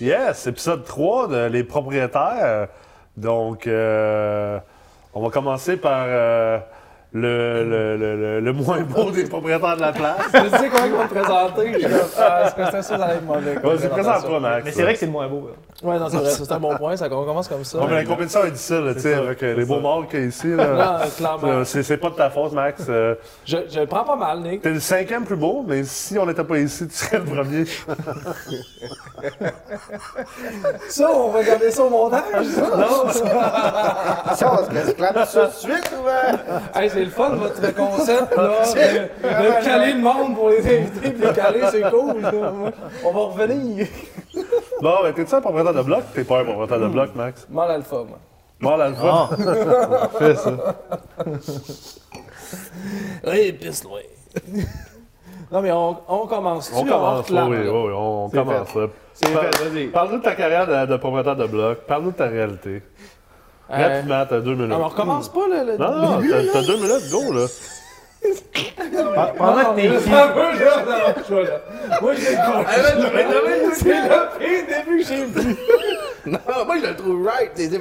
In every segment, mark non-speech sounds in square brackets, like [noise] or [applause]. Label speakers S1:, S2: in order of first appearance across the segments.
S1: Yes, épisode 3 de Les propriétaires. Donc, euh, on va commencer par euh, le, le- le- le- le moins [laughs] beau des propriétaires de la place.
S2: Je sais comment ils vont te présenter. Je pense que Ah, c'est ça, ça va être mauvais.
S1: Vas-y, présente-toi, Max.
S3: Mais c'est vrai que c'est le moins beau. hein. là.
S2: Ouais, non, c'est vrai, ça, c'est un bon point. Ça, on commence comme ça.
S1: Non, mais la compétition est difficile, là, tu sais,
S3: ça,
S1: avec euh,
S3: c'est
S1: les beaux
S3: ça.
S1: morts qu'il y a ici. [laughs] là.
S2: Non, clairement.
S1: Euh, C'est c'est pas de ta faute, Max. Euh,
S2: Je, je le prends pas mal, Nick.
S1: T'es le cinquième plus beau, mais si on n'était pas ici, tu serais le [laughs] premier.
S2: Ça, on va garder ça au montage, ça.
S4: Ça, on se laisse clapper ça tout de
S5: [laughs]
S4: suite, ou euh,
S2: [laughs] Hey, c'est le fun, votre concept,
S1: Ah,
S2: là, de, de caler le monde pour les invités, puis les caler, c'est cool. là. On va revenir.
S1: Bon, ben, t'es-tu un propriétaire de bloc? T'es pas un propriétaire de bloc, Max.
S2: Mal alpha, moi.
S1: Mort l'alpha.
S3: Ah.
S1: Fais ça.
S2: Oui, pisse loin. Non, mais on, on commence.
S1: On commence, oui, oui, oui, on
S3: C'est
S1: commence. là.
S3: C'est
S1: Par-
S3: fait, vas-y.
S1: Parle-nous de ta carrière de, de propriétaire de bloc. Parle-nous de ta réalité.
S2: Euh,
S1: Rapidement, t'as deux minutes.
S2: on recommence pas, là, le
S1: Non, non, t'as- t'as deux minutes, go, là.
S3: Pendant que t'es ici,
S2: Ça veut, là, là, je vois, là. Moi, j'ai le C'est le pire début que j'ai vu.
S5: Ah,
S4: Non, moi, je le trouve right. C'est- c'est-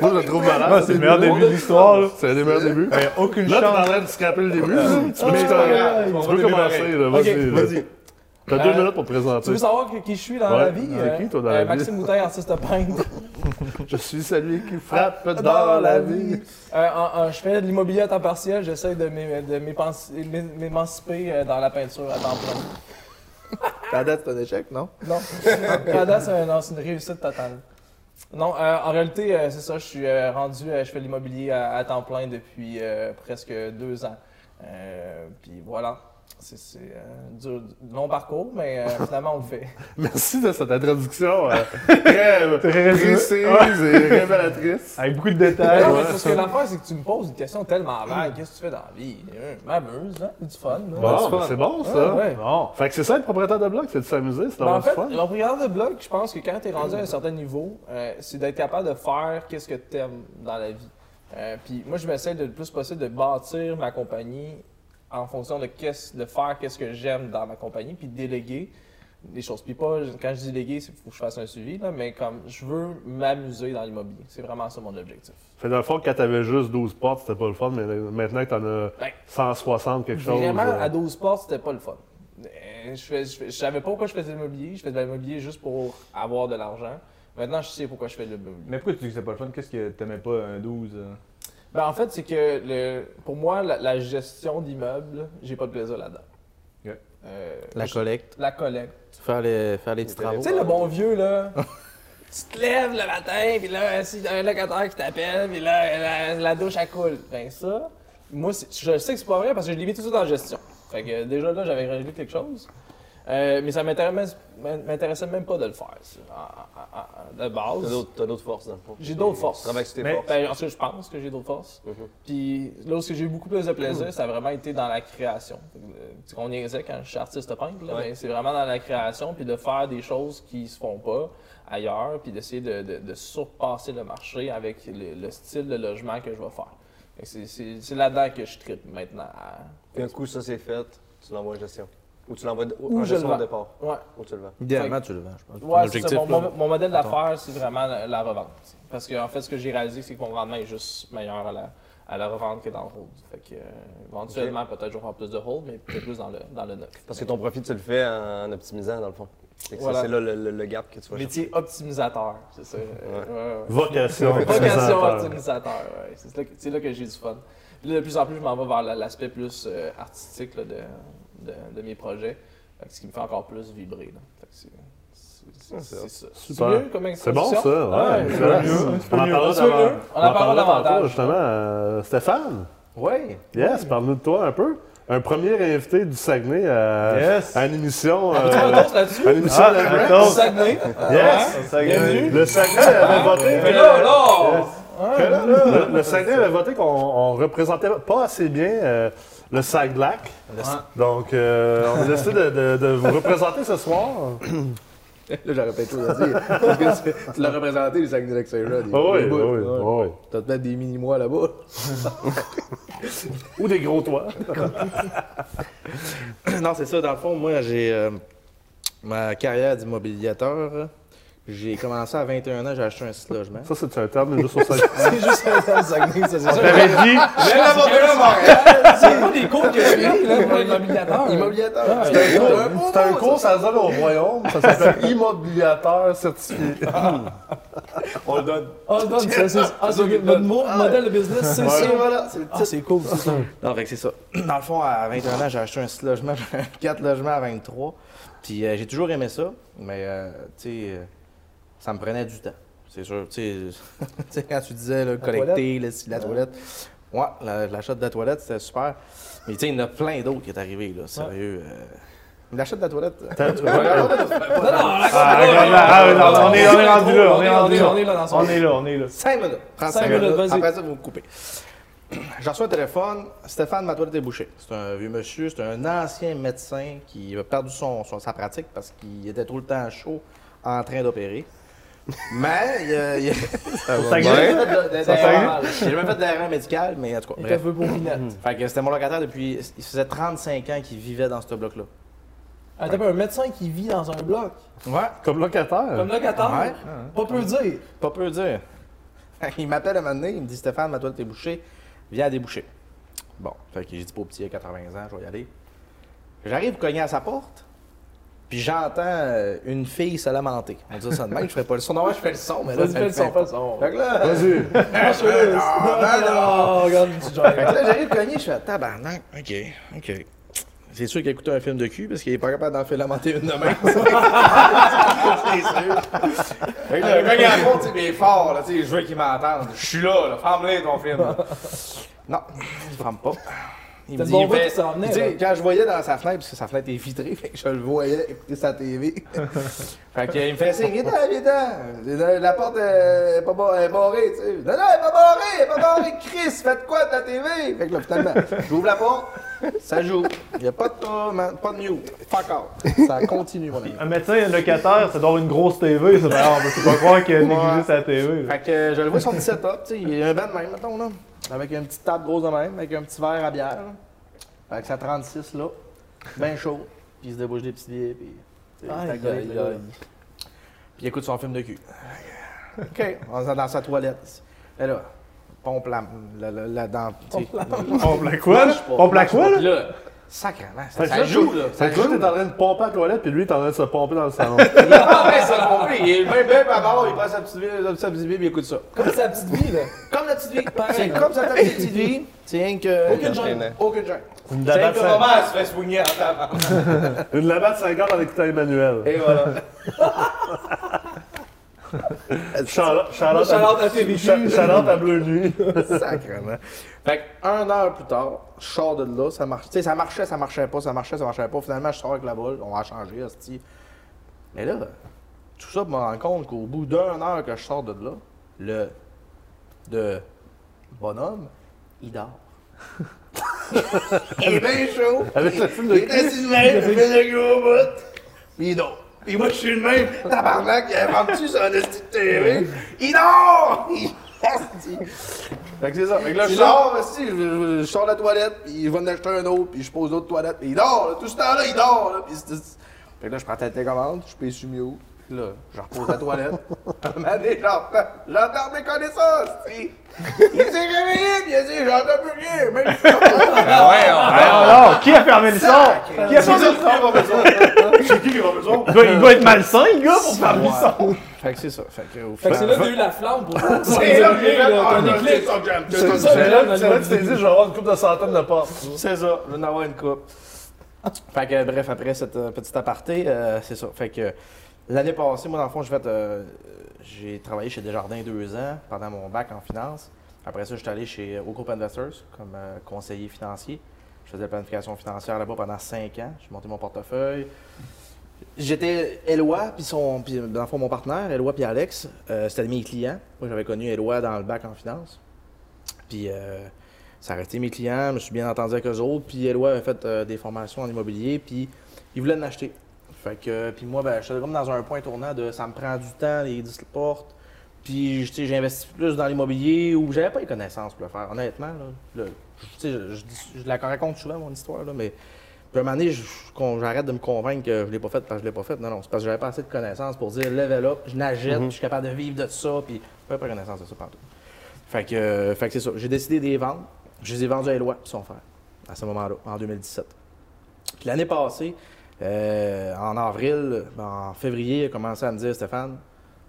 S1: Moi, je le trouve malade.
S3: Ah, c'est le meilleur début de l'histoire. là.
S1: C'est le meilleur début.
S3: Il y a aucune
S1: Là, t'es en
S3: chance.
S1: train de scraper le début. là. Tu peux-
S2: c'est pas grave.
S1: tu peux commencer, là, vas-y. là.
S4: Vas-y.
S1: T'as deux
S2: Euh,
S1: minutes pour te
S2: Tu
S1: présenter.
S2: veux savoir qui- qui je suis dans
S1: Ouais,
S2: la vie?
S1: c'est
S2: euh,
S1: qui, toi, dans la vie?
S2: Maxime Moutin, artiste peintre.
S1: Je suis celui qui frappe dans la vie.
S2: Euh, en- en- je fais de l'immobilier à temps partiel, j'essaie de m'é- de m'épanci- m'é- m'émanciper euh, dans la peinture à temps plein.
S4: Ta date, c'est un échec, non?
S2: Non, Canada, c'est un- non, c'est une réussite totale. Non, euh, en réalité, euh, c'est ça, je suis euh, rendu, euh, je fais de l'immobilier à, à temps plein depuis euh, presque deux ans. Euh, Puis voilà, c'est c'est, euh, dur, long parcours, mais euh, finalement on le fait.
S1: Merci de cette introduction euh, très euh,
S3: Très résumé.
S1: précise et révélatrice.
S3: Avec beaucoup de
S2: Mais
S3: détails.
S2: non, mais parce que l'affaire, c'est que tu me poses une question tellement vague. Qu'est-ce que tu fais dans la vie? Euh, M'amuse, hein? C'est du fun, là.
S1: Bon, ben, c'est bon, ça.
S2: Ouais, ouais.
S1: Bon. Fait que c'est ça, être propriétaire de bloc, c'est de s'amuser, c'est
S2: Mais
S1: d'avoir
S2: Ben, en
S1: du
S2: fait,
S1: fun.
S2: le regard de blog, je pense que quand tu es rendu à un certain niveau, euh, c'est d'être capable de faire qu'est-ce que tu aimes dans la vie. Euh, Puis moi, je m'essaie de- le plus possible de bâtir ma compagnie en fonction de, qu'est-ce- de faire qu'est-ce que j'aime dans ma compagnie, puis de déléguer des choses. Puis pas, quand je dis déléguer, il faut que je fasse un suivi, là, mais comme je veux m'amuser dans l'immobilier. C'est vraiment ça mon objectif.
S1: Fait dans le fond, quand t'avais juste 12 portes, c'était pas le fun, mais maintenant que t'en as
S2: Ben,
S1: 160 quelque chose.
S2: Vraiment,
S1: euh,
S2: à 12 portes, c'était pas le fun. Euh, Je, fais- je, fais- je savais pas pourquoi je faisais de l'immobilier. Je faisais de l'immobilier juste pour avoir de l'argent. Maintenant, je sais pourquoi je fais de l'immobilier.
S3: Mais pourquoi tu dis que c'est pas le fun? Qu'est-ce que t'aimais pas un 12? euh?
S2: Ben, en fait, c'est que le, pour moi, la, la gestion d'immeubles, j'ai pas de plaisir là-dedans.
S3: Ok.
S2: Euh,
S6: La
S2: je-
S6: collecte,
S2: la collecte.
S6: faire les, faire les petits travaux.
S2: Tu sais, le bon vieux, là. [laughs] tu te lèves le matin, puis là, si t'as un locataire qui t'appelle, puis là, la, la douche, elle coule. Ben, ça, moi, c'est- je sais que c'est pas vrai parce que je l'ai mis tout de suite en gestion. Fait que euh, déjà là, j'avais réglé quelque chose. Euh, mais ça m'intéresse- m'intéressait même pas de le faire, ça, à- à- à- de
S5: T'as
S2: base.
S5: d'autres, t'as d'autres forces, hein. dans le fond.
S2: J'ai d'autres forces.
S5: Travaille sur tes
S3: Mais-
S5: forces. Mm-hmm.
S2: Ben, en tout cas, je pense que j'ai d'autres forces. Puis là où est-ce que j'ai eu beaucoup plus de plaisir, ça a vraiment été dans la création. Fait que, euh, Tu sais qu'on niaisait quand je suis artiste peintre, là, mais c'est vraiment dans la création, puis de faire des choses qui se font pas ailleurs, puis d'essayer de, de- de surpasser le marché avec le, le style de logement que je vais faire. Fait que c'est- C'est c'est là-dedans que je tripe maintenant.
S5: Puis un coup, ça c'est fait, tu l'envoies en gestion. Ou tu l'envoies de-
S2: Ou
S5: en
S2: je le
S5: gestion
S2: vends.
S5: au départ.
S2: Ouais.
S5: Ou tu le vends.
S6: Idéalement, tu le vends, je pense. Ton
S2: Ouais, c'est ça.
S6: objectif,
S2: Mon,
S6: là.
S2: mon- mon modèle d'affaires, c'est vraiment la, la revente. Parce qu'en fait, ce que j'ai réalisé, c'est que mon rendement est juste meilleur à la, à la revente que dans le hold. Fait que, euh, éventuellement, peut-être je vais faire plus de hold, mais peut-être plus dans le, dans le neuf.
S5: Parce que ton profit, tu le fais en optimisant, dans le fond. Fait que ça,
S2: Voilà.
S5: c'est là le, le- le gap que tu vas chercher.
S2: Métier optimisateur, c'est ça. Euh, ouais, ouais.
S1: Vocation.
S2: [laughs] Vocation
S1: optimisateur.
S2: optimisateur, ouais. C'est là, que- c'est là que j'ai du fun. Puis là, de plus en plus, je m'en vais vers la- l'aspect plus euh, artistique là, de, de- de mes projets. Fait que ce qui me fait encore plus vibrer. là. Fait que c'est- c'est- C'est c'est ça.
S1: Super.
S2: C'est mieux comme
S1: C'est bon, ça.
S2: introduction?
S1: Ouais,
S2: Ouais.
S1: excellent. On en
S2: On se fait
S1: parlera
S2: mieux. On en parlera
S1: tantôt,
S2: davantage.
S1: justement. Euh, Stéphane,
S3: Ouais.
S1: yes, parle-nous de toi un peu. Un premier invité du Saguenay à,
S3: Yes.
S1: à une émission. euh,
S2: Tu me tournes là-dessus?
S1: à une émission
S3: Ah,
S1: de la-
S3: attends. Ah,
S2: Du Saguenay.
S1: Yes.
S3: Ça gagne.
S2: Bienvenue.
S1: Le Saguenay avait voté.
S2: Mais là, là!
S1: Le, le Saguenay avait voté qu'on on représentait pas assez bien euh, le Saglac. Donc, euh, on a décidé de, de- de vous représenter ce soir.
S4: Là, j'aurais
S5: [laughs]
S4: peut-être chose à dire. Parce que c'est- tu l'as représenté, les sacs de Lexera. des-
S1: Ah oui,
S4: des
S1: ah
S4: bouts.
S1: oui,
S4: Ouais.
S1: ah oui.
S4: T'as peut-être des mini-mois là-bas.
S1: [laughs] Ou des gros toits.
S5: [coughs]
S6: non, c'est ça. Dans le fond, moi, j'ai euh, ma carrière d'immobiliateur. J'ai commencé à 21 ans, j'ai acheté un site logement.
S1: Ça, c'est un terme juste au Saguenay.
S2: C'est juste un temps de Saguenay, ça, c'est
S1: On
S2: ça.
S1: t'avait dit,
S2: C'est pas des cours que je lis, là, pour l'immobiliateur.
S4: Immobiliateur.
S2: Ah,
S1: c'est un cours- c'est un cours, ça donne au royaume, ça [laughs] s'appelle immobiliateur certifié.
S3: On le donne.
S2: Ah, c'est bon, c'est- c'est- ah, c'est votre mo- modèle de business, c'est ça.
S4: Voilà, c'est le
S2: Ah, c'est cool, ça.
S6: Non, fait que c'est ça. [clears throat] Dans le fond, à 21 ans, j'ai acheté un 6 [laughs] logements, 4 logements à 23. Puis euh, j'ai toujours aimé ça, mais euh, tu sais, euh, ça me prenait du temps. C'est sûr, tu sais, [laughs] tu sais, quand tu disais là, collecter le- la, toilette. Ouais, la- l'achat de la toilette, c'était super. Mais tu sais, il y en a plein d'autres qui est arrivé, là, sérieux. euh. L'achat de la toilette. [laughs]
S2: Non, non, raconte
S1: Ah,
S2: pas,
S1: regarde,
S2: là.
S1: ah, non, non, on est- on est rendu là, on est
S2: On
S1: rendu là.
S2: on est là dans son-
S3: On est là, on est là.
S6: 5 minutes. Prends
S2: Cinq
S6: cinq
S2: minutes,
S6: minutes.
S2: vas-y.
S6: Après ça, vous me coupez. [clears throat] J'ai reçu un téléphone. Stéphane, ma toilette est bouchée. C'est un vieux monsieur, c'est un ancien médecin qui a perdu son, son- sa pratique parce qu'il était tout le temps chaud en train d'opérer. [laughs] Mais il a- il a-
S3: Ça
S6: il a
S3: existe?
S6: jamais fait de- de-
S3: Ça
S6: d'erreur. J'ai jamais fait d'erreur médicale, mais en tout cas.
S2: Il était
S6: bref.
S2: peu pour Pinette.
S6: Fait que c'était mon locataire depuis. Il faisait 35 ans qu'il vivait dans ce bloc-là.
S2: Ah, t'as pas un médecin qui vit dans un bloc.
S6: Ouais. Ah
S1: Comme locataire.
S2: Comme locataire,
S6: Ouais.
S2: pas peu dire.
S6: Pas peu dire. [laughs] il m'appelle un moment donné, il me dit Stéphane, ma toilette est bouchée, viens à déboucher. Bon, fait que j'ai dit pas au petit, il a 80 ans, je vais y aller. J'arrive cogner à sa porte, puis j'entends euh, une fille se lamenter. On dit ça de même, je ferais pas le son. Non, ouais, je fais le son, mais là,
S2: Vas-y,
S6: ça
S2: fais le
S6: le
S2: son,
S6: fait
S2: fais
S6: pas.
S2: le son.
S6: Fait que là, [laughs]
S1: Vas-y.
S2: Franchise.
S6: Ah, ben
S2: Ah, regarde, tu
S6: Fait
S2: gères.
S6: que là, j'arrive cogner, je fais tabarnak. OK, OK. C'est sûr qu'il a écouté un film de cul parce qu'il est pas capable d'en faire lamenter une de même. [laughs] c'est sûr. Fait que là, quand il raconte, tu sais, mais fort, là, tu sais, je veux qu'il m'entende. Je suis là, là, ferme-le ton film. là. Non, il ferme pas. Il
S2: T'as le
S6: me dit,
S2: bon
S6: il
S2: bout
S6: fait-
S2: qui s'en venait,
S6: tu sais,
S2: là.
S6: quand je voyais dans sa fenêtre, parce que sa fenêtre est vitrée, [laughs] fait que je le voyais écouter sa TV. [laughs] fait qu'il me fait signe, viens viens La porte euh, est pas bar- est barrée, tu sais. Non, non, elle est pas barrée, elle est pas barrée, [laughs] Chris, faites quoi de la TV? Fait que là, finalement, j'ouvre la porte, ça joue. Il n'y a pas de tourment, pas de mute. Fuck off. Ça continue, mon ami.
S3: Un médecin et un locataire, ça doit avoir une grosse TV, ça. Ben, on peut pas croire qu'il a négligé sa TV. là.
S6: Fait que euh, je le vois son petit setup, tu sais, il y a un banc de même, mettons, là. Avec une petite table grosse de même, avec un petit verre à bière, là. Fait que ça 36, là, ben chaud, puis il se débouche des petits billets, puis... tu sais,
S2: Aïe,
S6: c'est
S2: aïe,
S6: correct, le gars,
S2: aïe.
S6: là. Puis il écoute son film de cul. OK, on est dans sa toilette. Et là, pompe la... la, la, la dans, tu sais,
S3: On plaque quoi, là? On plaque quoi, là?
S6: Puis là, sacrément, ça,
S1: Fait que
S6: ça
S1: là,
S6: joue, là.
S1: Fait que là, t'es en train de pomper à la toilette, puis lui, t'es en train de se pomper dans le salon.
S6: Il est pas en train de se tromper, il est bien, bien par bord, il passe sa petite vie, sa petite vie, puis il écoute ça.
S2: Comme sa petite vie, là.
S6: Comme la petite vie, c'est
S2: [laughs]
S6: comme sa petite vie, c'est rien que... Aucune
S5: gêne.
S6: Aucune gêne.
S1: Une labat de cin-
S6: elle se fait swinguer en table.
S1: une labat de 50 en écoutant Emmanuel.
S6: Et voilà.
S1: Charlotte Charlotte
S2: Charlotte à TV.
S1: Cha- Charlotte à Bleu Nuit.
S6: Sacrement. Fait que un heure plus tard, je sors de là, ça marche. Tu sais, ça marchait, ça marchait pas, ça marchait, ça marchait pas. Finalement, je sors avec la boule, on va changer, hostie. Mais là, tout ça pour me rendre compte qu'au bout d'une heure que je sors de là, le de bonhomme, il dort. [laughs] il est bien [laughs] chaud.
S1: Avec le film
S6: Il est assis de même, il fait le gros bout. Puis il dort. Puis moi, je suis le même. Tabarnak, il invente-tu son esti de TV? Il dort! [laughs] Il esti. Fait que c'est ça. Fait que là, je sors, esti, je, je- je sors de la toilette, puis je vais en acheter un autre, puis je pose l'autre toilette, puis il dort, là. Tout ce temps-là, il dort, là. Puis c'est- c'est- Fait que là, je prends ta télécommande, je paye sur mute. Là, je repose la [laughs] toilette. Un moment donné, j'entends, j'entends mes connaissances, esti. Il s'est réveillé, puis il a dit, j'entends plus rien. [laughs] Même si
S3: Ah non, non, qui a fermé le son? Qui a fermé le son?
S1: [laughs]
S3: Il doit, il doit être malsain, le gars, pour fermer le son.
S6: Fait que c'est ça. Fait que, au
S2: Fait que c'est là que t'as eu la flamme pour ça. C'est là t'as un éclic.
S1: C'est
S2: ça,
S1: c'est
S2: mais
S1: là
S2: là,
S1: c'est là que tu t'es dit, je vais avoir une couple de centaines de portes.
S6: C'est ça, je viens d'avoir une coupe. Fait que bref, après cette euh, petite aparté, euh, c'est ça. Fait que euh, l'année passée, moi dans le fond, j'ai fait, euh, j'ai travaillé chez Desjardins deux ans pendant mon bac en finance. Après ça, j'étais allé chez au groupe Investors comme euh, conseiller financier. Je faisais la planification financière là-bas pendant cinq ans. J'ai monté mon portefeuille. J'étais Eloi, puis son, puis euh, dans le fond, mon partenaire, Eloi puis Alex, euh, c'était mes clients. Moi, j'avais connu Eloi dans le bac en finance. Puis euh, ça a resté mes clients, je me suis bien entendu avec eux autres. Puis Eloi avait fait euh, des formations en immobilier, puis il voulait m'acheter. Fait que, euh, puis moi, ben, j'étais comme dans un point tournant de ça me prend du temps, les 10 portes. Puis, je- tu sais, j'investis plus dans l'immobilier où j'avais pas les connaissances pour le faire. Honnêtement, là, le- tu sais, je, je dis- je la raconte souvent, mon histoire, là, mais Puis à un moment donné, je- je- qu'on- j'arrête de me convaincre que je l'ai pas fait parce que je l'ai pas fait. Non, non, c'est parce que j'avais pas assez de connaissances pour dire level up, je nagette, je suis capable de vivre de ça, puis j'avais pas connaissance de ça partout. Fait que, euh, fait que c'est ça. J'ai décidé de les vendre. Je les ai vendus à Éloi, puis son frère, à ce moment-là, en 2017. Puis l'année passée, euh, en avril, ben, en février, il a commencé à me dire Stéphane,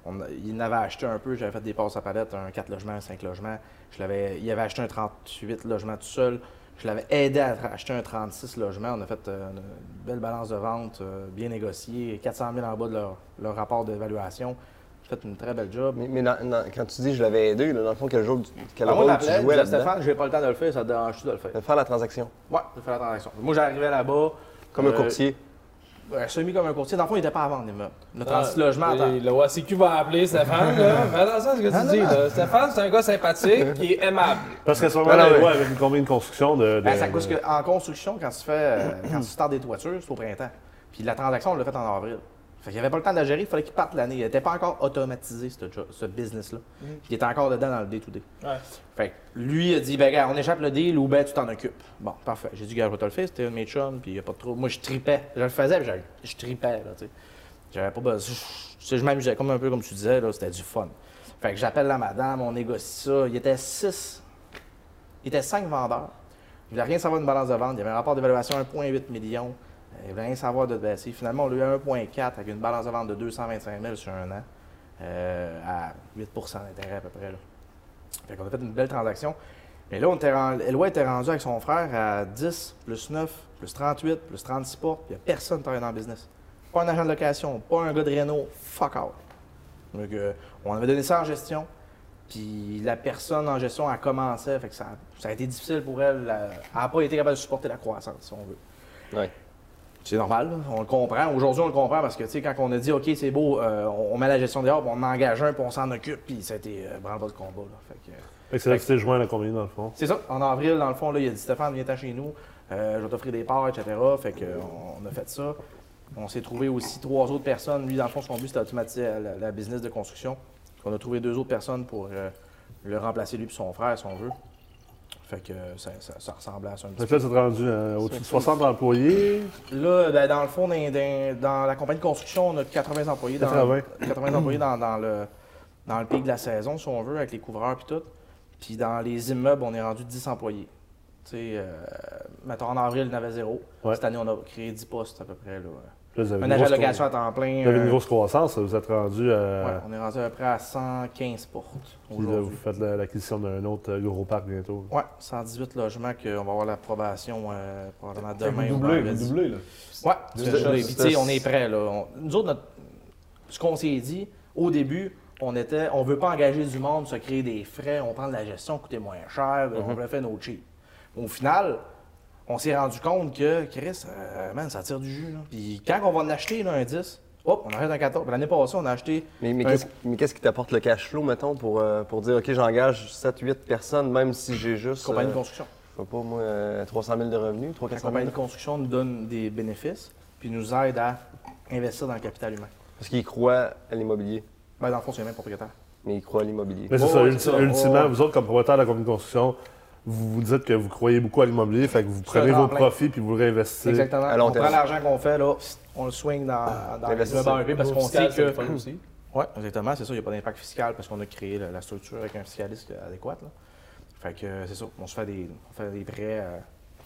S6: on a- il en avait acheté un peu, j'avais fait des passes à palette, un 4 logements, un 5 logements. Je l'avais, il avait acheté un 38 logements tout seul. Je l'avais aidé à tra- acheter un 36 logements. On a fait euh, une belle balance de vente, euh, bien négociée, 400 000 en bas de leur, leur rapport d'évaluation. J'ai fait une très belle job.
S5: Mais, mais dans- dans- quand tu dis je l'avais aidé, là, dans le fond, quel jour, quel
S6: Ah, moi,
S5: rôle tu
S6: j'appelais,
S5: jouais
S6: je disais,
S5: là-dedans?
S6: Stéphane, j'ai pas le temps de le faire, ça te dérange de le faire.
S5: De faire la transaction,
S6: Ouais, j'ai fait la transaction. Moi, j'arrivais là-bas.
S5: comme un
S6: euh,
S5: courtier.
S6: ouais, semi comme un courtier. Dans le fond, il était pas à vendre l'immeuble.
S2: Ah,
S6: Le 36 logements, attends.
S2: Le OACQ va appeler Stéphane, là. [laughs] Fais attention à ce que tu dis, là. Stéphane, c'est un gars sympathique qui est aimable.
S1: Parce qu'à ce moment-là,
S5: Non, non,
S1: les
S5: mais-
S1: lois avaient combien de construction de. de-
S6: Ben, ça coûte que- en construction, quand tu fais, euh, quand tu startes des toitures, c'est au printemps. Puis la transaction, on l'a faite en avril. Fait qu'il n'y avait pas le temps de la gérer, il fallait qu'il parte l'année. Il n'était pas encore automatisé, ce, jo- ce business-là.
S5: Mm.
S6: Il était encore dedans dans le day-to-day.
S2: Ouais.
S6: Fait que lui, il a dit, ben, gars, on échappe le deal ou ben, tu t'en occupes. Bon, parfait. J'ai dit, gars, je vais te le faire, c'était un de mes chums, puis il n'y a pas de trouble. Moi, je tripais. Je le faisais, puis je, je tripais, là, tu sais. J'avais pas besoin. Je, je- je m'amusais comme un peu comme tu disais, là, c'était du fun. Fait que j'appelle la madame, on négocie ça. Il était six. Il était cinq vendeurs. Il voulait rien savoir d'une balance de vente. Il y avait un rapport d'évaluation 1,8 million. Euh, Il voulait rien savoir de baisser. Finalement, on lui a eu 1,4 avec une balance de vente de 225 000 sur un an, euh, à 8 d'intérêt à peu près. Là. Fait qu'on a fait une belle transaction. Mais là, on était ren- Eloi était rendu avec son frère à 10, plus 9, plus 38, plus 36 portes. Il n'y a personne qui travaille dans le business. Pas un agent de location, pas un gars de Renault, fuck out. Donc, euh, on avait donné ça en gestion. Puis la personne en gestion, elle commençait. Fait que ça, a- ça a été difficile pour elle. euh, Elle n'a pas été capable de supporter la croissance, si on veut.
S5: Ouais.
S6: C'est normal, là, on le comprend. Aujourd'hui, on le comprend parce que, tu sais, quand on a dit, OK, c'est beau, euh, on, on met la gestion dehors, puis on en engage un, puis on s'en occupe, puis ça a été euh, branle-bas de combat. Là. Fait que, euh,
S1: Fait que c'est là que tu t'es joint à la combien, dans le fond?
S6: c'est ça. En avril, dans le fond, là, il a dit Stéphane, viens t'en chez nous, euh, je vais t'offrir des parts, etc. Fait que, euh, on a fait ça. On s'est trouvé aussi trois autres personnes. Lui, dans le fond, son but, c'était automatiser la, la business de construction. On a trouvé deux autres personnes pour euh, le remplacer, lui et son frère, si on veut. Fait que euh, ça, ça- ça ressemblait à ça un petit
S1: Fait que là, tu t'es rendu euh, au-dessus de 60 employés.
S6: Là, ben, dans le fond, dans, dans- dans la compagnie de construction, on a 80 employés dans,
S1: 80.
S6: 80 employés dans, dans le, dans le pic de la saison, si on veut, avec les couvreurs et tout. Puis dans les immeubles, on est rendu 10 employés. Tu sais, euh, mettons, en avril, il y en avait zéro.
S1: Ouais.
S6: Cette année, on a créé 10 postes à peu près. Là.
S1: Là, vous avez
S6: Un
S1: une
S6: agent de
S1: grosse
S6: location à temps plein.
S1: Vous avez une
S6: euh,
S1: grosse croissance, vous êtes rendu euh,
S6: ouais,
S1: à.
S6: on est rendu à peu près à 115 portes
S1: Puis là, vous
S6: aujourd'hui.
S1: faites la- l'acquisition d'un autre euh, gros parc bientôt.
S6: Ouais, 118 logements qu'on va avoir l'approbation euh, probablement
S4: Fait que
S6: demain.
S4: vous
S6: ou
S4: doublez,
S6: vendredi.
S4: vous doublez, là.
S6: Ouais,
S5: Deux
S6: c'est ça.
S5: choses.
S6: Puis, tu sais, on est prêt là. On- nous autres, notre- ce qu'on s'est dit au début, on était, on veut pas engager du monde, se créer des frais, on prend de la gestion, coûter moins cher, ben, on voulait faire nos cheap. Au final, on s'est rendu compte que Chris, euh, man, ça tire du jus. Là. Puis quand on va en acheter là, un 10, hop, on arrête un 14. Puis L'année passée, on a acheté.
S5: Mais, mais
S6: un-
S5: qu'est-ce mais qu'est-ce qui t'apporte le cash flow, mettons, pour, euh, pour dire, OK, j'engage 7-8 personnes, même si j'ai juste.
S6: compagnie de
S5: euh,
S6: construction.
S5: je sais pas, moi, euh, 300 000 de revenus, 3
S6: La
S5: 400 000.
S6: compagnie de construction nous donne des bénéfices, puis nous aide à investir dans le capital humain.
S5: Parce qu'ils croient à l'immobilier.
S6: Ben, dans le fond, c'est les mêmes propriétaires.
S5: Mais ils croient à l'immobilier.
S1: Mais c'est
S6: Ouais,
S1: ça,
S6: ouais,
S1: ulti-
S6: c'est ça.
S1: ultimement,
S6: Ouais.
S1: vous autres, comme propriétaire de la compagnie de construction, vous vous dites que vous croyez beaucoup à l'immobilier, fait que vous prenez vos
S6: tremplin.
S1: profits puis vous le réinvestissez.
S6: Exactement.
S5: à long
S6: on
S5: terme.
S6: prend l'argent qu'on fait, là, on le swing dans, dans les
S5: L'investissement.
S6: immeubles RP parce qu'on sait
S2: Fiscal, c'est
S6: que.
S2: le fun
S6: [clears throat]
S2: aussi.
S6: Oui, exactement, c'est ça, il n'y a pas d'impact fiscal parce qu'on a créé la, la structure avec un fiscaliste adéquat. Là. Fait que euh, c'est ça, on se fait des, on fait des prêts à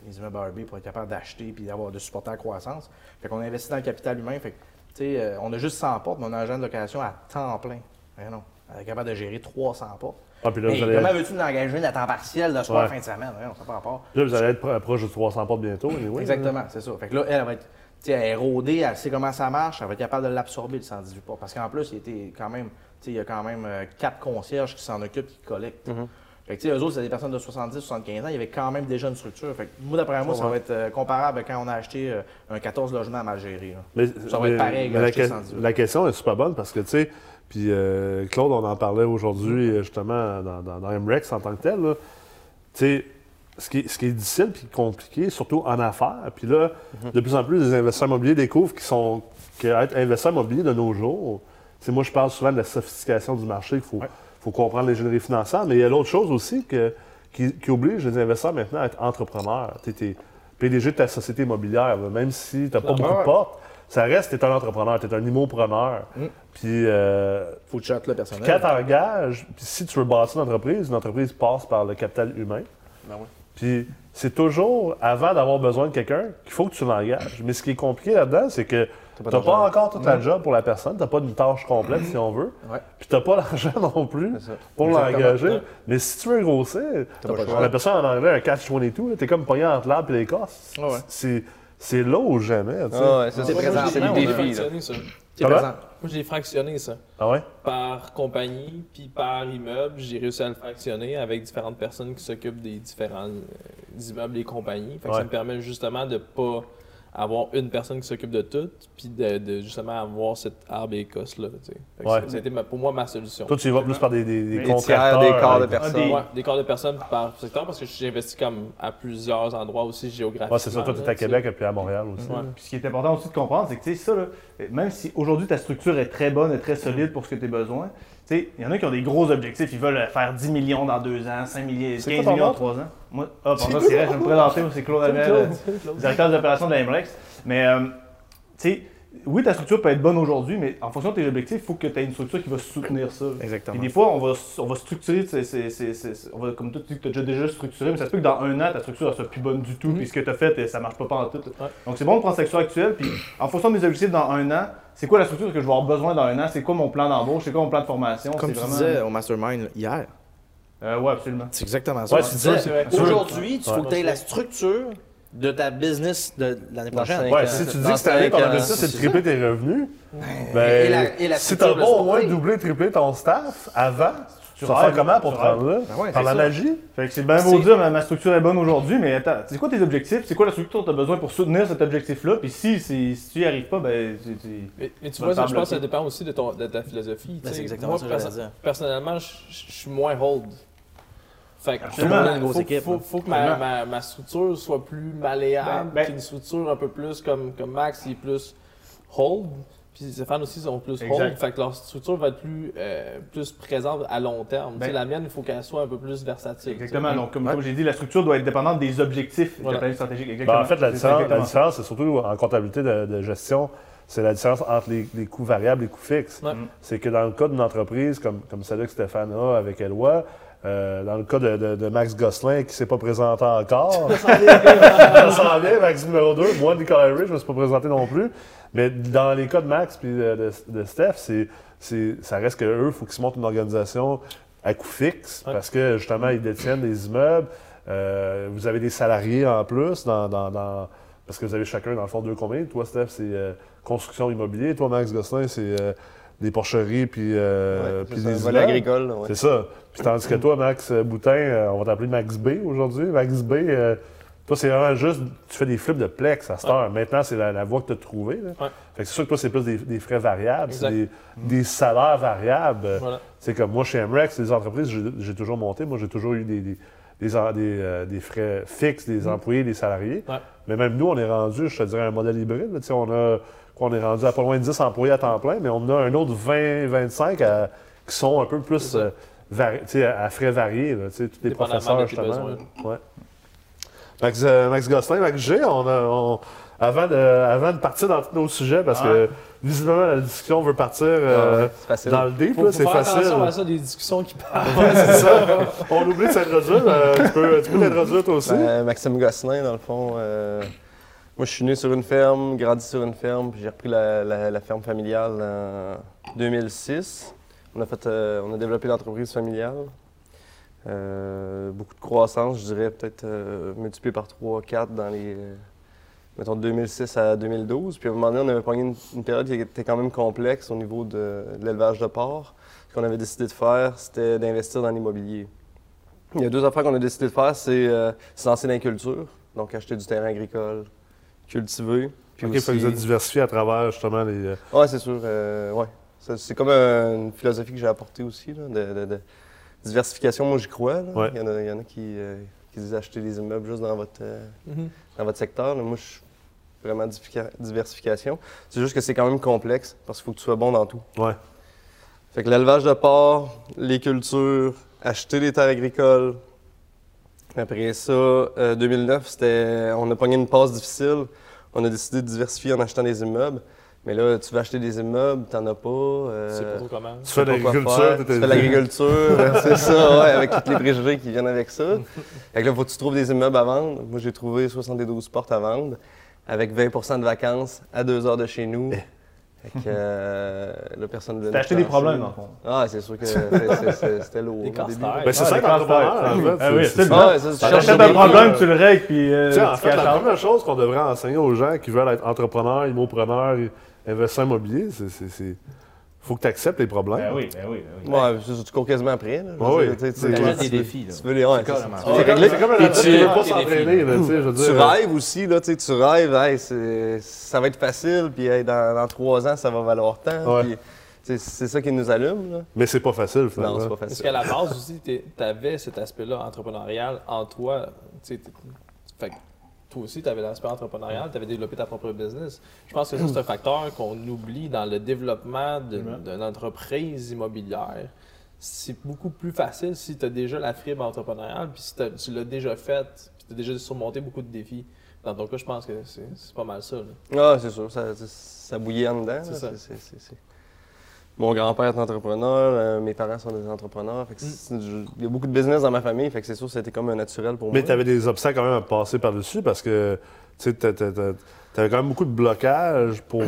S6: les immeubles RB pour être capable d'acheter puis d'avoir de supporter la croissance. Fait qu'on investit dans le capital humain. Fait que, tu sais, euh, on a juste 100 portes, mais on a un agent de location à temps plein. Mais non, elle est capable de gérer 300 portes.
S1: Ah, puis là,
S6: Hey,
S1: vous allez,
S6: comment
S1: être,
S6: veux-tu l'engager une à temps partiel de soir
S1: Ouais.
S6: fin de semaine? Hein, on s'en pas rapport.
S1: là, vous allez être pro- proche de 300 portes bientôt, anyway.
S6: Exactement, c'est ça. Fait que là, elle, elle va être tu sais, elle est rodée, elle sait comment ça marche, elle va être capable de l'absorber, le 118 pas. Parce qu'en plus, il, était quand même, tu sais, il y a quand même euh, quatre concierges qui s'en occupent, qui collectent. Fait que, tu sais, eux autres, c'est des personnes de 70, 75 ans, il y avait quand même déjà une structure. Fait que, moi, d'après moi, ça va être euh, comparable à quand on a acheté euh, un 14 logements à mal gérer. là.
S1: Mais,
S6: Ça va être pareil,
S1: mais
S6: gars,
S1: la,
S6: je te
S1: que-
S6: sens dur.
S1: la question est super bonne parce que, tu sais, puis euh, Claude, on en parlait aujourd'hui,
S6: Mm-hmm.
S1: euh, justement, dans, dans, dans MREX en tant que tel. là. Tu sais, ce qui, est- ce qui est difficile puis compliqué, surtout en affaires, puis là,
S6: Mm-hmm.
S1: de plus en plus, les investisseurs immobiliers découvrent qu'ils sont qu'être investisseur immobilier de nos jours, c'est moi, je parle souvent de la sophistication du marché, qu'il faut, faut comprendre les généries financières, mais il y a l'autre chose aussi que, qui, qui oblige les investisseurs maintenant à être entrepreneurs. Tu sais, t'es- PDG de ta société immobilière, là, même si tu n'as pas
S2: Ah,
S1: beaucoup de
S2: ouais.
S1: portes, ça reste, tu es un entrepreneur, tu es un immopreneur.
S2: Mm.
S1: Puis euh,
S6: Faut que tu chattes là,
S1: puis
S6: personnel.
S1: quand t'engages, puis si tu veux bâtir une entreprise, une entreprise passe par le capital humain.
S6: Ben oui.
S1: Puis c'est toujours avant d'avoir besoin de quelqu'un qu'il faut que tu l'engages. Mais ce qui est compliqué là-dedans, c'est que tu n'as pas encore tout ta job pour la personne, tu n'as pas une tâche complète si on veut,
S6: Mm. Ouais.
S1: puis tu n'as pas [laughs] l'argent non plus
S6: ça.
S1: pour
S6: Exactement.
S1: l'engager.
S6: Ouais.
S1: Mais si tu veux grossir,
S6: pas le
S1: la personne en anglais, un catch-22, tu es comme pogné entre l'arbre et l'écorce.
S6: Ah Ouais, ouais.
S1: C'est- C'est là ou jamais. tu sais.
S5: Ah ouais, ça, c'est
S6: Moi, moi,
S5: présent.
S6: j'ai
S5: C'est
S2: Moi,
S5: le
S2: je l'ai
S5: défi, là.
S2: fractionné, ça.
S6: T'es
S1: Comment?
S6: présent.
S2: Moi, je l'ai fractionné, ça.
S1: Ah ouais?
S2: Par compagnie, puis par immeuble, j'ai réussi à le fractionner avec différentes personnes qui s'occupent des différents euh, immeubles et compagnies. Fait que
S1: Ouais.
S2: Ça me permet justement de pas avoir une personne qui s'occupe de tout, puis de, de justement avoir cette arbre et écosse-là. tu sais. Fait que
S1: Ouais.
S2: ça- Ça a été ma- pour moi ma solution.
S1: Toi, tu y vas plus par des, des, des
S3: Des
S5: Des tiers, des quarts de
S1: euh,
S5: personnes.
S3: des-
S2: Ouais, des corps de personnes par secteur parce que j'ai investi comme à plusieurs endroits aussi géographiquement.
S1: Ouais, c'est ça. Toi, tu
S2: là,
S1: à
S2: tu sais.
S1: Québec et puis à Montréal aussi.
S2: Ouais.
S3: Puis ce qui est important aussi de comprendre, c'est que tu sais, ça, là, euh, même si aujourd'hui ta structure est très bonne et très solide pour ce que tu as besoin, tu sais, il y en a qui ont des gros objectifs. Ils veulent euh, faire 10 millions dans 2 ans, 5 millions, 15
S2: C'est quoi ton
S3: millions en
S2: nom?
S3: 3 ans. Moi, ah, pardon, c'est vrai, je vais me présenter, moi, c'est Claude Amel, euh, directeur des opérations de l'Imbrex. Mais, euh, tu sais, oui, ta structure peut être bonne aujourd'hui, mais en fonction de tes objectifs, il faut que tu aies une structure qui va soutenir ça. Puis
S6: Exactement.
S3: des fois, on va, on va structurer, c'est- c'est- c'est- c'est- on va, comme toi, tu dis que tu as déjà structuré, mais ça se peut que dans un an, ta structure ne soit plus bonne du tout,
S6: Mm-hmm.
S3: puis ce que tu as fait, eh, ça marche pas en tout.
S2: Ouais.
S3: Donc c'est bon de prendre sa structure actuelle,
S6: [clears throat]
S3: puis en fonction de mes objectifs dans un an, c'est quoi la structure que je vais avoir besoin dans un an, c'est quoi mon plan d'embauche, c'est quoi mon plan de formation,
S6: Comme
S3: c'est
S6: tu
S3: vraiment...
S6: disais au mastermind là, hier,
S3: Euh, ouais, absolument.
S6: c'est exactement ça.
S1: Ouais,
S6: Tu
S1: c'est
S6: disais,
S1: ça, c'est vrai.
S6: Aujourd'hui, tu faut
S1: Ouais.
S6: que tu aies la structure de ta business de l'année
S5: Dans
S6: prochaine.
S5: cinq
S1: Ouais,
S5: Dans
S1: si tu dis
S5: cinq
S1: que cette année, ton
S5: ans,
S1: objectif, c'est de
S6: c'est
S1: tripler tes revenus,
S6: Et
S1: ben,
S6: la- et la
S1: si
S6: structure
S1: t'as
S6: de
S1: pas au moins
S6: sporting.
S1: doublé, triplé ton staff avant, tu vas faire
S3: rêves,
S1: comment pour
S3: tu
S1: prendre là?
S6: Ben ouais,
S1: Par
S6: c'est
S1: la
S6: ça.
S1: magie?
S3: Fait que c'est bien beau de dire, ma, ma structure est bonne aujourd'hui, mais attends, c'est quoi tes objectifs, c'est quoi la structure que tu as besoin pour soutenir cet objectif-là, puis si, si, si tu n'y arrives pas, ben... tu- tu-
S2: Mais, mais tu
S3: Va
S2: vois,
S3: te
S2: ça,
S3: faire
S2: je pense que ça
S3: bloquer.
S2: dépend aussi de, ton, de ta philosophie. tu
S6: Ben,
S2: sais.
S6: c'est exactement
S2: Moi,
S6: ça que j'allais
S2: perso-
S6: dire.
S2: personnellement, je je- je suis moins hold. Fait que
S3: Absolument.
S2: faut-
S6: Une grosse
S2: faut,
S6: équipe,
S2: faut-
S6: hein.
S2: faut que ma,
S3: Absolument.
S2: ma- ma structure soit plus malléable,
S3: Ben, ben-
S2: qu'une structure un peu plus comme, comme Max, il est plus hold. Puis les fans aussi sont plus
S3: Exact.
S2: hold. Fait que leur structure va être plus, euh, plus présente à long terme.
S3: Ben-
S2: Tu sais, la mienne, il faut qu'elle soit un peu plus versatile.
S3: Exactement,
S2: tu sais.
S3: donc comme, comme j'ai dit, la structure doit être dépendante des objectifs de
S2: Voilà.
S3: la planning stratégique.
S1: Ben,
S3: Exactement.
S1: en fait, la
S3: C'est
S1: différence, la
S3: exactement ça.
S1: différence, c'est surtout en comptabilité de, de gestion, c'est la différence entre les, les coûts variables et les coûts fixes.
S2: Ouais.
S1: C'est que dans le cas d'une entreprise comme, comme celle que Stéphane a avec Eloi, euh, dans le cas de, de- de Max Gosselin qui ne s'est pas présenté encore, [laughs] ça s'en vient, Max numéro 2. Moi, Nicolas Rich, je ne me suis pas présenté non plus. Mais dans les cas de Max et de, de- de Steph, c'est, c'est- ça reste qu'eux, il faut qu'ils se montent une organisation à coût fixe
S2: Ouais.
S1: parce que justement, ils détiennent des immeubles. Euh, vous avez des salariés en plus dans, dans- dans- parce que vous avez chacun, dans le fond, deux combien. Toi, Steph, c'est euh, construction immobilier. Toi, Max Gosselin, c'est euh, des porcheries puis, euh,
S5: Ouais,
S1: puis
S5: c'est ça,
S1: des
S5: un volet
S1: immeubles.
S5: agricole, là, ouais.
S1: C'est ça. Puis tandis que toi, Max Boutin, euh, on va t'appeler Max B aujourd'hui. Max B, euh, toi, c'est vraiment juste, tu fais des flips de plex à cette heure. Maintenant, c'est la, la voie que tu as trouvée. là.
S2: Ouais.
S1: Fait que c'est sûr que toi, c'est plus des, des frais variables, c'est
S2: Exact.
S1: des, des salaires variables.
S2: Voilà.
S1: C'est comme moi, chez MREX, les entreprises, j'ai- j'ai toujours monté. Moi, j'ai toujours eu des, des, des en- des, euh, des frais fixes, des employés, des salariés.
S2: Mm. Ouais.
S1: Mais même nous, on est rendu, je te dirais, un modèle hybride. là. Tu sais, On, a, quoi, on est rendu à pas loin de 10 employés à temps plein, mais on a un autre 20-25 à- qui sont un peu plus
S2: ça.
S1: euh, vari- tu sais, à, à frais variés. Là, tu sais, tous les
S2: Dépendamment
S1: professeurs,
S2: de tes
S1: justement.
S2: besoins.
S1: là. Ouais. Max, euh, Max Gosselin, Max G, on a- on- avant, de, avant de partir dans tous nos sujets,
S2: Ah.
S1: parce que visiblement, la discussion veut partir euh,
S5: C'est facile.
S1: dans le deep,
S2: Faut,
S1: là,
S2: faut
S1: c'est
S2: faire
S1: [laughs]
S2: attention à
S1: facile.
S2: ça, des discussions qui parlent.
S1: Ouais, c'est ça. On oublie de s'introduire. euh, tu peux, tu peux t'introduire toi aussi.
S5: Ben, Maxime Gosselin, dans le fond. euh, moi, je suis né sur une ferme, grandi sur une ferme, puis j'ai repris la, la- la ferme familiale en 2006. On a, fait, euh, on a développé l'entreprise familiale. Euh, beaucoup de croissance, je dirais peut-être euh, multiplié par 3, 4 dans les. euh, mettons, de 2006 à 2012. Puis à un moment donné, on avait pogné une, une période qui était quand même complexe au niveau de, de l'élevage de porc. Ce qu'on avait décidé de faire, c'était d'investir dans l'immobilier. Il y a deux affaires qu'on a décidé de faire, c'est euh, se lancer dans la culture, donc acheter du terrain agricole, cultiver. Puis
S1: OK,
S5: aussi-
S1: fait que vous êtes diversifié à travers justement les. euh,
S5: Ouais, c'est sûr. euh, ouais. Ça, C'est comme euh, une philosophie que j'ai apportée aussi, là, de, de- de diversification. Moi, j'y crois. là.
S1: Ouais.
S5: Il, y en a, il y en a qui, euh, qui disent acheter des immeubles juste dans votre, euh,
S2: Mhm.
S5: dans votre secteur. là. Moi, je suis vraiment diffica- diversification. C'est juste que c'est quand même complexe parce qu'il faut que tu sois bon dans tout.
S1: Ouais.
S5: Fait que l'élevage de porc, les cultures, acheter des terres agricoles, Après ça, euh, 2009, c'était, on a pogné une passe difficile. On a décidé de diversifier en achetant des immeubles. Mais là, tu vas acheter des immeubles, t'en as pas. euh,
S2: C'est pas trop comment.
S1: Tu fais de
S5: sais pas quoi
S1: l'agriculture,
S5: faire.
S1: t'étais-
S5: Tu fais de l'agriculture, c'est ça, ouais, avec tous les préjugés qui viennent avec ça. Fait que là, faut que tu trouves des immeubles à vendre. Moi, j'ai trouvé 72 portes à vendre, avec 20 de vacances, à deux heures de chez
S1: Eh.
S5: nous. Fait que euh, là, personne ne voulait
S3: T'as acheté
S5: nous
S3: des problèmes, hein? dans
S5: financer.
S3: le fond.
S5: Ah, c'est sûr que c'est- c'est- c'est- c'était lourd.
S2: Des
S5: au début.
S2: castors.
S1: Ben, c'est
S3: Ah,
S1: ça
S3: les
S1: l'entrepreneur,
S3: castors.
S1: en
S3: Ah
S1: fait.
S3: oui,
S1: C'est-
S3: absolument.
S5: Ah, ouais, ça, tu
S3: Tu
S5: cherches
S3: achètes
S5: des-
S3: un problème, tu le règles, puis euh,
S1: Tu sais, en
S3: tu
S1: fait, la
S3: caches
S1: première chose qu'on devrait enseigner aux gens qui veulent être entrepreneurs, immopreneurs, investisseurs immobiliers, c'est- c'est. c'est- faut que tu acceptes les problèmes.
S3: Ben oui, ben oui, ben oui.
S5: Ouais, c'est ça, tu cours quasiment après. Là, Je veux
S1: Ah oui.
S5: dire, tu sais, tu-
S1: T'achètes
S5: ouais,
S6: des
S5: tu veux-
S6: défis, là.
S5: Tu veux Ah, les. ouais, c'est-
S6: carrément.
S5: c'est
S1: C'est comme-
S5: réglé.
S1: C'est comme un
S5: Et
S1: athlète qui
S5: tu-
S1: veut pas s'entraîner, là, tu sais, je veux
S5: Tu
S1: dire.
S5: rêves aussi, là, tu sais, tu rêves, hey, c'est- ça va être facile, puis hey, dans, dans trois ans, ça va valoir tant.
S1: Ouais.
S5: puis, tu sais, C'est ça qui nous allume. Là.
S1: Mais c'est pas facile, finalement.
S5: Non, c'est pas
S2: Parce
S5: facile.
S2: qu'à la base aussi, tu avais cet aspect-là entrepreneurial en toi. Tu sais, t'es- fait que toi aussi, tu avais l'aspect entrepreneurial, tu avais développé ta propre business. Je pense que ça, c'est un facteur qu'on oublie dans le développement d'une d'une entreprise immobilière. C'est beaucoup plus facile si tu as déjà la fibre entrepreneuriale, puis si t'as- tu l'as déjà faite, puis tu as déjà surmonté beaucoup de défis. Dans ton cas, je pense que c'est c'est pas mal ça. là.
S5: Ah, c'est sûr, ça, ça- ça bouillait en dedans.
S2: C'est
S5: là,
S2: ça.
S5: c'est- c'est- c'est- c'est- Mon grand-père est entrepreneur, euh, mes parents sont des entrepreneurs.
S2: Mm.
S5: fait que c'est- je- Il y a beaucoup de business dans ma famille, fait que c'est sûr que c'était comme un naturel pour
S1: Mais
S5: moi.
S1: tu avais des obstacles quand même à passer par-dessus parce que tu avais quand même beaucoup de blocages
S5: [clears throat]
S1: pour.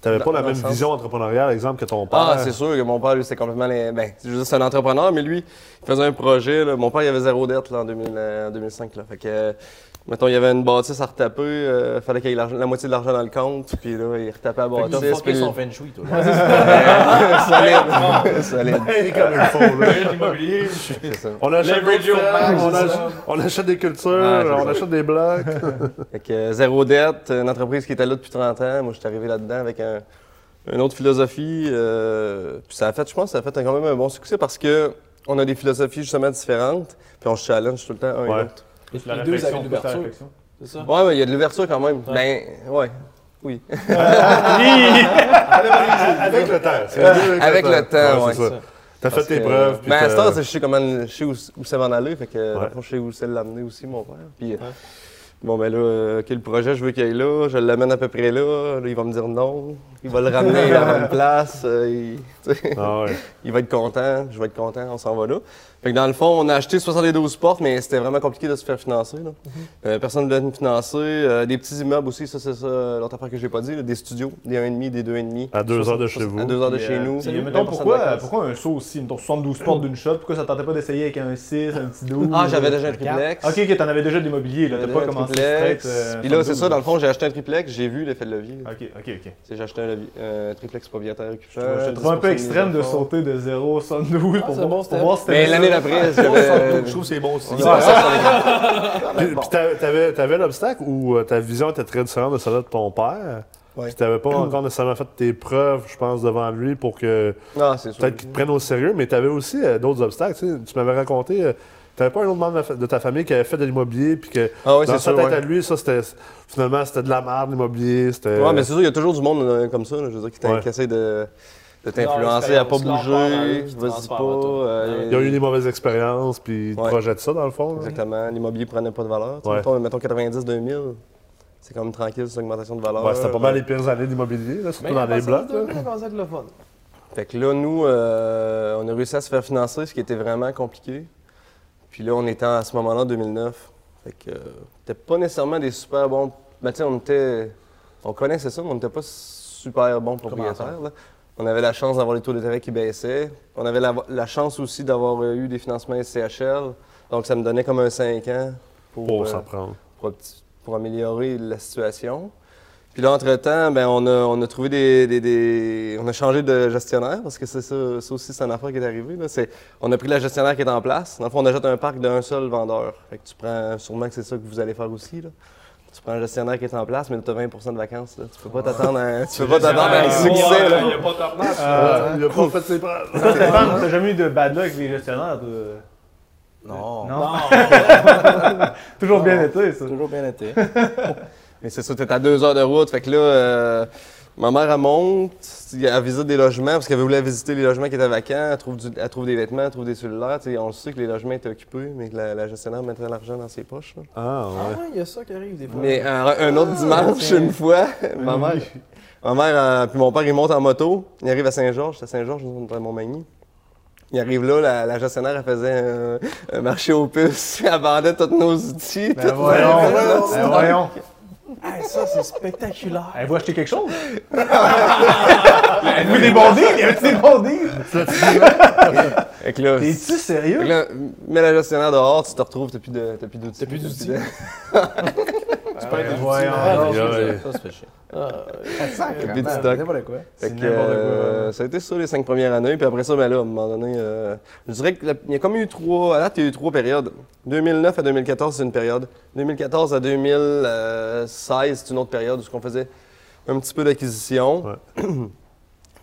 S1: Tu n'avais
S5: Dans-
S1: pas la
S5: dans
S1: même
S5: le sens-
S1: vision entrepreneuriale, exemple, que ton père. [laughs]
S5: Ah, c'est sûr que mon père, lui, c'était complètement. les- Ben, je veux dire, c'est un entrepreneur, mais lui, il faisait un projet. là. Mon père, il avait zéro dette là, en, 2000, euh, en 2005. Là. Fait que, euh, mettons, il y avait une bâtisse à retaper. euh, fallait qu'il y ait l'argent- la moitié de l'argent dans le compte. Puis là, il retapait la
S6: Fait que t'as
S5: bâtisse.
S6: fucké
S5: puis [laughs]
S6: son
S5: le-
S6: feng shui, toi.
S5: solide. [laughs] solide.
S1: comme il faut,
S5: [laughs]
S1: là.
S3: Immobilier.
S5: C'est ça.
S1: On achète, des
S3: Leverage your
S1: fermes,
S3: max,
S1: on,
S3: c'est
S1: achète, on achète des cultures,
S5: Ouais, c'est
S1: on
S5: ça.
S1: achète des
S5: [laughs]
S1: blocs.
S5: Fait que, euh, zéro dette, une entreprise qui était là depuis 30 ans. Moi, je suis arrivé là-dedans avec un- une autre philosophie. euh, puis ça a fait, je pense, que ça a fait un- quand même un bon succès parce que on a des philosophies justement différentes. Puis on se challenge tout le temps un et
S1: Ouais.
S5: l'autre.
S2: Et
S3: La
S2: les deux avaient
S3: réflexion, la
S2: l'ouverture,
S3: réflexion.
S2: c'est ça?
S5: Ouais, mais il y a de l'ouverture quand même. Ben, ouais. Oui.
S1: Avec le temps. c'est
S5: Avec le temps,
S1: c'est
S5: ouais.
S1: ça. T'as fait
S5: Parce
S1: tes
S5: que-
S1: preuves. puis
S5: Ben, à
S1: t'as-
S5: cette heure, je sais comment, je sais où, où ça va en aller. Fait que, dans le
S1: Ouais.
S5: fond, je sais où c'est l'amener aussi, mon père. Puis, euh, bon, ben là, euh, OK, le projet, je veux qu'il aille là. Je l'amène à peu près là. Là, il va me dire non. Il va le ramener
S1: [laughs]
S5: à la bonne place. euh, il- tu sais.
S1: Ah
S5: [laughs]
S1: ouais.
S5: il va être content, je vais être content, on s'en va là. Fait que dans le fond, on a acheté 72 portes, mais c'était vraiment compliqué de se faire financer. Là.
S3: Mhm.
S5: Euh, personne ne voulait nous financer. Euh, des petits immeubles aussi, ça c'est ça, l'autre affaire que j'ai pas dit, là, des studios, des 1,5, des 2,5.
S1: À deux heures de chez vous.
S5: À deux heures de
S3: Puis,
S5: chez
S3: euh,
S5: nous.
S3: puis, mettons,
S5: 20% de
S3: pourquoi,
S5: vacances.
S3: pourquoi un saut aussi, mettons 72 portes d'une shot, pourquoi ça tentait pas d'essayer avec un 6, un petit 12
S5: Ah, j'avais déjà un
S3: quatre?
S5: triplex.
S3: Ok, ok, t'en avais déjà de l'immobilier, là,
S5: J'avais
S3: t'as pas
S5: un
S3: commencé
S5: triplex.
S3: straight, euh,
S5: Puis là, c'est
S3: 72.
S5: ça, dans Euh, le fond, j'ai acheté un triplex, j'ai vu l'effet de levier. Tu
S3: Ok, ok, ok.
S5: sais, J'ai acheté un, levier- euh, un triplex propriétaire occupant.
S3: Je te trouve un peu
S5: 10%
S3: extrême de
S5: des enfants.
S3: sauter de 0 à
S5: Ah,
S3: 72 pour,
S2: c'est
S3: voir-
S2: bon,
S3: pour
S2: c'était-
S3: voir si
S5: Mais
S3: [laughs]
S5: l'année d'après, j'avais.
S4: Je trouve que c'est bon aussi.
S5: On a-
S1: Puis, puis t'a- t'avais, t'avais l'obstacle où euh, ta vision était très différente de celle de ton père.
S5: Ouais.
S1: Puis t'avais
S5: [clears throat]
S1: pas encore nécessairement fait tes preuves, je pense, devant lui pour que
S5: Non, Ah, c'est sûr.
S1: peut-être qu'ils te prennent au sérieux, mais tu avais aussi euh, d'autres obstacles. tu sais. Tu m'avais raconté, tu n'avais pas un autre membre de la fa- de ta famille qui avait fait de l'immobilier, puis que
S5: Ah oui,
S1: dans
S5: c'est
S1: sa
S5: sûr.
S1: tête
S5: ouais.
S1: à lui, ça, c'était finalement, c'était de la merde, l'immobilier. C'était...
S5: Ouais, mais c'est sûr, il y a toujours du monde euh, comme ça, là, je veux dire, qui, t'in-
S1: Ouais.
S5: qui essaie de, de
S2: c'est
S5: t'influencer à pas
S2: leur part à eux
S5: bouger,
S2: qui
S5: vas-y
S2: transfèrent
S5: pas.
S2: à toi.
S5: euh,
S1: Il y a eu des mauvaises expériences, puis ils te
S5: Ouais.
S1: projettent ça, dans le fond. hein. là.
S5: Exactement, l'immobilier prenait pas de valeur. tu sais,
S1: Ouais.
S5: Mettons, mettons 90-2000, c'est quand même tranquille, cette augmentation de valeur.
S1: Ouais, c'était pas mal les pires années d'immobilier, là, surtout
S2: Mais
S1: dans
S2: à
S1: les
S2: partir
S1: blocs.
S2: de
S1: là.
S2: là, on commence à être le fun.
S5: Fait que là, nous, euh, on a réussi à se faire financer, ce qui était vraiment compliqué. Puis là, on était à ce moment-là en 2009. Fait que euh, c'était pas nécessairement des super bons. Ben, tu sais, on était. On connaissait ça, mais on n'était pas super bons propriétaires. là. On avait la chance d'avoir les taux d'intérêt qui baissaient. On avait la, la chance aussi d'avoir euh, eu des financements SCHL. Donc, ça me donnait comme un 5 ans pour,
S1: Pour
S5: euh,
S1: s'en prendre.
S5: pour, opti- pour améliorer la situation. Puis là, entre-temps, ben, on, a, on a trouvé des, des- des- On a changé de gestionnaire parce que c'est ça, ça aussi, c'est un affaire qui est arrivé. là. C'est- on a pris la gestionnaire qui est en place. Dans le fond, on achète un parc d'un seul vendeur. Fait que tu prends... Sûrement que c'est ça que vous allez faire aussi. là. Tu prends un gestionnaire qui est en place, mais tu as 20 de vacances. là. Tu peux pas t'attendre à, tu peux pas t'attendre à un succès. là.
S1: Ah, il a pas fait ses preuves.
S3: Euh,
S5: [laughs]
S3: T'as jamais eu de bad luck avec les gestionnaires, toi?
S6: Non.
S3: Non. Toujours bien été, ça.
S5: [laughs]
S6: Toujours bien été.
S5: Mais c'est ça, t'es à deux heures de route. Fait que là, euh, Ma mère, elle monte, elle visite des logements parce qu'elle voulait visiter les logements qui étaient vacants. Elle trouve, du- elle trouve des vêtements, elle trouve des cellulaires. Tu sais, on le sait que les logements étaient occupés, mais que la, la gestionnaire mettrait l'argent dans ses poches. là.
S1: Ah, ouais.
S2: il y a ça qui arrive des fois.
S5: Mais un, un autre
S3: Ah,
S5: dimanche, une fois, [laughs] ma mère, ma mère euh, puis mon père, ils montent en moto. Ils arrivent à Saint-Georges. C'est à Saint-Georges, nous, on est à Montmagny. Ils arrivent là, la, la gestionnaire, elle faisait un, un marché aux puces. [laughs] Elle vendait tous nos outils.
S3: Ben
S5: tout.
S3: voyons, ben voyons.
S2: Ah, ça, c'est spectaculaire.
S3: Elle voit acheter quelque
S5: [laughs]
S3: chose? Avez-vous des bons deals? Y avait-tu des bons
S5: [laughs]
S3: deals?
S5: Fait que là,
S3: T'es-tu
S5: fait que
S3: sérieux?
S5: là, mets la gestionnaire dehors, tu te retrouves, t'as plus de- t'as plus d'outils. T'as plus d'outils.
S3: Ben
S2: Ah,
S3: voyons.
S1: Aïe, aïe.
S6: Ça, ça fait chier.
S5: Big stock.
S4: N'importe quoi.
S5: Fait
S3: C'est
S5: que,
S3: n'importe quoi,
S5: euh,
S3: ouais.
S5: ça a été ça les cinq premières années, puis après ça, ben là, à un moment donné, euh, je dirais qu'il y a comme eu trois, à date, il y a eu trois périodes. 2009 à 2014, c'est une période. 2014 à 2016, c'est une autre période où ce qu'on faisait un petit peu d'acquisition. [coughs]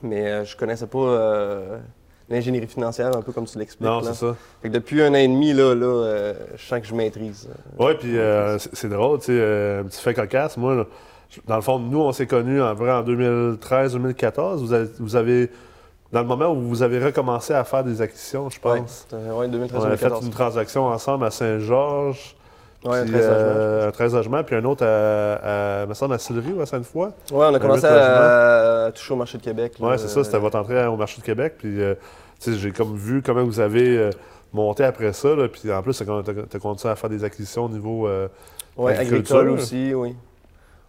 S5: Mais euh, je connaissais pas euh, l'ingénierie financière, un peu comme tu l'expliques.
S1: Non,
S5: là.
S1: c'est ça.
S5: Fait que depuis un an et demi, là, là euh, je sens que je maîtrise.
S1: Ouais, puis euh, c'est c'est drôle, tu sais, euh, un petit fait cocasse. Moi, là, je- dans le fond, nous, on s'est connus en vrai en 2013-2014. Vous avez, vous avez- dans le moment où vous avez recommencé à faire des acquisitions, je
S5: Ouais,
S1: pense.
S5: c'est- Euh, ouais,
S1: On avait fait
S5: 2013-2014.
S1: une transaction ensemble à Saint-Georges.
S5: Ouais, un
S1: puis,
S5: 13 logements, je pense.
S1: euh, un 13 logements, puis un autre à, à, me semble, à Sillery ou à Sainte-Foy.
S5: Ouais, on a commencé
S1: huit
S5: à, toucher au marché de Québec. là.
S1: Ouais, c'est ça, c'était votre entrée au marché de Québec. Puis, euh, tu sais, j'ai comme vu comment vous avez euh, monté après ça. là, puis en plus, t'as as continué à faire des acquisitions au niveau. euh,
S5: Oui,
S1: Agriculture.
S5: agricole aussi, oui.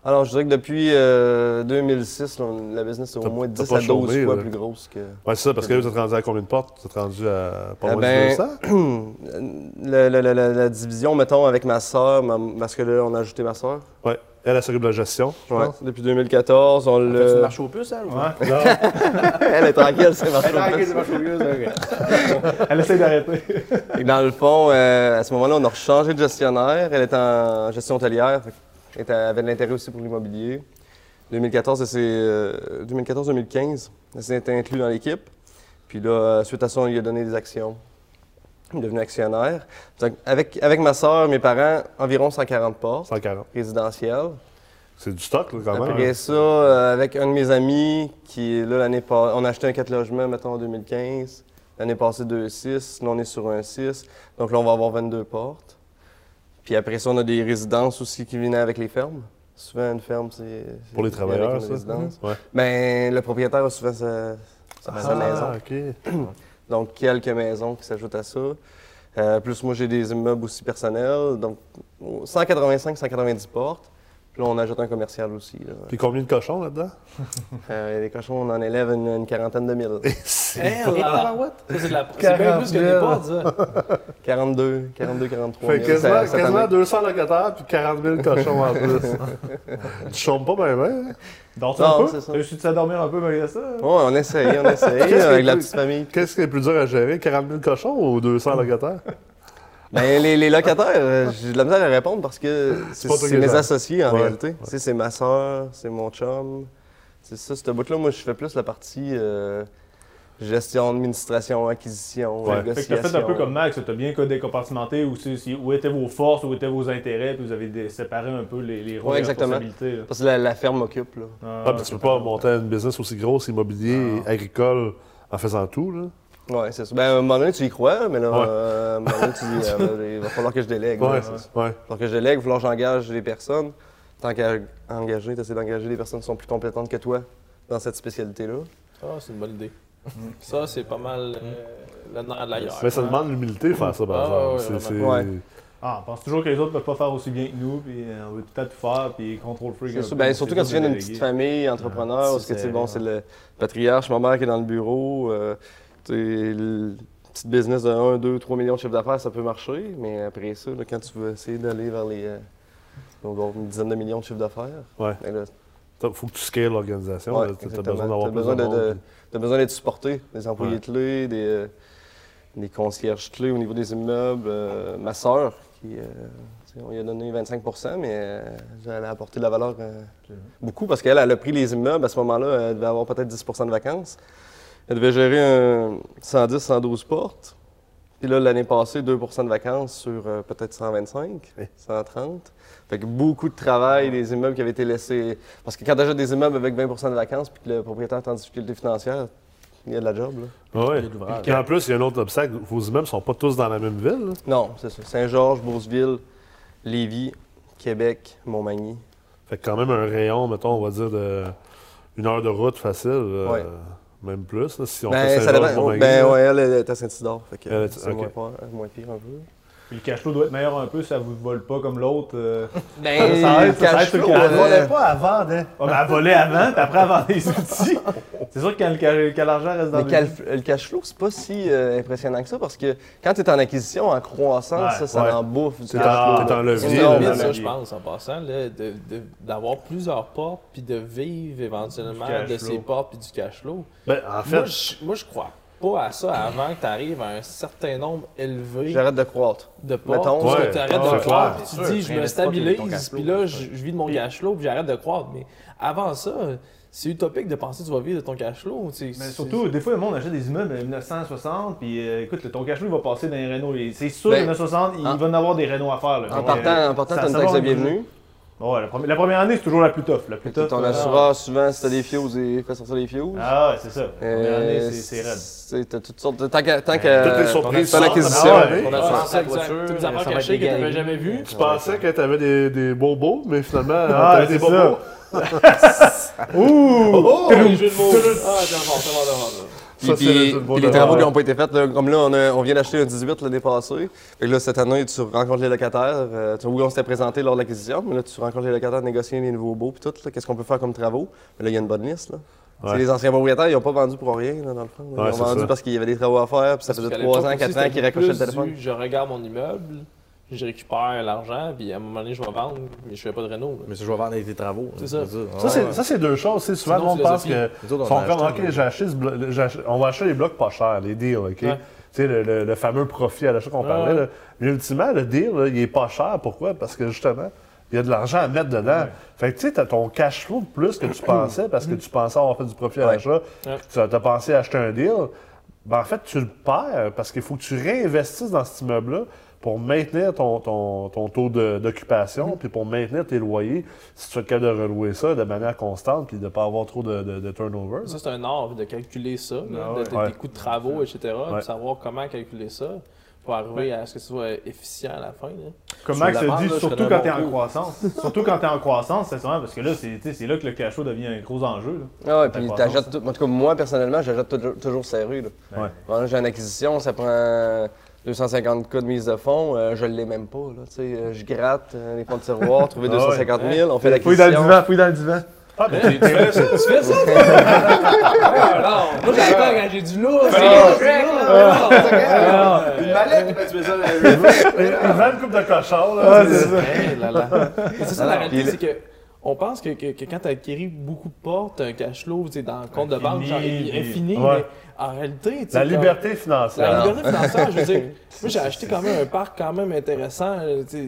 S5: Alors, je dirais que depuis euh, 2006, là, on- la business est
S1: T'as-
S5: au moins
S1: t'as
S5: 10
S1: pas
S5: à 12
S1: chômé,
S5: fois
S1: là.
S5: plus grosse que. [clears throat]
S1: Ouais, c'est ça, parce que là, vous êtes rendu à combien de portes Vous êtes rendu à pas moins
S5: Eh ben,
S1: de 200
S5: Le- le- le- la, la division, mettons, avec ma sœur, ma- parce que là, on a ajouté ma sœur.
S1: Ouais. Elle s'occupe de la gestion.
S5: Ouais. Depuis 2014, on
S6: Fait que tu
S5: l'a.
S6: marches aux puces, elle? ou
S3: Ouais.
S5: [laughs] Elle est tranquille, c'est marché
S6: Ah, ok,
S5: au
S6: tu marches aux puces, ok.
S3: Elle essaie d'arrêter. [laughs]
S5: Fait que Dans le fond, euh, à ce moment-là, on a changé de gestionnaire. Elle est en gestion hôtelière. fait qu'elle était- Elle avait de l'intérêt aussi pour l'immobilier. 2014, elle s'est, euh, 2014-2015, elle s'est été inclue dans l'équipe. Puis là, euh, suite à ça, on lui a donné des actions. Elle est devenue actionnaire. Donc, avec, avec ma soeur, mes parents, environ 140 portes
S1: 140.
S5: résidentielles.
S1: C'est du stock, là, quand même. hein,
S5: Après ça, euh, avec un de mes amis qui est là l'année passée, on a acheté un 4 logements, mettons, en 2015. L'année passée, 2,6. Là, on est sur un 6. Donc là, on va avoir 22 portes. Puis après ça, on a des résidences aussi qui viennent avec les fermes. Souvent, une ferme, c'est. c'est
S1: Pour les
S5: bien avec
S1: travailleurs,
S5: une
S1: ça.
S5: résidence.
S1: Ouais.
S5: Ben, le propriétaire a souvent sa, sa- sa
S1: Ah,
S5: maison.
S1: OK.
S5: Donc, quelques maisons qui s'ajoutent à ça. Euh, plus, moi, j'ai des immeubles aussi personnels. Donc, 185-190 portes. Puis là, on ajoute un commercial aussi. là.
S1: Puis combien de cochons là-dedans [laughs]
S5: Euh, les cochons, on en élève une, une quarantaine de
S1: [laughs]
S5: mille.
S2: Hell, ah. Ça, c'est de la- c'est bien plus que hein. des portes, ça.
S5: 42, 42, 43
S1: Fait
S5: 000.
S1: quasiment,
S5: Eh, ça- cette
S1: quasiment
S5: année.
S1: 200 locataires puis 40 000 cochons en plus.
S5: [laughs]
S1: tu chômes pas bien, bien. hein?
S3: Dors-tu
S5: Non,
S3: un
S5: c'est
S3: peu?
S5: ça.
S3: T'as réussi à dormir un peu malgré ça?
S5: Ouais, on essaye, on
S1: [laughs]
S5: essaye
S1: Qu'est-ce
S5: avec
S1: que-
S5: la petite famille.
S1: Qu'est-ce qui est plus dur à gérer, 40 000 cochons ou 200 locataires
S5: Ben, les, les locataires, euh, j'ai de la misère à répondre parce que c'est
S1: pas toi qui
S5: c'est
S1: les
S5: mes
S1: as.
S5: associés en
S1: Ouais,
S5: réalité. Tu sais, c'est ma soeur, c'est mon chum. C'est ça, ce bout-là, moi, je fais plus la partie euh, gestion, administration, acquisition,
S1: Ouais.
S3: Fait que t'as
S5: négociation.
S3: fait un peu comme Max, t'as bien codé, compartimenté où, c'est- si- où étaient vos forces, où étaient vos intérêts, puis vous avez dé- séparé un peu les, les rôles
S5: Ouais,
S3: et
S5: exactement.
S3: responsabilités. là.
S5: Parce que la, la ferme m'occupe, là.
S1: Ah, puis tu peux pas monter une business aussi grosse,
S5: Ah,
S1: immobilier et agricole, en faisant tout, là.
S5: Ouais, c'est ça. Ben, à un moment donné, tu y crois, mais là,
S1: Ouais.
S5: euh, à un moment donné, tu
S3: [laughs]
S5: dis, euh, ben, il va falloir que je délègue. là,
S1: Ouais,
S5: c'est ça.
S1: ouais.
S5: Donc, je délègue, vouloir que j'engage les personnes. Tant qu'à engager, tu essaies d'engager des personnes qui sont plus compétentes que toi dans cette spécialité-là.
S2: Ah, c'est une bonne idée. Ça, c'est pas mal euh, le nerf de la guerre.
S1: Mais ça demande l'humilité de faire ça, par
S2: Ah,
S1: exemple.
S2: ouais,
S1: C'est- c'est-
S5: vraiment.
S3: Ah, on pense toujours que les autres peuvent pas faire aussi bien que nous, puis euh, on veut tout le temps tout faire, puis contrôle freak.
S5: C'est
S3: un
S5: sûr,
S3: peu,
S5: ben,
S3: mais
S5: surtout
S3: c'est
S5: quand
S3: dur
S5: tu
S3: de
S5: viens d'une
S3: déléguer.
S5: petite famille, entrepreneur,
S6: Ah,
S5: parce que tu sais,
S6: c'est-
S5: bon, c'est le patriarche, ma mère qui est dans le bureau, euh, tu sais, le petit business de 1, 2, 3 millions de chiffre d'affaires, ça peut marcher, mais après ça, là, quand tu veux essayer d'aller vers les. euh, donc, une dizaine de millions de chiffre d'affaires.
S1: Ouais.
S5: ben là,
S1: T'as- Faut que tu scales l'organisation.
S5: Ouais,
S1: là. T'as- T'as
S5: exactement.
S1: besoin d'avoir
S5: T'as
S1: plus de
S5: besoin de- de-
S1: monde.
S5: T'as besoin d'être supporté, des employés
S1: Ouais.
S5: clés, des, euh, des concierges clés au niveau des immeubles. Euh, ma sœur, qui, euh, tu sais, on lui a donné 25 mais euh, elle a apporté de la valeur euh, beaucoup parce qu'elle elle a pris les immeubles. À ce moment-là, elle devait avoir peut-être 10 de vacances. Elle devait gérer un 110, 112 portes. Puis là, l'année passée, 2 de vacances sur euh, peut-être 125, 130. Fait que beaucoup de travail, des immeubles qui avaient été laissés. Parce que quand déjà des immeubles avec 20 de vacances, puis que le propriétaire est en difficulté financière, il y a de la job. Là.
S1: Ouais.
S6: Il y a de l'ouvrage.
S1: Puis en plus, il y a un autre obstacle. Vos immeubles ne sont pas tous dans la même ville. là.
S5: Non, c'est ça. Saint-Georges, Beauceville, Lévis, Québec, Montmagny.
S1: Fait que quand même un rayon, mettons, on va dire, de une heure de route facile. euh,
S5: Ouais.
S1: Même plus, là, si on
S5: Ben,
S1: fait
S5: ça
S1: Saint-Georges,
S5: dépend.
S1: Montmagny,
S5: Ben
S1: là.
S5: ouais, elle est à Saint-Isidore. Fait que
S1: Elle est-
S5: c'est
S1: ok.
S5: moins, pire, moins pire un peu.
S3: Puis le cash flow doit être meilleur un peu, ça vous vole pas comme l'autre. euh.
S5: Ben,
S3: ça aide, ça
S5: cash
S3: aide sur le
S5: flow,
S3: cash
S5: euh,
S3: flow.
S7: On n'est pas avant, hein?
S3: Ouais, mais elle volait avant, puis après elle vendait les outils. C'est sûr que quand, le ca- quand l'argent reste dans
S5: Mais
S3: le
S5: cal- le cash flow, c'est pas si euh, impressionnant que ça parce que quand tu es en acquisition, en croissance,
S3: Ouais,
S5: ça, ça
S1: ouais.
S5: en bouffe du
S1: T'es
S5: cash
S3: Ah,
S1: en,
S5: flow.
S1: t'es en
S2: C'est
S1: levier.
S2: une
S5: non,
S1: là.
S5: mais
S2: limite,
S5: hein, la
S2: ça, je pense, en passant, là, de- de- d'avoir plusieurs portes, puis de vivre éventuellement
S3: Du cash
S2: de
S3: flow.
S2: ces portes, puis du cash flow.
S1: Ben, en fait,
S2: Moi, je, moi, je crois pas à ça avant que tu arrives à un certain nombre élevé
S5: J'arrête de croître.
S2: de portes.
S5: mettons,
S2: parce
S1: ouais,
S2: que tu arrêtes
S1: ouais,
S2: de
S1: c'est
S2: croire,
S1: clair.
S2: puis
S6: C'est
S2: tu
S6: sûr,
S2: dis, je me
S6: réinvestis pas ton cash
S2: stabilise,
S6: flow,
S2: puis là,
S6: c'est
S2: je, je vis de mon cash flow, puis j'arrête de croire. Mais avant ça, c'est utopique de penser que tu vas vivre de ton cash flow. tu sais,
S3: Mais
S2: c'est-
S3: surtout, des fois, le monde achète des immeubles en 1960, puis euh, écoute, le- ton cash flow, il va passer dans les rénaux. Et C'est sûr,
S5: Ben,
S3: 1960, il
S5: en-
S3: va en avoir des rénaux à faire. là.
S5: En
S3: Donc,
S5: partant,
S3: euh,
S5: en partant,
S3: ça-
S5: t'as une
S3: ça
S5: taxe
S3: va,
S5: de
S3: on-
S5: bienvenue.
S3: Ouais, la, première, la première année, c'est toujours la plus tough. La plus
S5: Fait que
S3: tough
S5: Ton
S3: euh,
S5: assureur, souvent, si t'as des fuses, il fait sortir les fuses.
S3: Ah ouais, c'est ça. La première année,
S5: Euh,
S3: c'est- c'est raide.
S5: c'est- T'as toutes sortes de. Tant qu'à. Tant euh, qu'à-
S1: toutes les surprises
S5: t'as
S1: sortent.
S5: l'acquisition.
S1: Ah ouais.
S6: On
S2: Ah,
S6: a
S2: c'est
S6: sur
S2: ça,
S6: sa
S2: exact.
S6: voiture,
S2: Toutes les
S6: ça
S2: affaires
S6: va être
S2: cachées que tu n'avais
S6: galeries.
S2: jamais vues.
S1: Tu pensais que t'avais des, des bobos, mais finalement,
S3: Ah,
S1: t'avais des
S3: c'est ça.
S1: bobos.
S2: Oh, les jeux de mots. Ah, c'est bon, c'est bon, c'est bon.
S5: Puis,
S1: Ça, c'est
S5: puis-
S1: le- le bon
S5: puis les
S1: devoir.
S5: travaux qui n'ont pas été faits, là, comme là, on, a- on vient d'acheter un 18 l'année passée. Fait que là, cette année, tu rencontres les locataires. euh, tu- oui, on s'était présenté lors de l'acquisition, mais là, tu rencontres les locataires, négocier les nouveaux baux, puis tout. là, Qu'est-ce qu'on peut faire comme travaux? Mais là, il y a une bonne liste. Là.
S1: Ouais.
S5: C'est Les anciens propriétaires, ils n'ont pas vendu pour rien, là, dans le fond. là.
S1: Ouais,
S5: ils
S1: c'est
S5: ont vendu
S1: ça.
S5: parce qu'il y avait des travaux à faire, puis ça
S2: Parce
S5: faisait
S2: qu'à
S5: 3
S2: l'époque
S5: ans,
S2: aussi,
S5: 4 ans qu'ils
S2: c'était
S5: raccrochaient le
S2: plus
S5: téléphone.
S2: du, Je regarde mon immeuble, je récupère l'argent, puis à un moment donné, je vais vendre, mais je fais pas de réno. là.
S6: Mais si je vais vendre avec des travaux.
S2: C'est ça.
S1: Ça, c'est- ça, c'est deux choses. tu sais, Souvent, le
S2: Sinon,
S1: monde pense que.
S2: philosophie.
S6: Nous autres,
S1: Ils
S6: on
S1: sont
S6: a
S1: comme,
S6: acheté
S1: OK,
S6: un-
S1: j'ai acheté ce blo- le- j'ai ach- on va acheter les blocs pas chers, les deals, OK? Tu
S2: Ouais.
S1: sais, le, le- le fameux profit à l'achat qu'on
S2: Ouais,
S1: parlait.
S2: ouais.
S1: là. Mais ultimement, le deal, là, il est pas cher. Pourquoi? Parce que justement, il y a de l'argent à mettre dedans. Fait que tu sais, t'as ton cash flow de plus que tu pensais parce que tu pensais avoir fait du profit à
S5: Ouais.
S1: l'achat.
S2: Ouais.
S1: Tu as pensé acheter un deal. Ben, en fait, tu le perds parce qu'il faut que tu réinvestisses dans cet immeuble-là pour maintenir ton, ton- ton taux de- d'occupation,
S2: Mm.
S1: puis pour maintenir tes loyers, si tu es capable de relouer ça de manière constante, puis de ne pas avoir trop de, de- de turnover.
S2: Ça, c'est un art de calculer ça, là,
S3: Ah
S2: de-
S3: ouais.
S2: de- des
S1: Ouais.
S2: coûts de travaux, etc.,
S1: Ouais.
S2: puis savoir comment calculer ça pour arriver à ce que ce soit efficient à la fin. là.
S3: Comme
S6: Sur
S3: Max
S6: la
S3: le
S6: bande,
S3: dit,
S6: là, je
S3: surtout
S6: connais
S3: quand
S6: mon
S3: t'es en
S6: coup.
S3: croissance. surtout quand t'es en croissance, c'est souvent parce que là, c'est tu sais, c'est là que le cash flow devient un gros enjeu. là.
S5: Ah ouais,
S3: Ta
S5: puis
S3: croissance.
S5: t'achètes tout. En tout cas, moi, personnellement, j'achète toujours, toujours serré. Là.
S1: Ouais.
S5: Bon, là, j'ai une acquisition, ça prend 250 cas de mise de fonds, euh, je l'ai même pas. Là, tu sais, euh, je gratte euh, les fonds de tiroir, trouver
S1: Ah ouais.
S5: 250 000, on fait
S3: Fouille dans le
S5: l'acquisition.
S3: divan, fouille dans le divan.
S2: [laughs] Tu fais ça, toi? Ah, non. Moi, j'avais peur quand j'ai du lourd. C'est
S4: Une mallette, ben, tu mets ça dans le-
S1: Ils vendent une coupe de cochon, là.
S3: Ah, c'est ça.
S2: Mais c'est ça, la
S5: Alors,
S2: réalité,
S5: puis
S2: c'est que. On pense que, que- que quand tu acquéris beaucoup de portes, t'as un cash flow tu sais, dans le compte de banque,
S3: Infini,
S2: genre il-
S3: puis-
S2: infini,
S1: Ouais.
S2: mais en réalité. tu sais,
S1: La
S2: comme-
S1: liberté financière.
S2: La liberté financière, je
S1: [laughs]
S2: veux dire. Moi, j'ai acheté quand même un parc quand même intéressant euh, tu sais,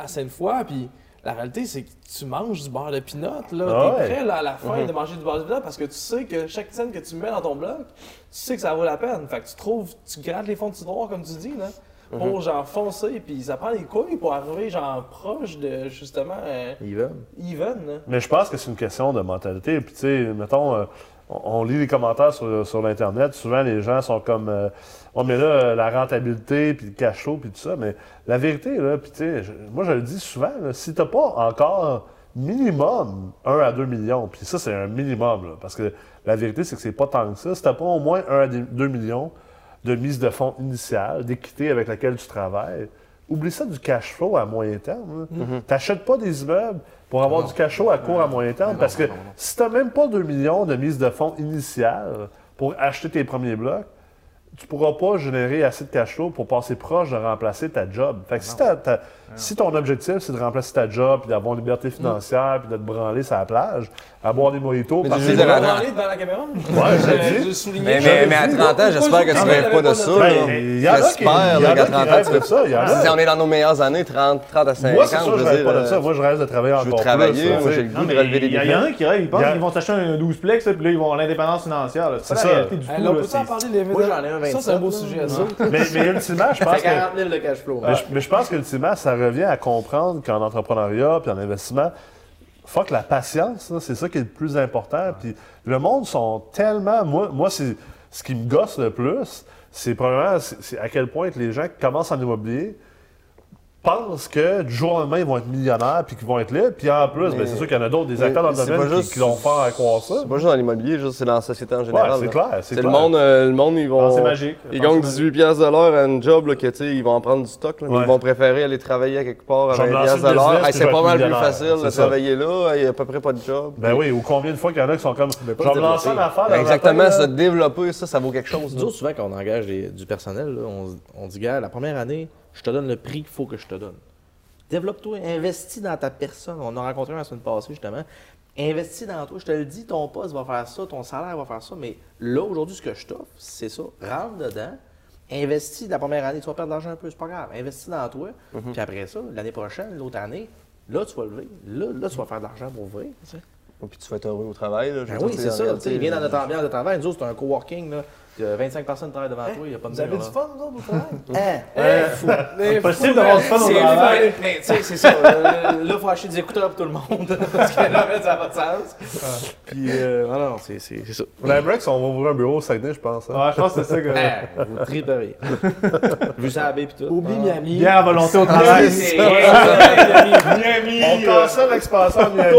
S2: à à Sainte-Foy, puis la réalité, c'est que tu manges du beurre de pinot, là.
S1: Ah ouais.
S2: T'es prêt, là, à la fin de manger du beurre de pinot parce que tu sais que chaque scène que tu mets dans ton bloc, tu sais que ça vaut la peine. Fait que tu trouves, tu grattes les fonds de tiroir, comme tu dis, là,
S1: Mhm.
S2: pour genre foncer, puis ça prend les couilles pour arriver genre proche de, justement, euh,
S6: Even.
S2: even, là.
S1: Mais je pense que c'est une question de mentalité. Puis, tu sais, mettons, euh, on, on lit les commentaires sur, sur l'Internet. Souvent, les gens sont comme euh, Oh, mais là, euh, la rentabilité, puis le cash flow, puis tout ça. Mais la vérité, là, puis, tu sais, je- moi, je le dis souvent, là, si t'as pas encore minimum 1 à 2 millions, puis ça, c'est un minimum, là, parce que la vérité, c'est que c'est pas tant que ça. Si t'as pas au moins 1 à 2 millions de mise de fonds initiale, d'équité avec laquelle tu travailles, oublie ça du cash flow à moyen terme. là. T'achètes pas des immeubles pour avoir du cash flow à court à moyen terme parce que si t'as même pas 2 millions de mise de fonds initiale pour acheter tes premiers blocs, tu pourras pas générer assez de cash flow pour passer proche de remplacer ta job. Fait que si, t'as- t'as- si ton objectif, c'est de remplacer ta job, puis d'avoir une liberté financière, puis de te branler sur la plage, à boire des mojitos...
S5: Mais
S1: parce
S5: je veux
S1: que-
S5: dire,
S2: On
S5: à-
S2: va parler devant la caméra? Euh,
S1: Ouais, je l'ai dit.
S2: Je souligner.
S5: Mais, mais, mais à 30 ans, j'espère que tu
S2: Pourquoi
S5: rêves pas de
S2: j'avais
S5: ça.
S2: pas
S1: Ben,
S5: là.
S1: il y en a qui-
S5: J'espère,
S1: il y en
S5: là,
S1: a
S5: qu'à
S1: qui
S5: 30
S1: rêvent
S5: ans, tu Ah,
S1: de ça, il y en a.
S5: Si on est dans nos meilleures années, 30, 30 à 50,
S1: Moi, c'est ça, je
S5: veux
S1: rêve pas de
S5: dire,
S1: ça.
S5: euh,
S1: Moi, je rêve de travailler
S5: je veux
S1: encore plus.
S5: travailler,
S1: là,
S5: moi,
S1: tu sais.
S5: j'ai le
S3: Non,
S5: goût de
S3: mais
S5: relever
S3: Il
S5: des
S3: y, en
S5: défis.
S3: a qui rêvent, ils pensent
S1: Il y a-
S3: qu'ils vont s'acheter un 12 plex, là, puis là, ils vont à l'indépendance financière. là.
S1: C'est
S3: C'est pas
S1: ça.
S3: la réalité du tout.
S2: Hey, Eh, là, on
S3: là,
S2: peut
S3: c'est-
S2: en parler des
S6: Moi,
S2: vidéos?
S6: j'en ai un 27.
S2: Ça, c'est un beau
S6: là.
S2: sujet à ça.
S1: Mais, mais ultimement, je pense
S6: C'est
S1: que.
S6: 40 000 de cash flow.
S1: Mais, je, mais je pense qu'ultimement, ça revient à comprendre qu'en entrepreneuriat puis en investissement, fuck la patience, là, c'est ça qui est le plus important. Puis le monde sont tellement. Moi, moi c'est ce qui me gosse le plus, c'est probablement c'est- c'est à quel point que les gens qui commencent en immobilier pensent que du jour au lendemain, ils vont être millionnaires puis qu'ils vont être là. Puis en plus, ben, c'est sûr qu'il y en a d'autres, des
S5: Mais
S1: acteurs dans le
S5: c'est
S1: domaine
S5: pas
S1: qui-
S5: juste-
S1: qui l'ont faire à croire ça.
S5: C'est pas juste dans l'immobilier, juste c'est dans la société en
S1: Ouais,
S5: général.
S1: c'est
S5: là.
S1: clair.
S5: C'est
S1: C'est
S5: le
S1: clair. Ah,
S5: monde, euh, le monde, ils vont.
S3: Pensée magique.
S5: Ils
S3: Pensée
S5: gagnent
S3: magique.
S5: 18 piastres de l'heure à une job, là, que, tu sais, ils vont en prendre du stock, là, mais
S1: Ouais.
S5: ils vont préférer aller travailler à quelque part à
S1: Je vais me
S5: 20
S1: lancer
S5: piastres
S1: une
S5: de l'heure.
S1: business,
S5: Hey,
S1: puis je
S5: c'est
S1: vais
S5: pas
S1: être
S5: mal plus
S1: millionnaire.
S5: facile
S1: C'est
S5: de
S1: ça.
S5: travailler là, il n'y a à peu près pas de job.
S1: Ben oui, ou combien de fois qu'il y en a qui sont comme. Je vais me lancer en affaires. dans le
S5: Ben,
S1: matin,
S5: exactement,
S1: là.
S5: se développer, ça, ça vaut quelque chose.
S6: C'est
S5: là.
S6: dur souvent quand on engage des- du personnel, là, on, on dit, gars, la première année, je te donne le prix qu'il faut que je te donne. Développe-toi, investis dans ta personne. On a rencontré un la semaine passée, justement. Investis dans toi, je te le dis, ton poste va faire ça, ton salaire va faire ça, mais là, aujourd'hui, ce que je t'offre, c'est ça. Rentre dedans, investis la première année, tu vas perdre de l'argent un peu, c'est pas grave. Investis dans toi,
S5: Mm-hmm.
S6: puis après ça, l'année prochaine, l'autre année, là, tu vas lever, là, là tu vas faire de l'argent pour ouvrir. tu sais.
S5: Et Puis tu vas être heureux au travail. Là, je
S6: Ben
S5: veux
S6: oui,
S5: dire,
S6: c'est
S5: en
S6: ça. tu
S5: réalité,
S6: sais, Il vient dans notre ambiance de travail. Nous autres, c'est un coworking. Là. Il y a 25 personnes qui travaillent devant toi. Il n'y a pas de
S2: Hein? Vous avez
S6: mur,
S2: du
S6: là.
S2: fun, vous autres, au travail?
S6: Hein?
S2: Mais
S3: Possible
S2: [laughs]
S3: d'avoir du fun au
S6: C'est
S3: travail.
S6: vrai, mais tu sais, c'est ça. [laughs] Euh, Là, il faut acheter des écouteurs pour tout le monde. [laughs] Parce que là, ça n'a pas de sens. Puis, euh, non, non, c'est c'est- c'est ça.
S1: L'Amrex, on va ouvrir un bureau au Saguenay, je pense. hein.
S3: Ouais, je pense que c'est ça que.
S2: Eh.
S6: Hein, vous triperez. Vu ça à B puis tout.
S2: Oublie Miami.
S3: Bien à volonté au travail.
S6: C'est-
S3: Miami.
S1: On
S2: euh,
S1: cancelle l'expansion à Miami,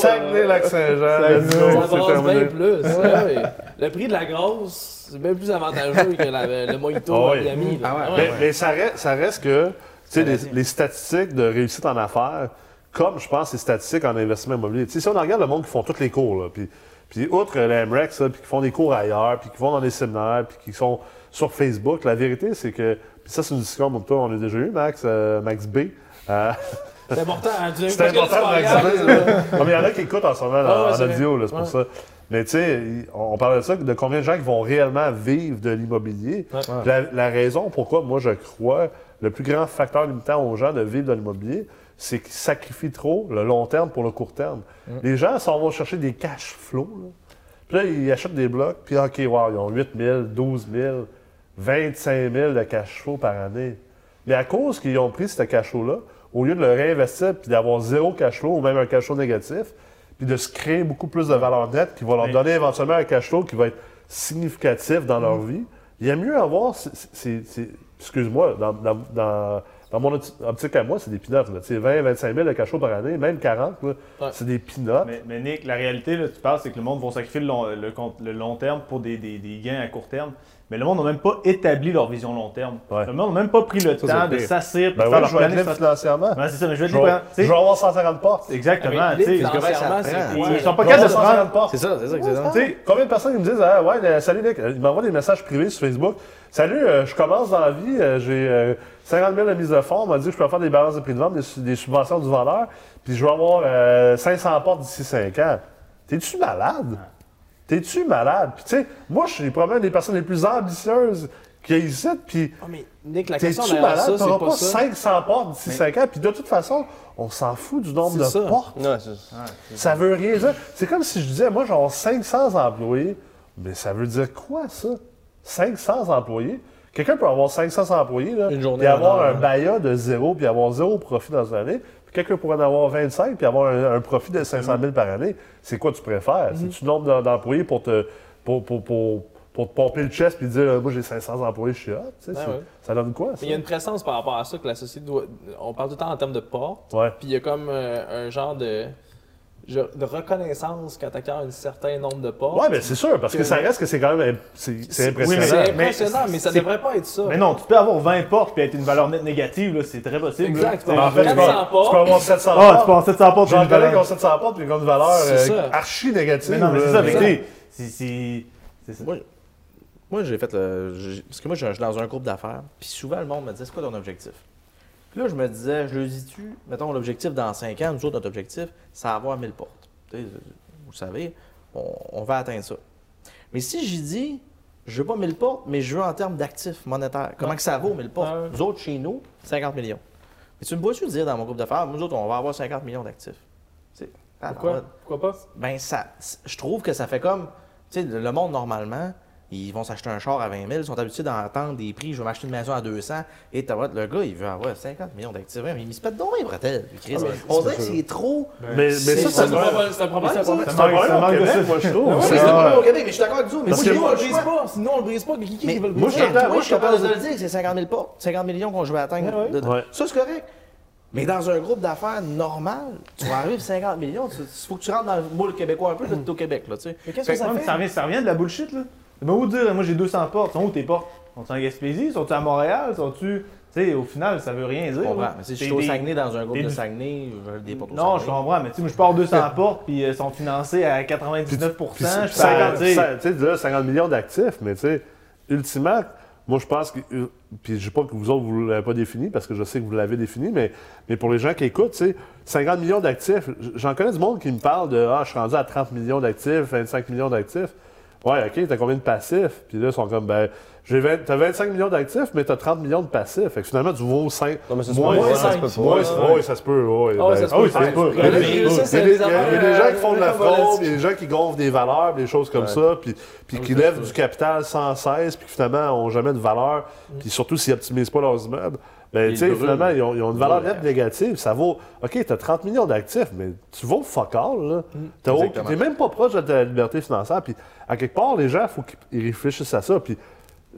S1: Saguenay-Lac-Saint-Jean, let's
S2: Ça
S1: go,
S2: brasse
S1: c'est
S2: bien
S1: terminé.
S2: plus. ouais, ouais. Le prix de la grosse, c'est bien plus avantageux que la- le mojito
S1: Ah
S2: à
S1: ouais.
S2: Miami. là.
S6: Ah ouais.
S1: Mais, mais ça, reste, ça reste que, tu sais, les, les statistiques de réussite en affaires, comme je pense les statistiques en investissement immobilier. Tu sais, si on regarde le monde qui font tous les cours, là, puis, puis outre euh, l'AMREX, E là, puis qui font des cours ailleurs, puis qui vont dans des séminaires, puis qui sont sur Facebook, la vérité, c'est que, puis ça, c'est une discussion, moi, toi, on a déjà eu, Max, euh, Max B. Euh,
S2: C'est important. hein, tu-
S1: C'est
S2: parce que
S1: important,
S2: tu parles,
S1: par exemple.
S2: regarde, là.
S1: Non, mais il y en a qui écoutent en ce moment
S2: Ah ouais,
S1: en- en
S2: c'est vrai.
S1: audio, là, c'est pour
S2: Ouais.
S1: ça. Mais tu sais, il- on on parlait de ça, de combien de gens qui vont réellement vivre de l'immobilier. Puis La, la raison pourquoi, moi, je crois, le plus grand facteur limitant aux gens de vivre de l'immobilier, c'est qu'ils sacrifient trop le long terme pour le court terme. Les gens s'en vont chercher des cash flows. là. Puis là, ils achètent des blocs, puis OK, wow, ils ont 8 000, 12 000, 25 000 de cash flow par année. Mais à cause qu'ils ont pris ce cash flow-là, au lieu de le réinvestir puis d'avoir zéro cash flow ou même un cash flow négatif, puis de se créer beaucoup plus de valeur nette qui va leur
S3: Mais-
S1: donner éventuellement un cash flow qui va être significatif dans
S3: Mm.
S1: leur vie, il y a mieux avoir, c'est- c'est- c'est- c'est- excuse-moi, dans, dans, dans- dans mon opti- optique à moi, c'est des peanuts. là. Tu sais, 20, 25 000 de cash flow par année, même 40, là,
S2: Ouais.
S1: c'est des peanuts.
S3: Mais, mais Nick, la réalité, là, tu parles, c'est que le monde va sacrifier le long, le compte- le long terme pour des, des- des gains à court terme. Mais le monde n'a même pas établi leur vision long terme.
S1: Ouais.
S3: Le monde n'a même pas pris le temps de s'asseoir
S1: Ben
S3: pour faire
S1: ouais,
S3: leur
S1: je vais être
S3: planning.
S1: libre financièrement.
S3: Ouais, c'est ça, mais je vais
S1: Je vais, je
S3: te
S1: vais avoir 150 portes.
S3: Exactement.
S2: Ah, Mais
S3: tu sais.
S2: libre financièrement,
S6: ça
S2: c'est
S6: prend.
S2: quoi,
S3: Ils sont
S2: là?
S3: pas capables de se prendre.
S1: 150 portes.
S6: C'est ça, c'est ça que c'est ça.
S1: Tu sais, combien de personnes qui me disent ah, Ouais, euh, salut Nick, ils m'envoient des messages privés sur Facebook. Salut, euh, je commence dans la vie, euh, j'ai euh, 50 000 de mise de fonds, on m'a dit que je peux faire des balances de prix de vente, des, su- des subventions du vendeur, puis je vais avoir euh, 500 portes d'ici 5 ans. T'es-tu malade?
S2: Ah.
S1: T'es-tu malade? Puis tu sais, moi, je suis probablement une des personnes les plus ambitieuses qui existent, puis
S2: Ah, mais Nick, la question
S1: t'es-tu
S2: derrière
S1: malade?
S2: ça,
S1: T'auras
S2: c'est
S1: pas,
S2: pas ça.
S1: 500 portes d'ici 5 ans, puis de toute façon, on s'en fout du nombre
S2: C'est
S1: de
S2: ça.
S1: portes.
S5: Ouais, c'est-
S1: Ça veut rien dire. C'est comme si je disais, moi, j'ai 500 employés. Mais ça veut dire quoi, ça? 500 employés? Quelqu'un peut avoir 500 employés, là,
S2: Une journée
S1: puis
S2: en
S1: avoir
S2: or,
S1: un
S2: hein.
S1: baillat de zéro, puis avoir zéro profit dans une année. Puis quelqu'un pourrait en avoir 25, puis avoir un, un profit de 500 000 par année. C'est quoi tu préfères?
S2: Mm-hmm.
S1: C'est-tu le nombre d'em- d'employés pour te, pour, pour, pour, pour te pomper le chest puis dire, moi, j'ai 500 employés, je suis hot? tu sais, c'est-
S2: Ben ouais.
S1: Ça donne quoi, ça?
S2: Mais il y a une présence par rapport à ça que la société doit. On parle tout le temps en termes de porte.
S1: Ouais.
S2: Puis il y a comme euh, un genre de, je- de reconnaissance quand tu un certain nombre de portes.
S1: Ouais, mais c'est sûr, parce que ça reste que c'est quand même... imp- C'est c'est
S2: c'est
S1: impressionnant.
S2: impressionnant,
S3: mais-
S2: mais, ça
S3: c'est-
S2: devrait pas être ça.
S3: Mais non, tu peux avoir 20 portes et être une valeur nette négative, là, c'est très possible.
S2: Exact,
S3: là.
S2: tu peux
S1: En fait, tu peux,
S2: 400 portes.
S1: tu peux avoir 700
S3: Ah,
S1: portes.
S3: tu penses 700 portes,
S1: J'en
S3: une valeur-
S1: connais qui ont 700 portes puis qui ont une valeur
S2: C'est
S1: euh,
S2: ça.
S1: archi négative.
S3: Mais non, mais
S1: là.
S3: c'est ça, mais
S1: Mais-
S3: tu sais, c'est- c'est- c'est ça.
S6: Moi, moi, j'ai fait le. j'ai- Parce que moi, je je suis dans un groupe d'affaires, puis souvent, le monde me disait, c'est quoi ton objectif? Puis là, je me disais, je le dis-tu, mettons, l'objectif dans 5 ans, nous autres, notre objectif, c'est avoir 1000 portes. Tu sais, Vous savez, on, on va atteindre ça. Mais si j'y dis, je veux pas 1000 portes, mais je veux en termes d'actifs monétaires, comment que ça vaut 1000 portes?
S2: Ouais.
S6: Nous autres, chez nous, 50 millions. Mais tu me vois-tu dire dans mon groupe d'affaires, nous autres, on va avoir 50 millions d'actifs? Tu sais,
S2: Pourquoi? Pourquoi pas?
S6: ben ça, c- je trouve que ça fait comme, tu sais, le monde normalement, Ils vont s'acheter un char à 20 000, ils sont habitués d'entendre des prix, je vais m'acheter une maison à 200, et tabarouette, le gars, il veut avoir 50 millions d'actifs. Mais il se pète dans les bretelles, lui, Chris. On dirait que c'est trop.
S1: Mais, mais ça,
S2: Ça,
S1: ça
S2: c'est
S1: doit-
S2: un problème- c'est un problème. ça.
S1: c'est un
S3: manque- ça
S1: problème au
S3: manque de
S1: Québec,
S3: ça.
S1: moi, je trouve.
S6: Ouais, mais
S1: C'est-
S6: c'est le problème au Québec, mais je suis d'accord avec vous, mais
S1: Parce
S6: moi,
S1: que
S2: Sinon, on
S6: j'ai
S2: le
S6: pas le
S2: brise
S6: choix.
S2: pas. Sinon, on le brise pas. Qui, qui
S6: Mais
S2: veut le
S1: moi,
S6: moi,
S1: je
S6: je
S1: suis
S2: briser?
S1: d'accord. moi, je
S6: suis
S1: suis
S6: capable de
S1: capable
S6: le dire que c'est 50 000 portes, 50 millions qu'on joue à atteindre. de- de-
S1: Ouais.
S6: Ça, c'est correct. Mais dans un groupe d'affaires normal, tu vas arriver à 50 millions, il faut que tu rentres dans le moule québécois un peu, là, t'es au Québec, là, tu sais.
S2: Mais qu'est-ce que
S3: Ouais,
S2: ça
S3: mais ça
S2: fait?
S3: revient, ça revient de la bullshit, là. Mais où dire, moi j'ai 200 portes, sont où tes portes? Sont-tu en Gaspésie? Sont-tu à Montréal? Sont-tu. Tu sais, au final, ça veut rien dire.
S6: Je comprends,
S3: là.
S6: mais si je
S3: T'es
S6: suis au
S3: des-
S6: Saguenay dans un groupe
S3: des-
S6: de Saguenay, je des portes au
S3: Non, je
S6: Saguenay.
S3: comprends, mais tu sais, moi, je pars 200 portes, puis elles sont financées à 99
S1: Puis
S3: je
S1: c'est-
S3: suis à- tu sais,
S1: ça- tu sais, là, 50 millions d'actifs, mais tu sais, ultimement, moi je pense que. euh, Puis je sais pas que vous autres, vous l'avez pas défini, parce que je sais que vous l'avez défini, mais, mais pour les gens qui écoutent, tu sais, 50 millions d'actifs, j- j'en connais du monde qui me parle de Ah, je suis rendu à 30 millions d'actifs, 25 millions d'actifs. Ouais, OK, t'as combien de passifs? Puis là, ils sont comme, ben, j'ai 20 t'as 25 millions d'actifs, mais t'as 30 millions de passifs. Fait que finalement, tu vaux 5.
S5: Non, mais ça se
S1: Moins
S5: peut pas,
S1: cinq,
S5: ça se
S1: Oui,
S5: peut pas.
S1: ça se peut. ouais,
S2: Ah,
S1: ben,
S2: ça se
S1: ah oui,
S2: peut.
S1: ça se peut.
S2: Ouais, mais ça,
S1: Il y
S2: c'est
S1: a des,
S2: des
S1: il y a- il y a
S2: affaires,
S1: des gens
S2: euh,
S1: qui font de la
S2: comme on l'a
S1: fraude,
S2: dit.
S1: puis des gens qui gonflent des valeurs, puis des choses comme ça, puis, puis qui lèvent du capital sans cesse, puis qui finalement n'ont jamais de valeur,
S2: Mm.
S1: puis surtout s'ils n'optimisent pas leurs immeubles, ben, tu sais, finalement, ils ont, ils ont une valeur nette négative. Ça vaut, OK, tu as 30 millions d'actifs, mais tu vaux fuck all,
S2: Mm.
S1: là. T'as au-
S6: Exactement.
S1: t'es même pas proche de ta liberté financière, puis à quelque part, les gens, il faut qu'ils réfléchissent à ça, puis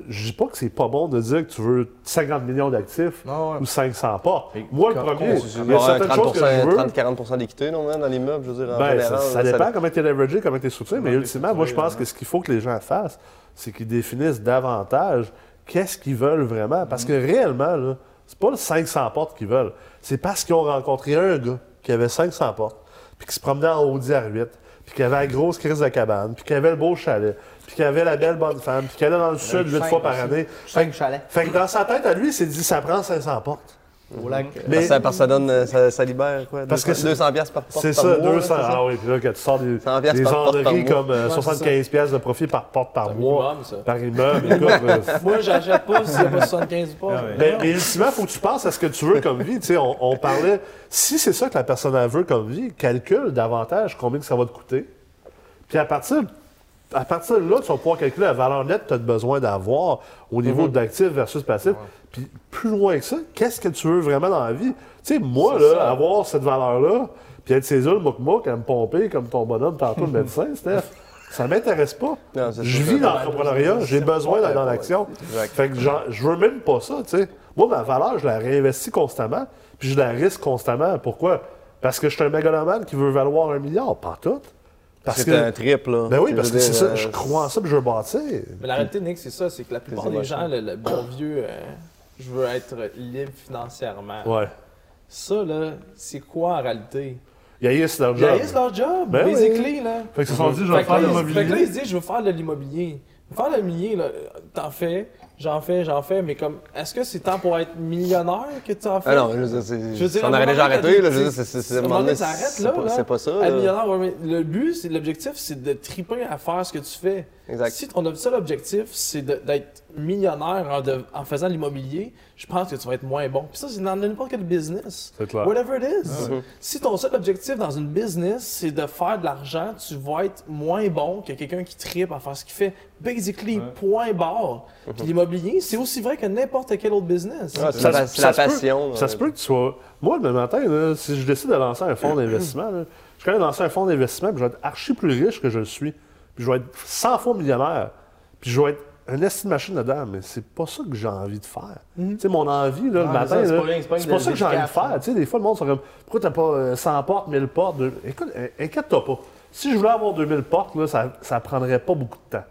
S1: je dis pas que c'est pas bon de dire que tu veux 50 millions d'actifs
S2: Ah
S6: Non, ouais.
S1: ou 500 pas. Moi, le premier, il y a certaines choses que je veux.
S5: 30-40% d'équité, non, man, dans l'immeuble, je veux dire, en
S1: Ben, ça,
S5: général,
S1: ça
S5: là,
S1: dépend comment tu es leveragé, comment tu es structuré, mais ultimement, moi, je pense que ce qu'il faut que les gens fassent, c'est qu'ils définissent davantage qu'est-ce qu'ils veulent vraiment. Parce que réellement, là, c'est pas le 500 portes qu'ils veulent. C'est parce qu'ils ont rencontré un gars qui avait 500 portes, puis qui se promenait en Audi R8, puis qui avait la grosse crise de cabane, puis qui avait le beau chalet, puis qui avait la belle bonne femme, puis qui allait dans le sud
S6: eu
S1: huit
S6: cinq
S1: fois par
S6: aussi.
S1: année.
S6: Cinq chalets.
S1: Fait que dans sa tête, à lui, il s'est dit, ça prend 500 portes.
S6: Au lac.
S1: Mais-
S5: Ça, parce que ça donne, euh, ça, ça libère quoi?
S1: Parce que
S5: 200
S1: c'est-
S5: 200 piastres par porte.
S1: C'est
S5: par
S1: ça, 200.
S5: mois, là, c'est ça?
S1: Ah oui, puis là, quand tu sors des,
S5: 100 piastres
S1: des
S5: par porte par
S1: enderies
S5: mois.
S1: comme euh,
S2: Ouais, c'est
S1: 75 piastres de profit par porte par mois,
S2: minimum, ça.
S1: par immeuble. écoute,
S5: [laughs]
S1: euh,
S2: Moi, j'achète pas s'il n'y a pas 75 pas.
S6: Ah
S1: mais, mais ultimement, il faut que tu penses à ce que tu veux comme vie. Tu sais, on, on parlait, si c'est ça que la personne elle veut comme vie, calcule davantage combien que ça va te coûter. Puis à partir, à partir de là, tu vas pouvoir calculer la valeur nette que tu as besoin d'avoir au
S5: Mhm.
S1: niveau d'actifs versus passifs. Puis plus loin que ça, qu'est-ce que tu veux vraiment dans la vie? Tu sais, moi, là, avoir cette valeur-là, puis être ces mouk mouk à me pomper comme ton bonhomme tantôt le médecin, Steph, ça m'intéresse pas.
S5: Mhm. Non, c'est
S1: Je
S5: ça.
S1: vis dans l'entrepreneuriat, j'ai besoin d'être dans l'action. Fait que j'en- je veux même pas ça, tu sais. Moi, ma valeur, je la réinvestis constamment, puis je la risque constamment. Pourquoi? Parce que je suis un mégalomane qui veut valoir un milliard, pas tout. Parce
S5: C'est un
S1: que.
S5: trip, là.
S1: Ben oui,
S5: Je
S1: parce
S5: veux
S1: que c'est
S5: dire,
S1: ça,
S5: euh,
S1: je crois en ça, puis je veux bâtir.
S2: Mais la réalité, Nick, c'est ça, c'est que la plupart des gens, le, le bon vieux, euh, je veux être libre financièrement.
S1: Ouais.
S2: Ça, là, c'est quoi en réalité?
S1: Il y a c'est leur
S2: Ils
S1: job.
S2: haïssent leur job,
S1: Ben oui.
S2: basically, là.
S1: Fait qu'ils se sont dit, je vais
S2: Fait que,
S1: faire
S2: là,
S1: de
S2: ils- fait que là,
S1: l'immobilier.
S2: ils se disent, je veux faire de l'immobilier. Faire de l'immobilier, là, t'en fais, j'en fais, j'en fais, mais comme, est-ce que c'est temps pour être millionnaire que tu en fais?
S5: Ah non, je veux dire,
S2: Je veux
S5: c'est-
S2: dire,
S5: ça, on
S2: à un
S5: aurait déjà
S2: moment donné,
S5: arrêté,
S2: t'as
S5: là.
S2: dit,
S5: Je veux dire, c'est- c'est-
S2: à
S5: c'est
S2: un
S5: à un
S2: moment
S5: moment donné,
S2: donné, t'arrêtes,
S5: c'est
S2: là,
S5: pas-
S2: là.
S5: c'est pas ça.
S2: Être
S5: là.
S2: millionnaire, ouais, mais le but, c'est l'objectif, c'est de triper à faire ce que tu fais.
S5: Exact.
S2: Si ton seul objectif, c'est de- d'être millionnaire en, de- en faisant de l'immobilier, je pense que tu vas être moins bon. Puis ça, c'est dans n'importe quel business.
S1: C'est clair.
S2: Whatever it is. Si ton seul objectif dans une business, c'est de faire de l'argent, tu vas être moins bon que quelqu'un qui tripe à faire ce qu'il fait. Basically, point barre. Puis l'immobilier, c'est aussi vrai que n'importe quel autre business.
S5: Ah, C'est la- c'est la
S1: se peut-
S5: passion. là.
S1: ça
S6: euh.
S1: se peut que tu sois. Moi, le matin, là, si je décide de lancer un
S6: [clears throat]
S1: fonds d'investissement, là, je vais lancer un fonds d'investissement, puis je vais être archi plus riche que je le suis. Puis je vais être 100 fois millionnaire. Puis je vais être un estime machine dedans, mais c'est pas ça que j'ai envie de faire. Tu sais, mon envie, là, le
S6: mais
S1: matin,
S6: ça, Mm-hmm. c'est
S1: là,
S6: pas rien, c'est pas une
S1: c'est pas ça que j'ai envie de
S6: dédicace,
S1: faire. Tu sais, des fois, le monde sont comme Pourquoi t'as pas euh, 100 portes, 1000 portes deux- Écoute, euh, inquiète-toi pas. Si je voulais avoir 2000 portes, là, ça, ça prendrait pas beaucoup de temps.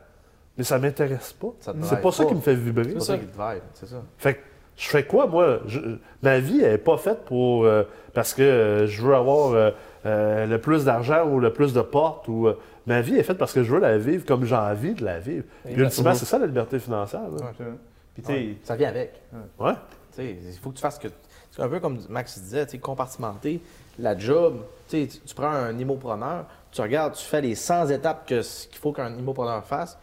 S1: Mais ça m'intéresse pas.
S6: Ça te drive
S1: C'est pas ça
S6: pas.
S1: qui me fait vibrer.
S6: C'est ça qui te vibe, c'est ça.
S1: Fait que je fais quoi, moi? Je- ma vie, elle n'est pas faite pour. euh, parce que euh, je veux avoir euh, euh, le plus d'argent ou le plus de portes. Ou, euh, ma vie est faite parce que je veux la vivre comme j'ai envie de la vivre. Puis, ultimement, c'est ça la liberté financière. là.
S3: Absolument. Puis, tu sais,
S6: Ça vient avec.
S1: Ouais.
S6: Tu sais, il faut que tu fasses que. C'est un peu comme Max disait, tu sais, compartimenter la job. Tu sais, tu- tu prends un immopreneur, tu regardes, tu fais les 100 étapes que ce qu'il faut qu'un immopreneur fasse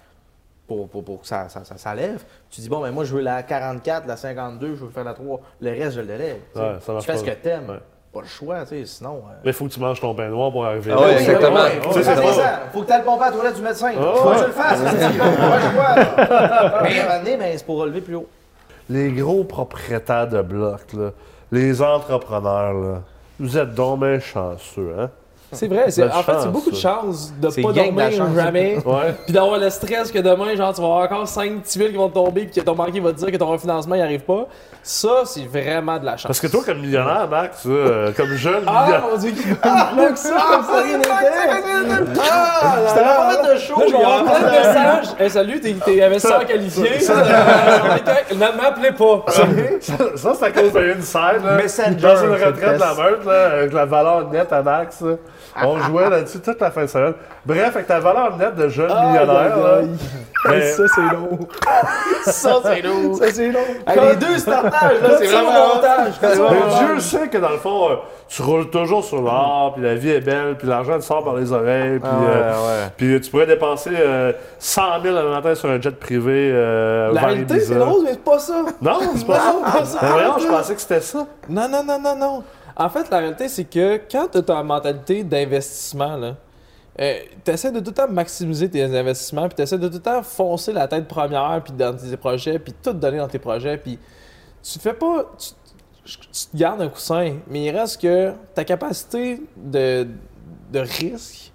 S6: pour, pour, pour que ça, ça, ça, ça lève. Tu dis, bon, ben moi, je veux la 44, la 52, je veux faire la 3, le reste, je le lève. Tu sais.
S1: Ouais, ça marche
S6: tu fais ce
S1: pas.
S6: que t'aimes.
S1: Ouais.
S6: pas le choix, tu sais, sinon. euh,
S1: Mais faut que tu manges ton pain noir pour arriver
S5: Ah ouais,
S1: là.
S5: exactement.
S1: Tu sais, c'est
S7: Attends,
S1: pas-
S7: ça, Faut que t'ailles le pomper à la toilette du médecin.
S1: Ah
S7: Faut que
S1: ouais.
S7: je le fasse. c'est ce qu'il veut. Moi, je vois, là.
S6: Mais à un moment donné, ben, c'est pour relever plus haut.
S1: Les gros propriétaires de blocs, là, les entrepreneurs, là, vous êtes donc bien chanceux, hein?
S2: C'est vrai, c'est-
S1: La
S2: en fait,
S1: chance,
S2: c'est beaucoup de
S1: ça.
S2: chance de
S6: C'est
S2: pas
S6: gang de la
S2: dormir
S6: chance.
S2: jamais,
S1: Ouais.
S2: puis d'avoir le stress que demain, genre, tu vas avoir encore 5 petits billes qui vont te tomber, puis que ton banquier va te dire que ton refinancement n'y arrive pas. Ça, c'est vraiment de la chance.
S1: Parce que toi, comme millionnaire, Max, euh, comme jeune [laughs]
S2: Ah,
S1: millionnaire,
S2: mon dieu, qui bloque ça comme ça, rien d'intérêt!
S7: Ah,
S6: Pas de show,
S2: Là, je vais
S6: il y a-
S2: avoir plein de messages. Hey, salut, t'es- t'es investisseur qualifié. [laughs] Euh, Ne m'appelez pas.
S1: ça, ça, c'est à cause de une scène, là,
S6: Messenger,
S1: dans une
S6: c'est
S1: retraite
S6: le
S1: de la meute, là, avec la valeur nette à Max. là.
S2: Ah,
S1: On jouait là-dessus toute la fin de semaine. Bref, avec ta valeur nette de jeune millionnaire, là, [laughs] mais-
S2: Ça, c'est long.
S6: Ça, c'est lourd.
S2: Ça, c'est long.
S6: Hey, les deux startages, là, c'est
S2: Faites ça au
S6: vraiment.
S2: montage. faites ça au
S1: Mais
S2: montage.
S1: Dieu sait que dans le fond, euh, tu roules toujours sur l'or, puis la vie est belle, puis l'argent te sort par les oreilles, puis
S2: Ah,
S1: euh, puis, euh, tu pourrais dépenser euh, 100 000 le matin sur un jet privé. euh,
S2: La
S1: vers
S2: réalité,
S1: Ibiza.
S2: c'est drôle, Ah, mais c'est pas ça.
S1: Non, c'est
S2: [laughs]
S1: pas ça. Mais voyons, je pensais que c'était ça.
S2: Non, non, non, non, non. En fait, la réalité, c'est que quand tu as ta mentalité d'investissement, là, tu essaies de tout le temps maximiser tes investissements, puis tu essaies de tout le temps foncer la tête première, puis dans tes projets, puis tout donner dans tes projets, puis tu fais pas. Tu, tu- tu te gardes un coussin, mais il reste que ta capacité de, de risque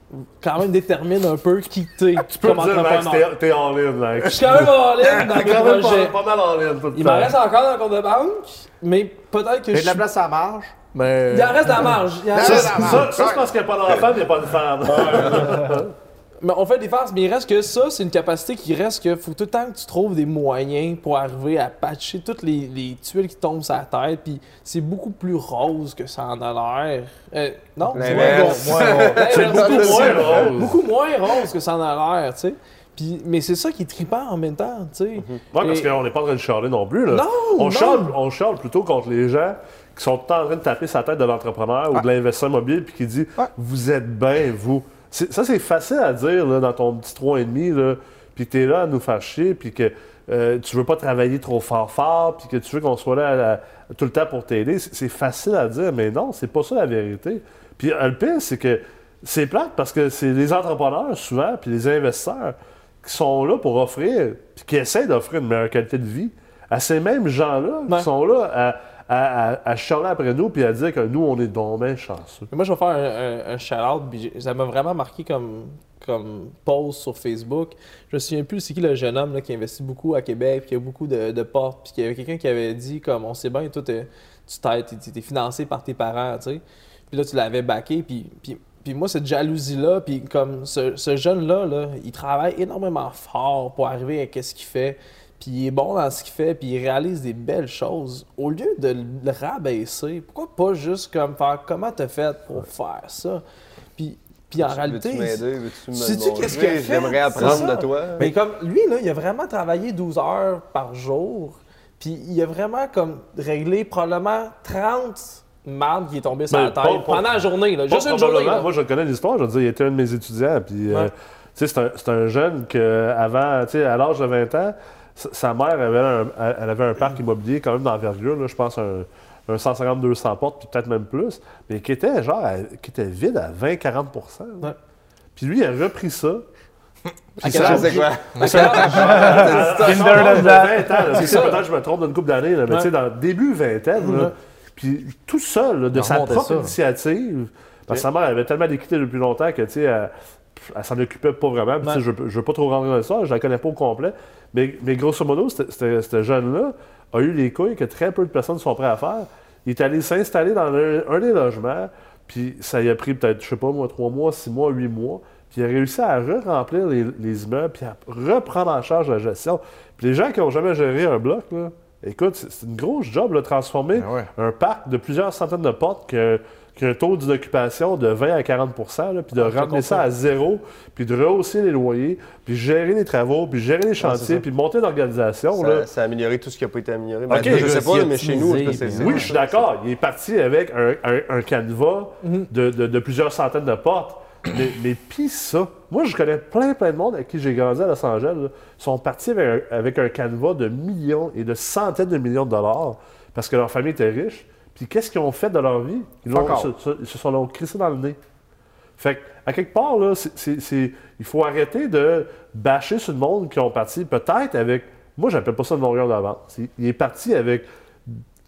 S2: quand même détermine un peu qui t'es.
S1: Tu peux me dire, Max,
S2: entrepreneur.
S1: t'es- t'es en ligne,
S2: Je
S1: Max.
S2: suis quand même en ligne dans
S1: T'es
S2: mes
S1: [laughs] quand même
S2: projets.
S1: pas, pas mal en ligne tout le
S2: Il m'en
S1: temps.
S2: reste encore dans le compte de banque, mais peut-être que
S4: Il y a
S2: je
S4: de la
S2: suis-
S4: place à la marge, mais.
S2: il en reste de la marge.
S4: [laughs]
S2: Il en
S1: Ça,
S2: reste-
S1: ça, ça, c'est parce qu'il n'y a pas d'enfant, mais il n'y a pas de [laughs] femme.
S2: Mais on fait des farces, mais il reste que ça, c'est une capacité qui reste que faut tout le temps que tu trouves des moyens pour arriver à patcher toutes les, les tuiles qui tombent sur la tête. Puis c'est beaucoup plus rose que ça en a l'air. Euh, non, c'est moins
S6: L'inverse.
S2: rose. C'est
S1: beaucoup moins rose.
S2: Beaucoup moins rose que ça en a l'air, tu sais. Puis, mais c'est ça qui est trippant en même temps, tu sais.
S1: Mhm. Ouais, parce
S2: Et-
S1: qu'on n'est pas en train de charler non plus. Là.
S2: Non,
S1: on,
S2: non.
S1: Charle, on charle plutôt contre les gens qui sont tout le temps en train de taper sa tête de l'entrepreneur ou de l'investisseur immobilier puis qui dit Vous êtes bien, vous. C'est- Ça, c'est facile à dire là, dans ton petit 3,5, là, puis que tu es là à nous faire chier, puis que euh, tu veux pas travailler trop fort, fort, puis que tu veux qu'on soit là à la- tout le temps pour t'aider. C'est c'est facile à dire, mais non, c'est pas ça la vérité. Puis euh, le pire, c'est que c'est plate parce que c'est les entrepreneurs souvent, puis les investisseurs qui sont là pour offrir, puis qui essaient d'offrir une meilleure qualité de vie à ces mêmes gens-là
S2: Ouais.
S1: qui sont là à, à, à, à chialer après nous puis à dire que nous, on est donc bien chanceux.
S2: Mais moi, je vais faire un, un- un shout-out. puis j'ai- Ça m'a vraiment marqué comme, comme post sur Facebook. Je me souviens plus c'est qui le jeune homme là, qui investit beaucoup à Québec, puis qui a beaucoup de, de portes, puis qu'il y avait quelqu'un qui avait dit comme on sait bien, toi, t'es- tu t'aides, t'es- t'es- t'es financé par tes parents, tu sais. Puis là, tu l'avais backé, puis, puis, puis moi, cette jalousie-là, puis comme ce, ce jeune-là, là, il travaille énormément fort pour arriver à ce qu'il fait, puis il est bon dans ce qu'il fait, puis il réalise des belles choses. Au lieu de le rabaisser, pourquoi pas juste comme faire comment t'as fait pour faire ça? Puis, puis en réalité,
S5: Veux-tu m'aider? Veux-tu me
S2: Sais-tu qu'est-ce
S5: montrer?
S2: qu'elle fait?
S5: J'aimerais
S2: C'est
S5: apprendre
S2: ça.
S5: de toi.
S2: mais comme lui, là, il a vraiment travaillé 12 heures par jour. Puis il a vraiment comme réglé probablement 30 mardes qui est tombé sur
S1: Ben,
S2: la tête
S1: pas- pas-
S2: pendant la journée. Là.
S1: Pas
S2: Juste une
S1: probablement.
S2: journée. là.
S1: Moi, je connais l'histoire. Je veux dire, il était un de mes étudiants. Puis, euh,
S2: Ouais.
S1: tu sais, c'est un, c'est un jeune que, avant, tu sais, à l'âge de 20 ans, sa- sa mère avait un, elle- elle avait un parc immobilier quand même d'envergure, là, je pense, un, un 150-200 portes, puis peut-être même plus, mais qui était genre, à- qui était vide à 20-40 là.
S2: Ouais.
S1: Puis lui, il a repris ça.
S2: À
S1: Puis
S2: quel
S1: ça-
S2: âge?
S5: C'est quoi?
S2: À quel âge?
S1: Kinder
S3: than that.
S2: C'est ça.
S1: Peut-être que je me trompe d'une couple d'années, là, mais
S2: Ouais.
S1: tu sais, dans le début vingtaine, là, puis tout seul, là, de
S6: Mm-hmm. Il
S1: sa
S6: remontait
S1: propre
S6: ça.
S1: initiative, parce que sa mère elle avait tellement d'équité depuis longtemps que, tu sais, elle, elle s'en occupait pas vraiment. Puis, tu sais, Je ne veux pas trop rentrer dans ça, je la connais pas au complet, mais, mais grosso modo, c'était- c'était- ce jeune-là a eu les couilles que très peu de personnes sont prêtes à faire. Il est allé s'installer dans un, un des logements, puis ça y a pris peut-être, je sais pas moi, trois mois, six mois, huit mois, puis il a réussi à re-remplir les, les immeubles, puis à reprendre en charge la gestion. Puis les gens qui n'ont jamais géré un bloc, là, écoute, c'est c'est une grosse job, là, transformer
S6: Ah ouais.
S1: un parc de plusieurs centaines de portes qui a, qui a un taux d'occupation de 20 à 40 là, puis de
S2: Ah, je
S1: ramener ça à zéro, puis de rehausser les loyers, puis gérer les travaux, puis gérer les chantiers, puis monter l'organisation. là.
S5: Ça, ça a amélioré tout ce qui n'a pas été amélioré.
S1: Ok,
S5: je
S1: je
S5: sais
S6: sais
S5: pas, mais chez nous, en tout cas,
S6: optimiser,
S5: c'est
S6: mais
S5: c'est- Mhm.
S1: Oui, je suis d'accord. Il est parti avec un, un- un canevas de, de- de plusieurs centaines de portes.
S5: [clears throat]
S1: Mais, mais pis ça, moi je connais plein plein de monde à qui j'ai grandi à Los Angeles, là, sont partis avec un, avec un canevas de millions et de centaines de millions de dollars parce que leur famille était riche, Puis qu'est-ce qu'ils ont fait de leur vie? Ils, l'ont-
S4: Fuck
S1: se, se- ils se sont l'ont crissé dans le nez. Fait que, à quelque part, là, c'est- c'est- c'est- il faut arrêter de bâcher sur le monde qui ont parti peut-être avec. Moi, j'appelle pas ça une longueur d'avance. Il- Il est parti avec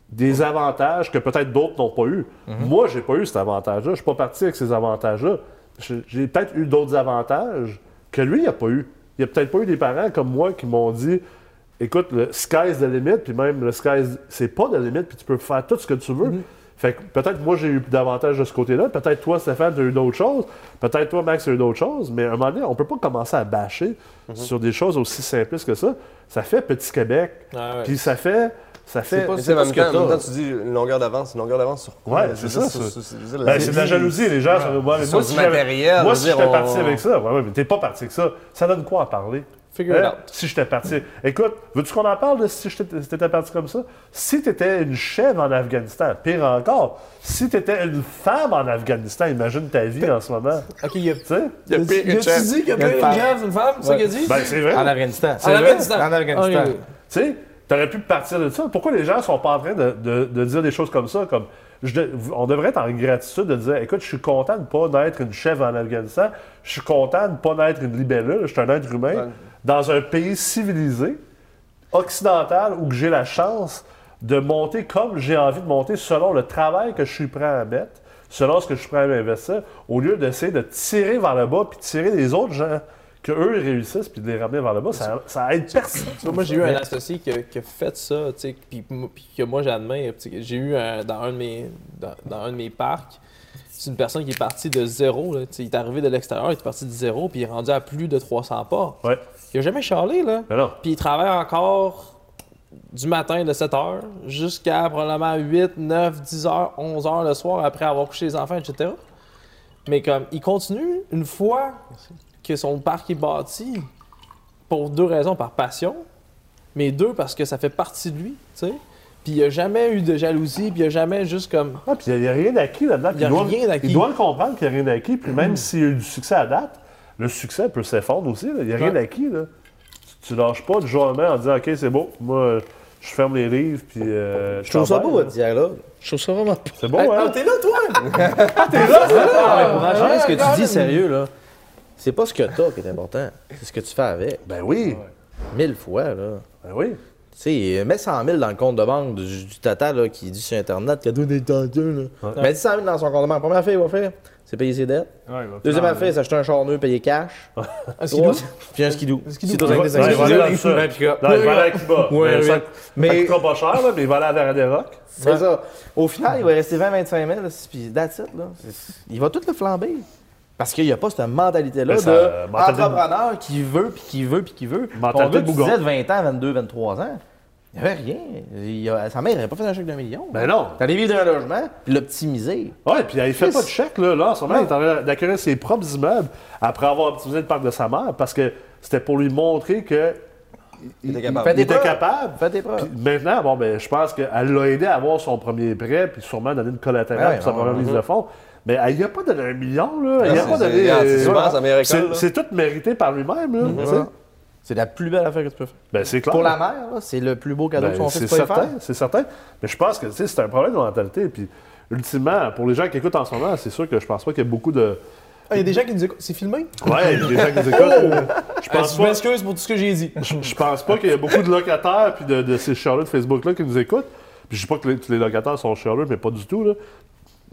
S1: des avantages que peut-être d'autres n'ont pas eu.
S2: Mhm.
S1: Moi, j'ai pas eu cet avantage-là. Je suis pas parti avec ces avantages-là. Je- J'ai peut-être eu d'autres avantages que lui, il a pas eu. Il a peut-être pas eu des parents comme moi qui m'ont dit écoute, le sky's the limit, puis même le sky's, c'est pas de limite, puis tu peux faire tout ce que tu veux.
S2: Mhm.
S1: Fait que peut-être moi, j'ai eu davantage de ce côté-là. Peut-être toi, Stéphane, tu as eu d'autres choses. Peut-être toi, Max, tu as eu d'autres choses. Mais à un moment donné, on peut pas commencer à bâcher
S2: Mhm.
S1: sur des choses aussi simples que ça. Ça fait Petit Québec.
S2: Ah ouais.
S1: Puis ça fait. Ça fait
S2: Euh,
S5: Mais tu sais, en même
S1: ce que
S5: temps, en même
S1: t'as.
S5: temps, tu dis une longueur d'avance, une longueur d'avance sur quoi?
S1: Ouais,
S5: Je
S1: c'est
S5: veux
S1: ça,
S5: dire,
S1: ça.
S5: sur- sur- sur- je veux dire,
S1: Ben, c'est de la jalousie, les gens. ça veut- ouais, mais
S5: Sur
S1: moi,
S5: du
S1: si j'avais- Moi,
S5: matériel, je veux
S1: si
S5: dire,
S1: j'étais
S5: on-
S1: parti avec ça, ouais, ouais, mais t'es pas parti avec ça. Ça donne quoi à parler?
S2: Figure it
S1: Hein?
S2: out.
S1: Si j'étais parti. Écoute, veux-tu qu'on en parle de si j'étais- si t'étais parti comme ça? Si t'étais une chèvre en Afghanistan, pire encore, si t'étais une femme en Afghanistan, imagine ta vie en ce moment.
S2: Ok, il y a.
S1: Tu sais?
S4: Il y a pire
S2: Il
S4: que
S2: a-tu
S4: Chad.
S2: dit qu'il y a
S6: Il y a
S2: pas
S6: une
S2: une
S6: femme.
S2: chance, une femme, c'est ça qu'il a dit?
S1: Ben, c'est vrai.
S6: En Afghanistan. Ah,
S2: En Afghanistan.
S6: En Afghanistan.
S2: Ok.
S1: Tu sais, t'aurais pu partir de ça. Pourquoi les gens sont pas en train de, de- de dire des choses comme ça? Comme, je de- on devrait être en gratitude de dire écoute, je suis content de ne pas naître une chèvre en Afghanistan, je suis content de ne pas naître une libellule, je suis un être humain, dans un pays civilisé, occidental, où que j'ai la chance de monter comme j'ai envie de monter, selon le travail que je suis prêt à mettre, selon ce que je suis prêt à m'investir, au lieu d'essayer de tirer vers le bas puis tirer les autres gens. Que eux réussissent puis de les ramener vers le bas, ça, ça aide personne.
S2: Tu vois, moi, j'ai eu un associé qui a, qui a fait ça, tu sais, puis m- puis que moi, j'admets. tu sais, J'ai eu un- dans, un de mes, dans, dans un de mes parcs, c'est une personne qui est partie de zéro. Là, tu sais, il est arrivé de l'extérieur, il est parti de zéro, puis il est rendu à plus de 300 pas.
S1: Ouais.
S2: Il a jamais charlé, là.
S1: Mais non.
S2: Puis il travaille encore du matin de 7 h jusqu'à probablement 8, 9, 10 h 11 h le soir après avoir couché les enfants, etc. Mais comme il continue une fois que son parc est bâti pour deux raisons, par passion, mais deux parce que ça fait partie de lui, tu sais. Puis il a jamais eu de jalousie, puis il a jamais juste comme
S1: Ah, puis il n'y a rien d'acquis là-dedans.
S2: Il y a
S1: Puis doit-
S2: rien d'acquis.
S1: Il doit le comprendre qu'il n'y a rien d'acquis. Puis même s'il y a eu du succès à date, le succès peut s'effondrer aussi. là. Il n'y a rien
S2: Ouais.
S1: d'acquis. Là. Tu, tu lâches pas du jour au lendemain en disant OK, c'est beau, moi, euh, je ferme les livres. Puis, euh,
S8: Je trouve ça
S1: travaille,
S8: beau,
S1: là.
S8: votre dialogue. Ah, Je trouve ça vraiment beau.
S1: C'est beau, hein?
S2: t'es là toi
S8: Pour enchaîner ce que tu dis sérieux, là, c'est pas ce que t'as qui est important, c'est ce que tu fais avec.
S1: Ben oui.
S8: Mille fois, là.
S1: Ben oui.
S8: Tu sais, mets 100 000 dans le compte de banque du, du tata là, qui dit sur Internet qu'il a donné tant de là. Mets 100 000 dans son compte de banque. Première fille, il va faire, c'est payer ses dettes. Deuxième affaire, c'est acheter un char neuf, payer cash.
S2: ah,
S8: Puis un skidoo. C'est tout
S1: Ouais,
S8: un
S1: ouais,
S8: des
S1: il va aller dans le sud.
S6: Un pick-up.
S1: Non, il va aller à Cuba.
S8: Ouais,
S1: mais
S8: ouais.
S1: Ça, mais... ça
S8: Mais-
S1: coûtera pas cher, là, mais il va aller à Varadero Rock.
S8: C'est ça. Au final, il va rester 20-25 000, puis that's it, là. Il va tout le flamber. Parce qu'il n'y a pas cette mentalité-là
S1: Mais ça, euh,
S8: de
S1: mentalité-
S8: entrepreneur qui veut, puis qui veut, puis qui veut.
S1: Mentalité
S8: Ton gars qui
S1: bougon.
S8: disait de 20 ans, 22, 23 ans, il n'y avait rien. Il y a- sa mère n'aurait pas fait un chèque d'un million.
S1: Ben non.
S8: T'allais vivre dans un logement, puis l'optimiser.
S1: Ouais, puis il fait
S8: Chris.
S1: pas de chèque, là. Là, en ce moment, il est en train d'acquérir ses propres immeubles après avoir optimisé le parc de sa mère parce que c'était pour lui montrer que il,
S5: était
S1: il- il
S5: capable.
S8: Fais tes
S1: était
S8: preuves.
S1: capable.
S8: Fais tes preuves.
S1: Puis maintenant, bon, ben, je pense qu'elle l'a aidé à avoir son premier prêt, puis sûrement donné une collatérale
S8: Ah ouais,
S1: pour sa
S8: ouais,
S1: première
S8: ouais.
S1: mise de fonds. Mais elle n'y a pas donné un million, là. Elle n'y a
S5: Ah, c'est-
S1: pas
S5: c'est-
S1: donné.
S5: regarde,
S1: euh,
S5: c'est souvent
S1: voilà.
S5: sa meilleure école,
S1: C'est-
S5: là.
S1: C'est tout mérité par lui-même, là. tu sais.
S8: C'est la plus belle affaire que tu peux faire.
S1: Ben, c'est clair.
S8: Mhm. Pour la mère, là, c'est le plus beau cadeau
S1: Ben,
S8: que son
S1: c'est
S8: fils peut lui faire.
S1: certain, c'est certain. Mais je pense que tu sais, c'est un problème de mentalité. Puis, ultimement, pour les gens qui écoutent en ce moment, c'est sûr que je pense pas qu'il y a beaucoup de.
S2: Ah, Il y a des gens qui nous écoutent. C'est filmé?
S1: Ouais, il y a des gens qui
S8: [laughs]
S1: nous écoutent.
S8: Oh!
S1: Je
S2: Ben,
S1: pense
S2: Je
S1: pas.
S2: m'excuse pour tout ce que j'ai dit.
S1: [laughs] Je- Je pense pas qu'il y a beaucoup de locataires puis de, de ces chialeux de Facebook-là qui nous écoutent. Puis je dis pas que les- tous les locataires sont chialeux, mais pas du tout. Là.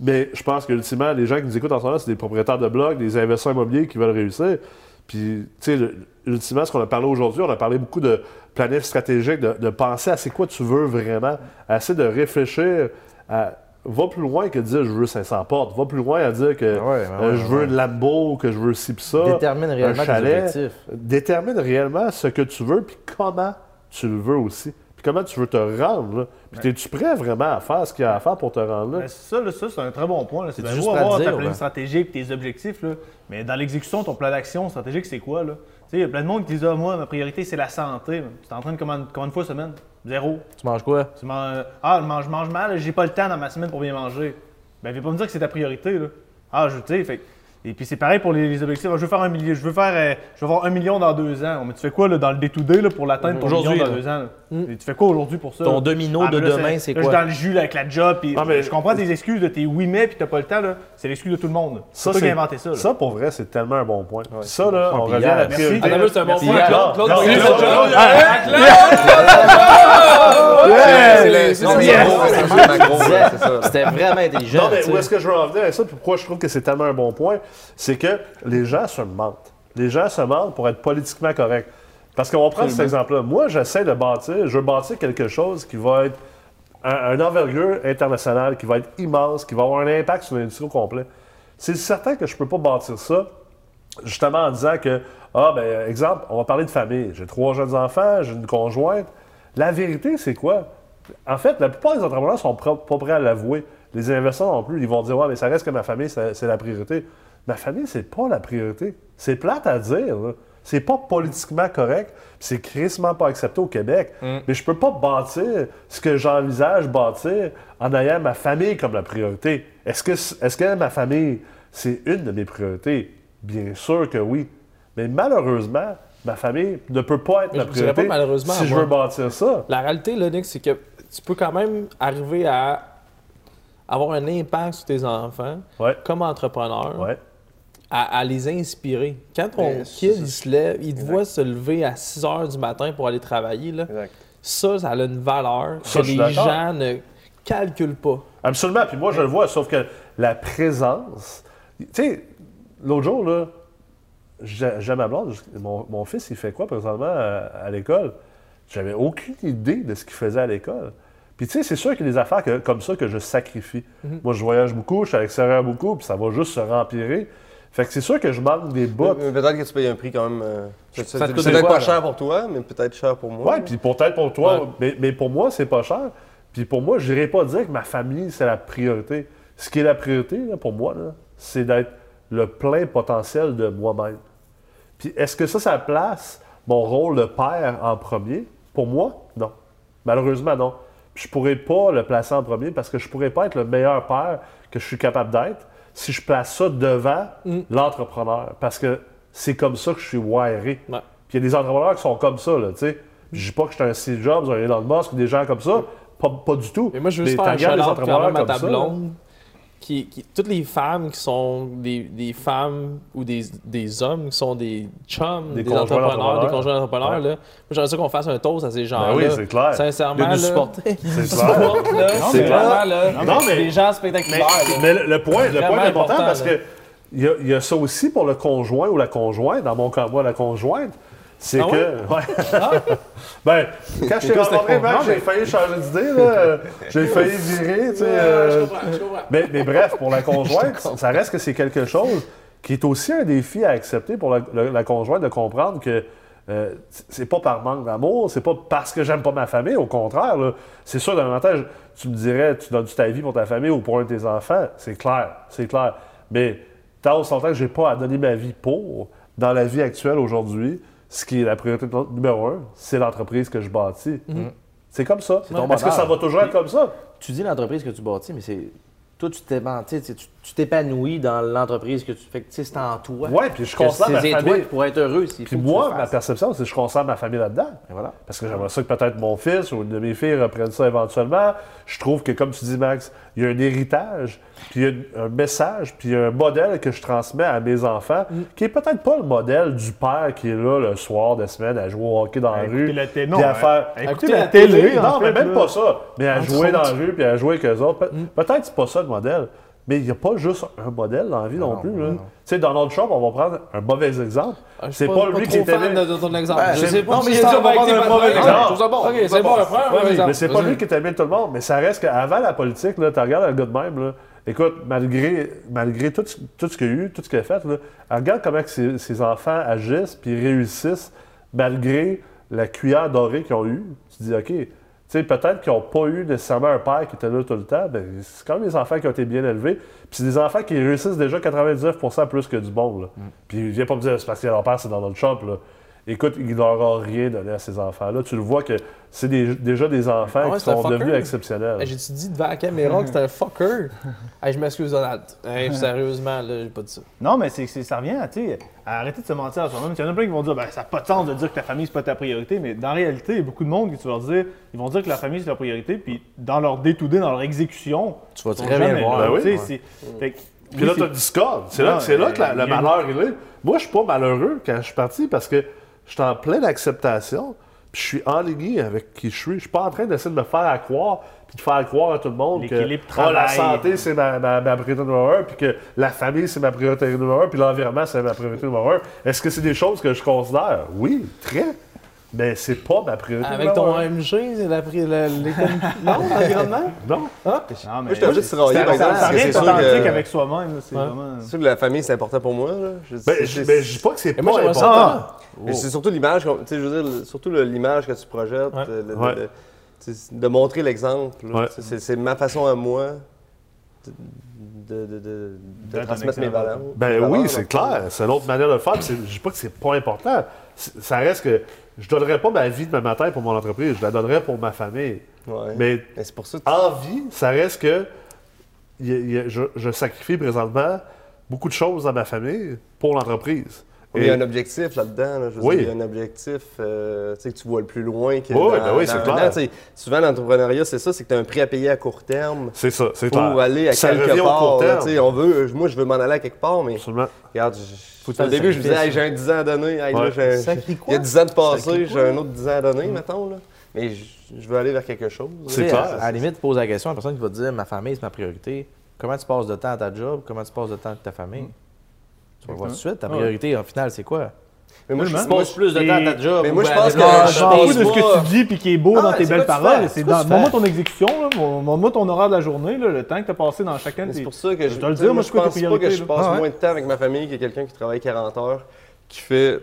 S1: Mais je pense qu'ultimement, les gens qui nous écoutent en ce moment, c'est des propriétaires de blogs, des investisseurs immobiliers qui veulent réussir. Puis, tu sais, le- ultimement, ce qu'on a parlé aujourd'hui, on a parlé beaucoup de planif stratégique, de, de penser à c'est quoi tu veux vraiment, assez de réfléchir à. Va plus loin que de dire je veux 500 portes. Va plus loin à dire que
S8: Ah ouais,
S1: euh, je veux une Lambo, que je veux ci pis ça.
S8: Détermine
S1: un
S8: réellement tes
S1: chalet
S8: objectifs.
S1: détermine réellement ce que tu veux, puis comment tu le veux aussi, puis comment tu veux te rendre. là. Puis es-tu prêt vraiment à faire ce qu'il y a à faire pour te rendre là?
S3: Ben, ça, là, ça, c'est un très bon point. là. Ben, C'est
S8: C'est
S3: bien
S8: juste
S3: beau
S8: pas
S3: avoir
S8: à
S3: ta
S8: dire,
S3: planning
S8: ouais.
S3: stratégique, tes objectifs, là, mais dans l'exécution, ton plan d'action stratégique, c'est quoi? là? Tu sais, Il y a plein de monde qui disent ah, Moi, ma priorité, c'est la santé. Tu t'entraînes combien, combien de fois semaine? Zéro.
S8: Tu manges quoi?
S3: Tu manges, ah, je mange, je mange mal, j'ai pas le temps dans ma semaine pour bien manger. Ben, viens pas me dire que c'est ta priorité. Là. Ah, je tu sais, fait que Et puis c'est pareil pour les, les objectifs. Je veux faire un million, je veux faire, euh, je veux avoir un million dans deux ans. Mais tu fais quoi là, dans le day-to-day là, pour l'atteindre ton
S8: Aujourd'hui,
S3: million dans
S8: là.
S3: deux ans? là? Et Tu fais quoi aujourd'hui pour ça?
S8: Ton
S3: là?
S8: domino de
S3: mais là,
S8: demain, c'est
S3: là,
S8: quoi?
S3: Je suis dans le jus là, avec la job. Puis,
S1: Non, mais-
S3: Je comprends tes excuses de tes oui mais puis t'as pas le temps. là. C'est l'excuse de tout le monde. C'est toi qui as inventé ça. là.
S1: Ça, pour vrai, c'est tellement un bon point. Ça, là, on revient à la
S3: merci.
S1: priorité.
S2: Attends, c'est un bon point. Claude, Claude,
S1: Merci,
S2: Claude,
S1: Claude.
S2: Claude,
S1: Ah,
S2: Claude, Claude, Claude,
S4: C'est le- c'est
S6: Non,
S4: le
S6: mais
S4: macro,
S6: yes.
S4: c'est le macro, là, c'est ça.
S6: C'était vraiment intelligent.
S1: Non, mais
S6: tu
S1: où
S6: sais.
S1: est-ce que je veux en venir avec ça? Puis pourquoi je trouve que c'est tellement un bon point? C'est que les gens se mentent. Les gens se mentent pour être politiquement corrects. Parce qu'on va prendre cet exemple-là. Moi, j'essaie de bâtir, je veux bâtir quelque chose qui va être un, un envergure internationale, qui va être immense, qui va avoir un impact sur l'industrie au complet. C'est certain que je ne peux pas bâtir ça justement en disant que, ah, ben, exemple, on va parler de famille. J'ai trois jeunes enfants, j'ai une conjointe. La vérité, c'est quoi? En fait, la plupart des entrepreneurs sont pro- pas prêts à l'avouer. Les investisseurs non plus, ils vont dire, ouais, mais ça reste que ma famille, c'est c'est la priorité. Ma famille, c'est pas la priorité. C'est plate à dire, là. C'est pas politiquement correct, puis c'est crissement pas accepté au Québec. Mais je peux pas bâtir ce que j'envisage bâtir en ayant ma famille comme la priorité. Est-ce que, est que ma famille, c'est une de mes priorités? Bien sûr que oui. Mais malheureusement, ma famille ne peut pas être
S2: Mais
S1: ma
S2: je vous dirais
S1: priorité
S2: pas malheureusement,
S1: si je
S2: moi.
S1: veux bâtir ça.
S2: La réalité, là, Nick, c'est que tu peux quand même arriver à avoir un impact sur tes enfants
S1: Ouais.
S2: comme entrepreneur,
S1: Ouais.
S2: à, à les inspirer. Quand ton
S6: Mais
S2: kid
S6: c'est-
S2: il se lève, il te voit se lever à 6 heures du matin pour aller travailler, là,
S5: Exact.
S2: ça, ça a une valeur
S1: Ça,
S2: que
S1: je suis
S2: les
S1: d'accord.
S2: gens ne calculent pas.
S1: Absolument. Puis moi, je le vois, sauf que la présence. Tu sais, l'autre jour, là, j'a- j'ai ma blonde, je- mon, mon fils, il fait quoi présentement à, à l'école? J'avais aucune idée de ce qu'il faisait à l'école. Puis tu sais, c'est sûr qu'il y a des affaires que- comme ça que je sacrifie.
S2: Mhm.
S1: Moi, je voyage beaucoup, je suis à l'extérieur beaucoup, puis ça va juste se rempirer. Fait que c'est sûr que je manque des bas.
S5: Mais Peut-être que tu payes un prix quand même. euh, c'est
S6: te coûte
S5: c'est
S6: des
S5: peut-être
S6: fois,
S5: pas
S6: là.
S5: cher pour toi, mais peut-être cher pour moi.
S1: Ouais, puis pour- peut-être pour toi, mais, mais pour moi, c'est pas cher. Puis pour moi, je n'irais pas dire que ma famille, c'est la priorité. Ce qui est la priorité, là, pour moi, là, c'est d'être le plein potentiel de moi-même. Puis est-ce que ça, ça place mon rôle de père en premier? Pour moi, non. Malheureusement, non. Puis je pourrais pas le placer en premier parce que je pourrais pas être le meilleur père que je suis capable d'être si je place ça devant
S2: Mm.
S1: l'entrepreneur. Parce que c'est comme ça que je suis wiré.
S2: Ouais. Mm.
S1: Puis il y a des entrepreneurs qui sont comme ça, là, tu sais. Puis Je dis pas que je suis un Steve Jobs, un Elon Musk ou des gens comme ça. Pas, pas du tout.
S2: Mais moi, je veux juste
S1: t'en
S2: faire un
S1: regardes
S2: shout-out quand même à ta
S1: ça, là.
S2: blonde. Qui, qui- toutes les femmes qui sont des, des femmes ou des, des hommes qui sont des chums,
S1: Des
S2: des,
S1: conjoints
S2: entrepreneurs,
S1: d'entrepreneurs.
S2: des conjoints d'entrepreneurs,
S1: Ouais.
S2: là. Moi, j'aimerais ça qu'on fasse un toast à ces gens-là.
S1: Ben oui, c'est clair.
S2: Sincèrement,
S6: De nous
S2: là, [laughs]
S6: supporter.
S2: qui
S1: C'est
S2: nous
S1: clair.
S2: supportent, là.
S1: C'est
S2: C'est
S1: clair.
S2: vraiment, là,
S1: Non, mais-
S2: des gens spectaculaires, là.
S1: Mais le, le point, le
S2: Vraiment
S1: point est important
S2: important,
S1: parce
S2: là.
S1: que il y, a- il y a ça aussi pour le conjoint ou la conjointe. Dans mon cas, moi, la conjointe, c'est
S2: Ah
S1: que. [laughs] Ouais. ben, quand je t'ai rencontré, Max, j'ai failli changer d'idée. là. J'ai failli virer. Tu sais, euh, mais, mais bref, pour la conjointe, ça reste que c'est quelque chose qui est aussi un défi à accepter pour la, la- la conjointe de comprendre que euh, c'est- c'est pas par manque d'amour, c'est pas parce que j'aime pas ma famille, au contraire. là. C'est sûr, d'un avantage, tu me dirais, tu donnes ta vie pour ta famille ou pour un de tes enfants, c'est clair, c'est clair. Mais tant on s'entend que j'ai pas à donner ma vie pour, dans la vie actuelle aujourd'hui, ce qui est la priorité no- numéro un, c'est l'entreprise que je bâtis. C'est comme ça.
S6: ton
S1: Est-ce que ça va
S6: bonheur.
S1: toujours être comme ça?
S6: tu dis l'entreprise que tu bâtis, mais c'est. Toi, tu t'épanouis tu, tu t'épanouis dans l'entreprise que tu fais. que, Tu sais, c'est en toi.
S1: Ouais, puis je
S6: Que
S1: considère ma
S6: c'est toi
S1: famille.
S6: pour être heureux. s'il
S1: Puis
S6: faut que
S1: moi,
S6: tu le
S1: ma
S6: fasses.
S1: perception, c'est que je conserve ma famille là-dedans.
S6: Et voilà.
S1: Parce que j'aimerais ça que peut-être mon fils ou une de mes filles reprenne ça éventuellement. Je trouve que, comme tu dis, Max, il y a un héritage, puis il y a une- un message, puis il y a un modèle que je transmets à mes enfants, qui est peut-être pas le modèle du père qui est là le soir de semaine à jouer au hockey dans la
S3: À
S1: rue.
S3: écouter la télé.
S1: puis à faire-
S3: à écouter la télé.
S1: Non,
S3: en
S1: mais
S3: fait,
S1: même
S3: là.
S1: pas ça. Mais à jouer dans la rue, puis à jouer avec eux autres. Pe- Peut-être que c'est pas ça le modèle. Mais il n'y a pas juste un modèle dans la vie Ah non, plus. là. Tu sais, Donald Trump, on va prendre un mauvais exemple.
S2: Ah, je suis
S1: C'est pas, lui
S2: trop
S1: qui était.
S2: fan de, de ton exemple. je
S1: j'aime-
S2: sais pas.
S1: Non, mais
S2: si
S1: il a
S2: ça
S1: dit, on va
S2: être
S1: prendre un
S2: des
S1: mauvais
S2: bonnes-
S1: exemple.
S2: Ah, Je trouve ça bon. Ok, c'est bon, le premier
S1: Oui,
S2: mauvais exemple.
S1: mais c'est pas
S2: Vas-y.
S1: lui qui était bien de tout le monde. Mais ça reste qu'avant la politique, là, tu regardes le gars de même, là, écoute, malgré, malgré tout, ce- tout ce qu'il y a eu, tout ce qu'il a fait, là, regarde comment que ses, ses enfants agissent puis réussissent malgré la cuillère dorée qu'ils ont eue. Tu dis, OK, tu sais, peut-être qu'ils n'ont pas eu nécessairement un père qui était là tout le temps, mais c'est quand même des enfants qui ont été bien élevés. Puis c'est des enfants qui réussissent déjà 99 plus que du monde. là. Puis viens pas me dire, c'est parce que leur père, c'est Donald Trump. Là. Écoute, il leur a rien donné à ces enfants-là. Tu le vois que c'est des- déjà des enfants
S2: Ah Ouais,
S1: qui
S2: c'est un
S1: sont
S2: fucker.
S1: devenus exceptionnels.
S2: Hey, J'ai-tu dit devant la caméra que c'était
S1: [laughs]
S2: un fucker? Hey, je m'excuse, Donald. Hey, sérieusement, là, j'ai pas dit ça.
S3: Non, mais c'est, c'est- ça revient à, tu sais, à arrêter de se mentir à soi-même. Il y en a plein qui vont dire ben, ça n'a pas de sens de dire que ta famille, c'est pas ta priorité. Mais dans la réalité, il y a beaucoup de monde qui tu vas leur dire ils vont dire que la famille, c'est leur priorité. Puis dans leur day-to-day, dans leur exécution,
S8: Tu vas
S3: ils
S8: très
S3: sont
S8: bien
S3: jamais
S8: voir.
S3: là,
S1: Ben oui.
S3: tu sais, c'est- fait que-
S1: Puis là,
S3: oui,
S1: t'as le Discord. C'est là,
S3: Ouais,
S1: c'est là que la-
S3: il y a
S1: le
S3: une-
S1: malheur il est. Moi, je suis pas malheureux quand je suis parti parce que je suis en pleine acceptation. Puis je suis en ligne avec qui je suis. Je suis pas en train d'essayer de me faire à croire puis de faire croire à tout le monde que
S3: L'équilibre
S1: oh, la
S3: travail.
S1: santé, c'est ma, ma- ma priorité numéro un, puis que la famille, c'est ma priorité numéro un, puis l'environnement, c'est ma priorité numéro un. Est-ce que c'est des choses que je considère? Oui, très. Mais c'est pas ma priorité
S2: Avec
S1: numéro
S2: ton
S1: un.
S2: AMG, c'est la, pri- la- [laughs] l'économie- non, l'environnement?
S1: Non.
S3: c'est- non, mais-
S5: Moi, j'étais obligé de travailler, par exemple,
S3: ça
S5: parce que
S3: revient
S5: c'est
S3: d'être
S5: sûr
S3: authentique
S5: que,
S3: avec soi-même. là, C'est vraiment.
S5: c'est sûr que la famille, c'est important pour moi. là. Je-
S1: Ben, je
S5: c'est- c'est-
S1: ben, je dis pas que c'est
S2: Et
S1: pas
S2: moi, j'aimerais
S1: important.
S2: ça.
S5: Mais c'est surtout l'image, qu'on- tu sais, je veux dire, le- surtout le- l'image que tu projettes,
S2: Ouais.
S5: euh, le-
S1: Ouais.
S5: le- tu sais, de montrer l'exemple. là.
S1: Ouais.
S5: Tu sais, C'est c'est ma façon à moi de, de- de- de
S3: D'être un
S5: transmettre mes
S3: excellent
S5: valeurs.
S1: Ben
S5: Mes
S1: oui,
S5: valeurs,
S1: c'est
S5: donc.
S1: clair. C'est une autre manière de le faire. puis c'est- Je dis pas que c'est pas important. C'est- Ça reste que je donnerais pas ma vie de ma terre pour mon entreprise. Je la donnerais pour ma famille.
S5: Ouais. Mais,
S1: Mais Ah,
S5: c'est pour ça que
S1: en vie, ça reste que il y a- il y a- je, je sacrifie présentement beaucoup de choses dans ma famille pour l'entreprise.
S5: il y a
S1: Et-
S5: un objectif là-dedans. là. Je veux
S1: Oui.
S5: dire, il y a un objectif euh, tu sais, que tu vois le plus loin. Que
S1: Oui,
S5: dans-
S1: ben oui,
S5: dans
S1: c'est
S5: un
S1: clair.
S5: an, tu sais. souvent, l'entrepreneuriat, c'est ça, c'est que tu as un prix à payer à court terme
S1: C'est ça, c'est
S5: pour
S1: clair.
S5: aller à
S1: ça
S5: quelque
S1: revient au court
S5: part. là,
S1: terme.
S5: tu sais, on veut, moi, je veux m'en aller à quelque part, mais
S1: Absolument.
S5: Regarde, je- au début, je me disais, Hey, j'ai un 10 ans à donner. Hey, là,
S1: Ouais.
S5: j'ai un-
S8: Sacré
S5: Il y a 10 ans de passé, j'ai un autre 10 ans à donner, mettons. Là. Mais je, je veux aller vers quelque chose.
S1: C'est
S5: Tu sais,
S1: clair.
S5: à-
S8: À la limite, pose la question à la personne qui va te dire ma famille, c'est ma priorité. Comment tu passes de temps à ta job Comment tu passes de temps avec ta
S1: Mm.
S8: famille Tu vas voir tout de suite. Ta priorité, en final, c'est quoi
S5: Mais moi, je,
S3: Tellement.
S5: moi, je-
S8: Plus
S3: de temps à ta
S8: job.
S5: mais moi, je
S8: ou à
S5: pense
S8: la-
S5: que
S3: Ah,
S5: je
S3: je m'en
S5: pense
S3: fous de ce
S5: pas-
S3: que tu dis puis qui est beau
S8: Ah,
S3: dans tes
S8: c'est
S3: belles
S8: quoi tu
S3: paroles.
S8: fais?
S3: C'est
S8: C'est quoi
S3: dans
S8: tu
S3: moment
S8: fais?
S3: ton exécution, là, mon- mon moment ton horaire de la journée, là, le temps que tu as passé dans chacun de
S5: mais
S3: tes.
S5: c'est pour ça que je,
S3: Je dois le
S5: tu sais,
S3: dire, moi,
S5: je
S3: c'est quoi
S5: pense
S3: tes
S5: pas que je
S3: priorités, là?
S5: passe
S3: Ah ouais.
S5: moins de temps avec ma famille que quelqu'un qui travaille 40 heures, qui fait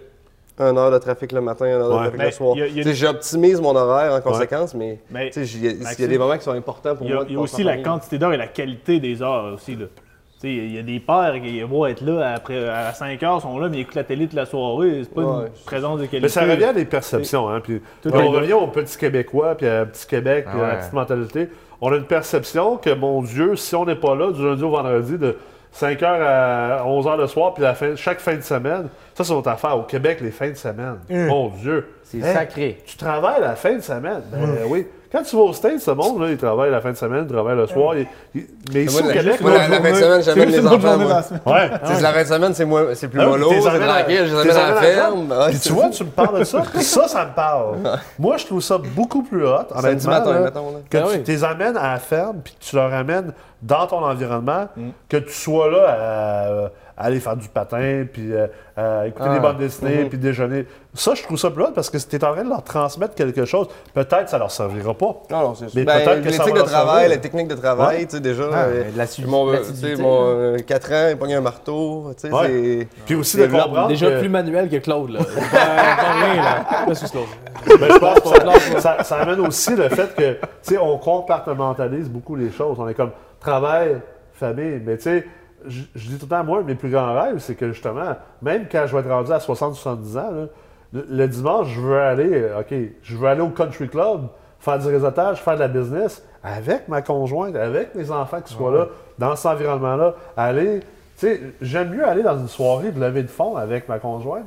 S5: un heure de trafic le matin, un heure de
S1: Ouais.
S5: trafic
S3: Mais
S5: le soir.
S3: il y a- il y a
S5: Tu sais, J'optimise mon horaire en conséquence, mais
S3: Mais-
S5: tu sais, j'y- il y a
S3: Maxime,
S5: des moments qui sont importants pour
S3: Il y a,
S5: moi. de
S3: il y a
S5: passer
S3: aussi
S5: en
S3: la
S5: famille.
S3: quantité d'heures et la qualité des heures aussi. Là. Tu sais, Il y a des pères qui vont être là après, à 5 heures, sont là, mais ils écoutent la télé toute la soirée. C'est pas
S5: Ouais,
S3: une présence de qualité.
S1: Mais ça revient à des perceptions. Hein? Puis,
S3: Tout
S1: on
S3: est-
S1: revient au petit Québécois, puis à petit Québec, puis à la
S8: ouais.
S1: petite mentalité. On a une perception que, mon Dieu, si on n'est pas là du lundi au vendredi, de 5h à 11h le soir, puis la fin- chaque fin de semaine, ça, c'est notre affaire. Au Québec, les fins de semaine. Mon Dieu.
S8: C'est
S1: Hein?
S8: sacré.
S1: Tu travailles la fin de semaine. Ben oui. Quand tu vas au States, ce monde, là, il travaille la fin de semaine, il travaille le soir. il- il- Mais ici,
S5: Moi,
S1: au
S5: la-
S1: Québec,
S5: moi,
S1: là,
S5: la- la fin de semaine, j'amène les enfants. moi.
S1: Ah ouais.
S5: Tu sais, la fin de semaine, c'est moins- c'est plus
S1: Ah oui,
S5: mollo,
S1: t'es
S5: c'est
S1: amènes à-
S5: tranquille, je les
S1: t'es
S5: amène à
S1: amènes
S5: la
S1: à la
S5: ferme. Ah Ouais,
S1: Puis
S5: c'est
S1: tu vois,
S5: ça.
S1: tu me parles de ça, ça, ça me parle. Moi, je trouve ça beaucoup plus hot,
S5: Samedi
S1: honnêtement,
S5: matin,
S1: là,
S5: mettons, là.
S1: que
S8: Ah
S1: tu
S8: oui.
S1: les amènes à la ferme, puis que tu leur amènes dans ton environnement,
S5: Mm.
S1: que tu sois là à, euh, aller faire du patin, puis euh, à écouter
S5: Ah.
S1: des bandes
S5: Mm-hmm.
S1: dessinées, puis déjeuner. Ça, je trouve ça plus hot, parce que tu es en train de leur transmettre quelque chose. Peut-être que ça leur servira pas.
S5: Non, non, c'est sûr.
S1: Mais
S5: Ben,
S1: peut-être que ça
S5: L'éthique
S1: va
S5: de
S1: leur
S5: travail,
S1: servir.
S5: la technique de travail, tu sais, déjà. euh,
S8: mais de la su-
S5: mon,
S8: la
S5: tu sais,
S8: lucidité,
S5: mon euh, 4 ans, il pogne un marteau, tu sais,
S1: Ouais.
S5: c'est...
S1: Puis aussi de
S5: Développe
S1: comprendre
S2: Déjà
S1: que-
S2: plus manuel que Claude, [laughs] là. Pas, pas rien, là. Pas sous Claude.
S1: Ben, je pense que ça, ça- ça amène aussi le fait que, tu sais, on compartimentalise beaucoup les choses. On est comme travail, famille. Mais tu sais, je je dis tout le temps, moi, mes plus grands rêves, c'est que justement, même quand je vais être rendu à 60-70 ans, là, le, le dimanche, je veux aller, euh, OK, je veux aller au country club, faire du réseautage, faire de la business avec ma conjointe, avec mes enfants qui soient là, dans cet environnement-là, aller. Tu sais, j'aime mieux aller dans une soirée de lever de fond avec ma conjointe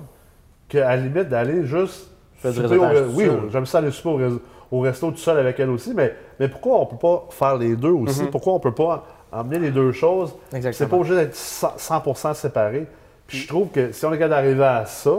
S1: qu'à la limite d'aller juste
S8: Faire du
S1: souper au
S8: réseautage
S1: re-
S8: tout
S1: Oui,
S8: seul.
S1: j'aime ça aller souper au, res- au resto tout seul avec elle aussi, mais, mais pourquoi on peut pas faire les deux aussi? Pourquoi on peut pas emmener les deux choses? C'est pas
S8: Exactement.
S1: obligé d'être 100%, 100% séparés. Puis je trouve que si on est capable d'arriver à ça,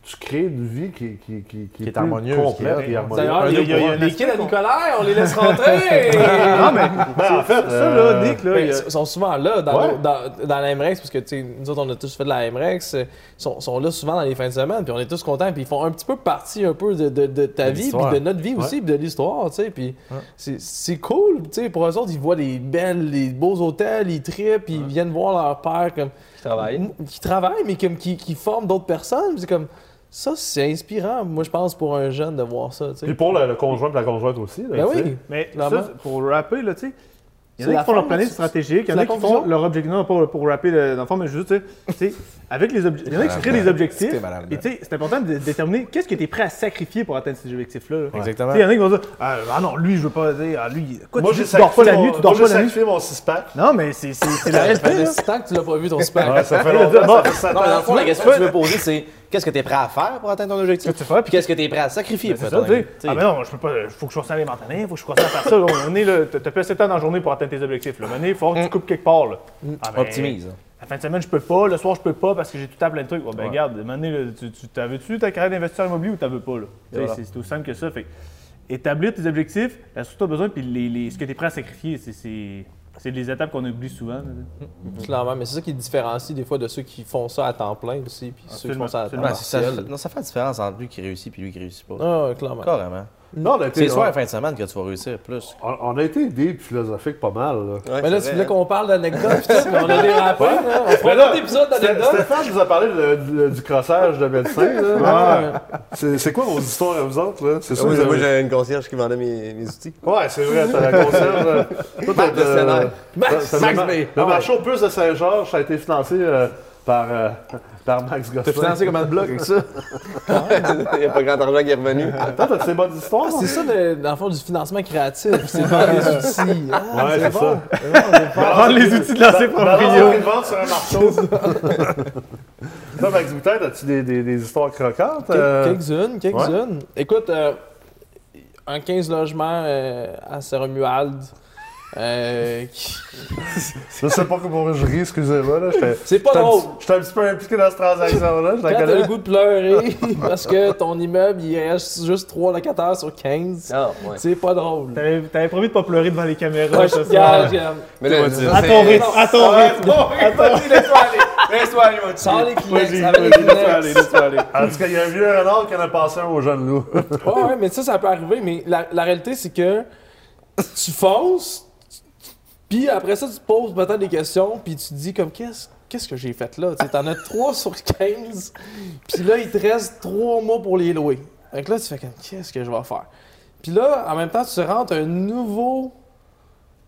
S1: tu crées une vie qui, qui, qui,
S8: Qui est
S1: plus
S8: harmonieuse,
S1: complète
S8: qui est-
S1: et harmonieuse.
S2: D'ailleurs,
S3: Il y a- il y a- il y a un
S2: les, les kids
S3: aspect
S2: à
S3: qu'on-
S2: Nicolas, on les laisse rentrer! [laughs]
S3: Non, mais
S1: Ben, en fait,
S3: ça, là,
S1: euh,
S3: Nick, là,
S2: Ben,
S3: il y a-
S2: Ils sont souvent là dans,
S1: Ouais.
S2: nos- dans, dans la MREX, parce que tu sais, nous autres, on a tous fait de la MREX. euh, Ils sont, sont là souvent dans les fins de semaine, puis on est tous contents, puis ils font un petit peu partie un peu de, de- de ta
S8: De
S2: vie,
S8: l'histoire.
S2: puis de notre vie aussi, puis de l'histoire, tu sais. Puis c'est- c'est cool, tu sais. Pour eux autres, ils voient les belles, les beaux hôtels, ils trippent, puis ils viennent voir leur père comme. Qui travaille. Qui travaille, mais comme qui, qui forment d'autres personnes. C'est comme. Ça, c'est inspirant, moi, je pense, pour un jeune de voir ça, tu sais.
S1: Puis pour le, le conjoint et la conjointe aussi. là,
S2: Ben
S1: tu sais.
S2: oui!
S3: Mais
S2: Clairement.
S3: ça, pour rapper, là, tu sais, Il y en a qui font leur planning stratégique, il y en a qui font leur objectif. Non, pas pour rapper le- dans le fond, mais juste, tu sais, tu sais, avec les obje- Il y en a qui créent des objectifs. Et tu sais, c'est important de déterminer qu'est-ce que tu es prêt à sacrifier pour atteindre ces objectifs-là. là.
S8: Exactement.
S3: Tu sais, Il y en a qui vont dire Ah ah non, lui, je veux pas dire. Ah, lui, écoute,
S1: Moi,
S3: tu
S1: j'ai
S3: dors pas
S1: sacrifié
S3: la
S1: mon-
S3: nuit, tu dors
S1: moi,
S3: pas
S1: j'ai
S3: la nuit.
S1: sacrifié mon six-pack.
S3: Non, mais c'est c'est- c'est
S2: [laughs]
S3: la
S2: Ben, Ça fait
S3: réalité. là.
S2: 6 ans que tu l'as pas vu ton spam.
S1: Ouais,
S3: [laughs]
S1: ça fait longtemps. ça fait sept
S8: Non, mais dans le
S1: ans.
S8: fond, la question que tu veux poser, c'est qu'est-ce que tu es prêt à faire pour atteindre ton objectif?
S3: Qu'est-ce que tu fais?
S8: Puis qu'est-ce que tu es prêt à sacrifier pour
S3: C'est ça,
S8: atteindre
S3: tu
S8: ton
S3: sais. Ah, mais
S8: objectif?
S3: non, je peux pas. Faut que je sois ça à aller m'entraîner, faut que je sois ça à faire ça. là. On est là. T'as t'as plus 7 ans dans la journée pour atteindre tes optimistes. Le il faut que tu coupes quelque part. là. Ah, ben,
S8: Optimise.
S3: La fin de semaine, je peux pas. Le soir, je peux pas parce que j'ai tout à plein de trucs. Ouais, ben, regarde, maintenant, là, tu, tu t'avais-tu ta carrière d'investisseur immobilier ou t'avais pas? Là? Tu sais, C'est c'est aussi simple que ça. Fait que établir tes objectifs, la source que t'as besoin, puis les, les- ce que tu es prêt à sacrifier, c'est- c'est c'est les étapes qu'on oublie souvent. là.
S2: Clairement, mais c'est ça qui différencie des fois de ceux qui font ça à temps plein aussi, puis ceux qui
S3: Absolument,
S2: font ça à temps
S3: absolument.
S2: partiel.
S6: Ouais, c'est ça, non, ça fait la différence entre lui qui réussit et lui qui réussit pas.
S2: Ah, ouais, clairement.
S6: Carrément.
S1: Non, on a été-
S6: C'est soit à la fin de semaine que tu vas réussir plus.
S1: on, on a été deep philosophique pas mal. là.
S2: Mais là, tu voulais qu'on parle d'anecdotes, pis tout, mais on a dérapé. là. On fera
S1: Mais
S2: un
S1: là,
S2: autre épisode
S1: Sté-
S2: d'anecdotes.
S1: Stéphane nous a parlé de- de- du crossage de médecin. là. C'est c'est quoi vos histoires à vous autres? là? C'est sûr
S5: Moi,
S1: que vous
S5: Ah moi,
S1: avez-
S5: j'ai une concierge qui vendait mes, mes outils.
S1: Ouais, c'est vrai, t'as la concierge. euh, toi, t'as-
S5: Marc Lessénère.
S1: t'as-
S6: Max-
S1: t'as-
S6: Max
S1: le-
S6: Bay.
S1: Le marché aux puces de Saint-Georges, ça a été financé euh, par, euh, par Max Gosselin.
S6: comment de bloc avec ça?
S5: [laughs] Il n'y a pas grand argent qui est revenu.
S1: Toi, t'as de ces bonnes histoires?
S2: C'est ça, le- dans le fond, du financement créatif. C'est vendre des outils. Ah,
S1: hein? Ouais, c'est ça.
S3: Prendre Ah, les outils de lancer
S1: Dans
S3: proprio.
S1: une vente sur un marteau. Toi, Max Boutin, as-tu des, des- des histoires croquantes?
S2: Quel-
S1: euh?
S2: Quelques-unes, quelques-unes. Écoute, euh, un 15 logements euh, à Saint-Romuald. euh, qui-
S1: Je sais pas comment je ris, excusez-moi. là, j'étais-
S2: [laughs] C'est pas
S1: j'étais un
S2: drôle.
S1: petit- J'étais un petit peu impliqué dans cette transaction-là. Je la
S2: Quand t'as
S1: connais.
S2: le goût de pleurer [laughs] parce que ton immeuble, il reste juste 3 locataires sur 15,
S5: Ah, ouais.
S2: c'est pas drôle.
S3: T'avais t'avais promis de pas pleurer devant les caméras.
S2: Ouais,
S3: ce
S2: je
S3: soir.
S2: regarde, regarde.
S5: Mais là,
S3: À ton rythme, à ton rythme.
S2: Sans les Kleenex,
S1: Vas-y,
S2: avec les
S1: vas-y, laisse-toi
S2: Kleenex.
S1: aller, laisse-toi aller. En tout cas, il y a un vieux renard qui en a passé un au jeune loup.
S2: Ouais, ouais, mais ça, ça peut arriver. Mais la, la réalité, c'est que tu fonces, tu- puis après ça, tu te poses peut-être des questions, puis tu te dis comme qu'est-ce qu'est-ce que j'ai fait là? Tu sais, t'en as 3 [laughs] sur 15, puis là, il te reste 3 mois pour les louer. Donc là, tu fais comme qu'est-ce que je vais faire? Puis là, en même temps, tu rentres un nouveau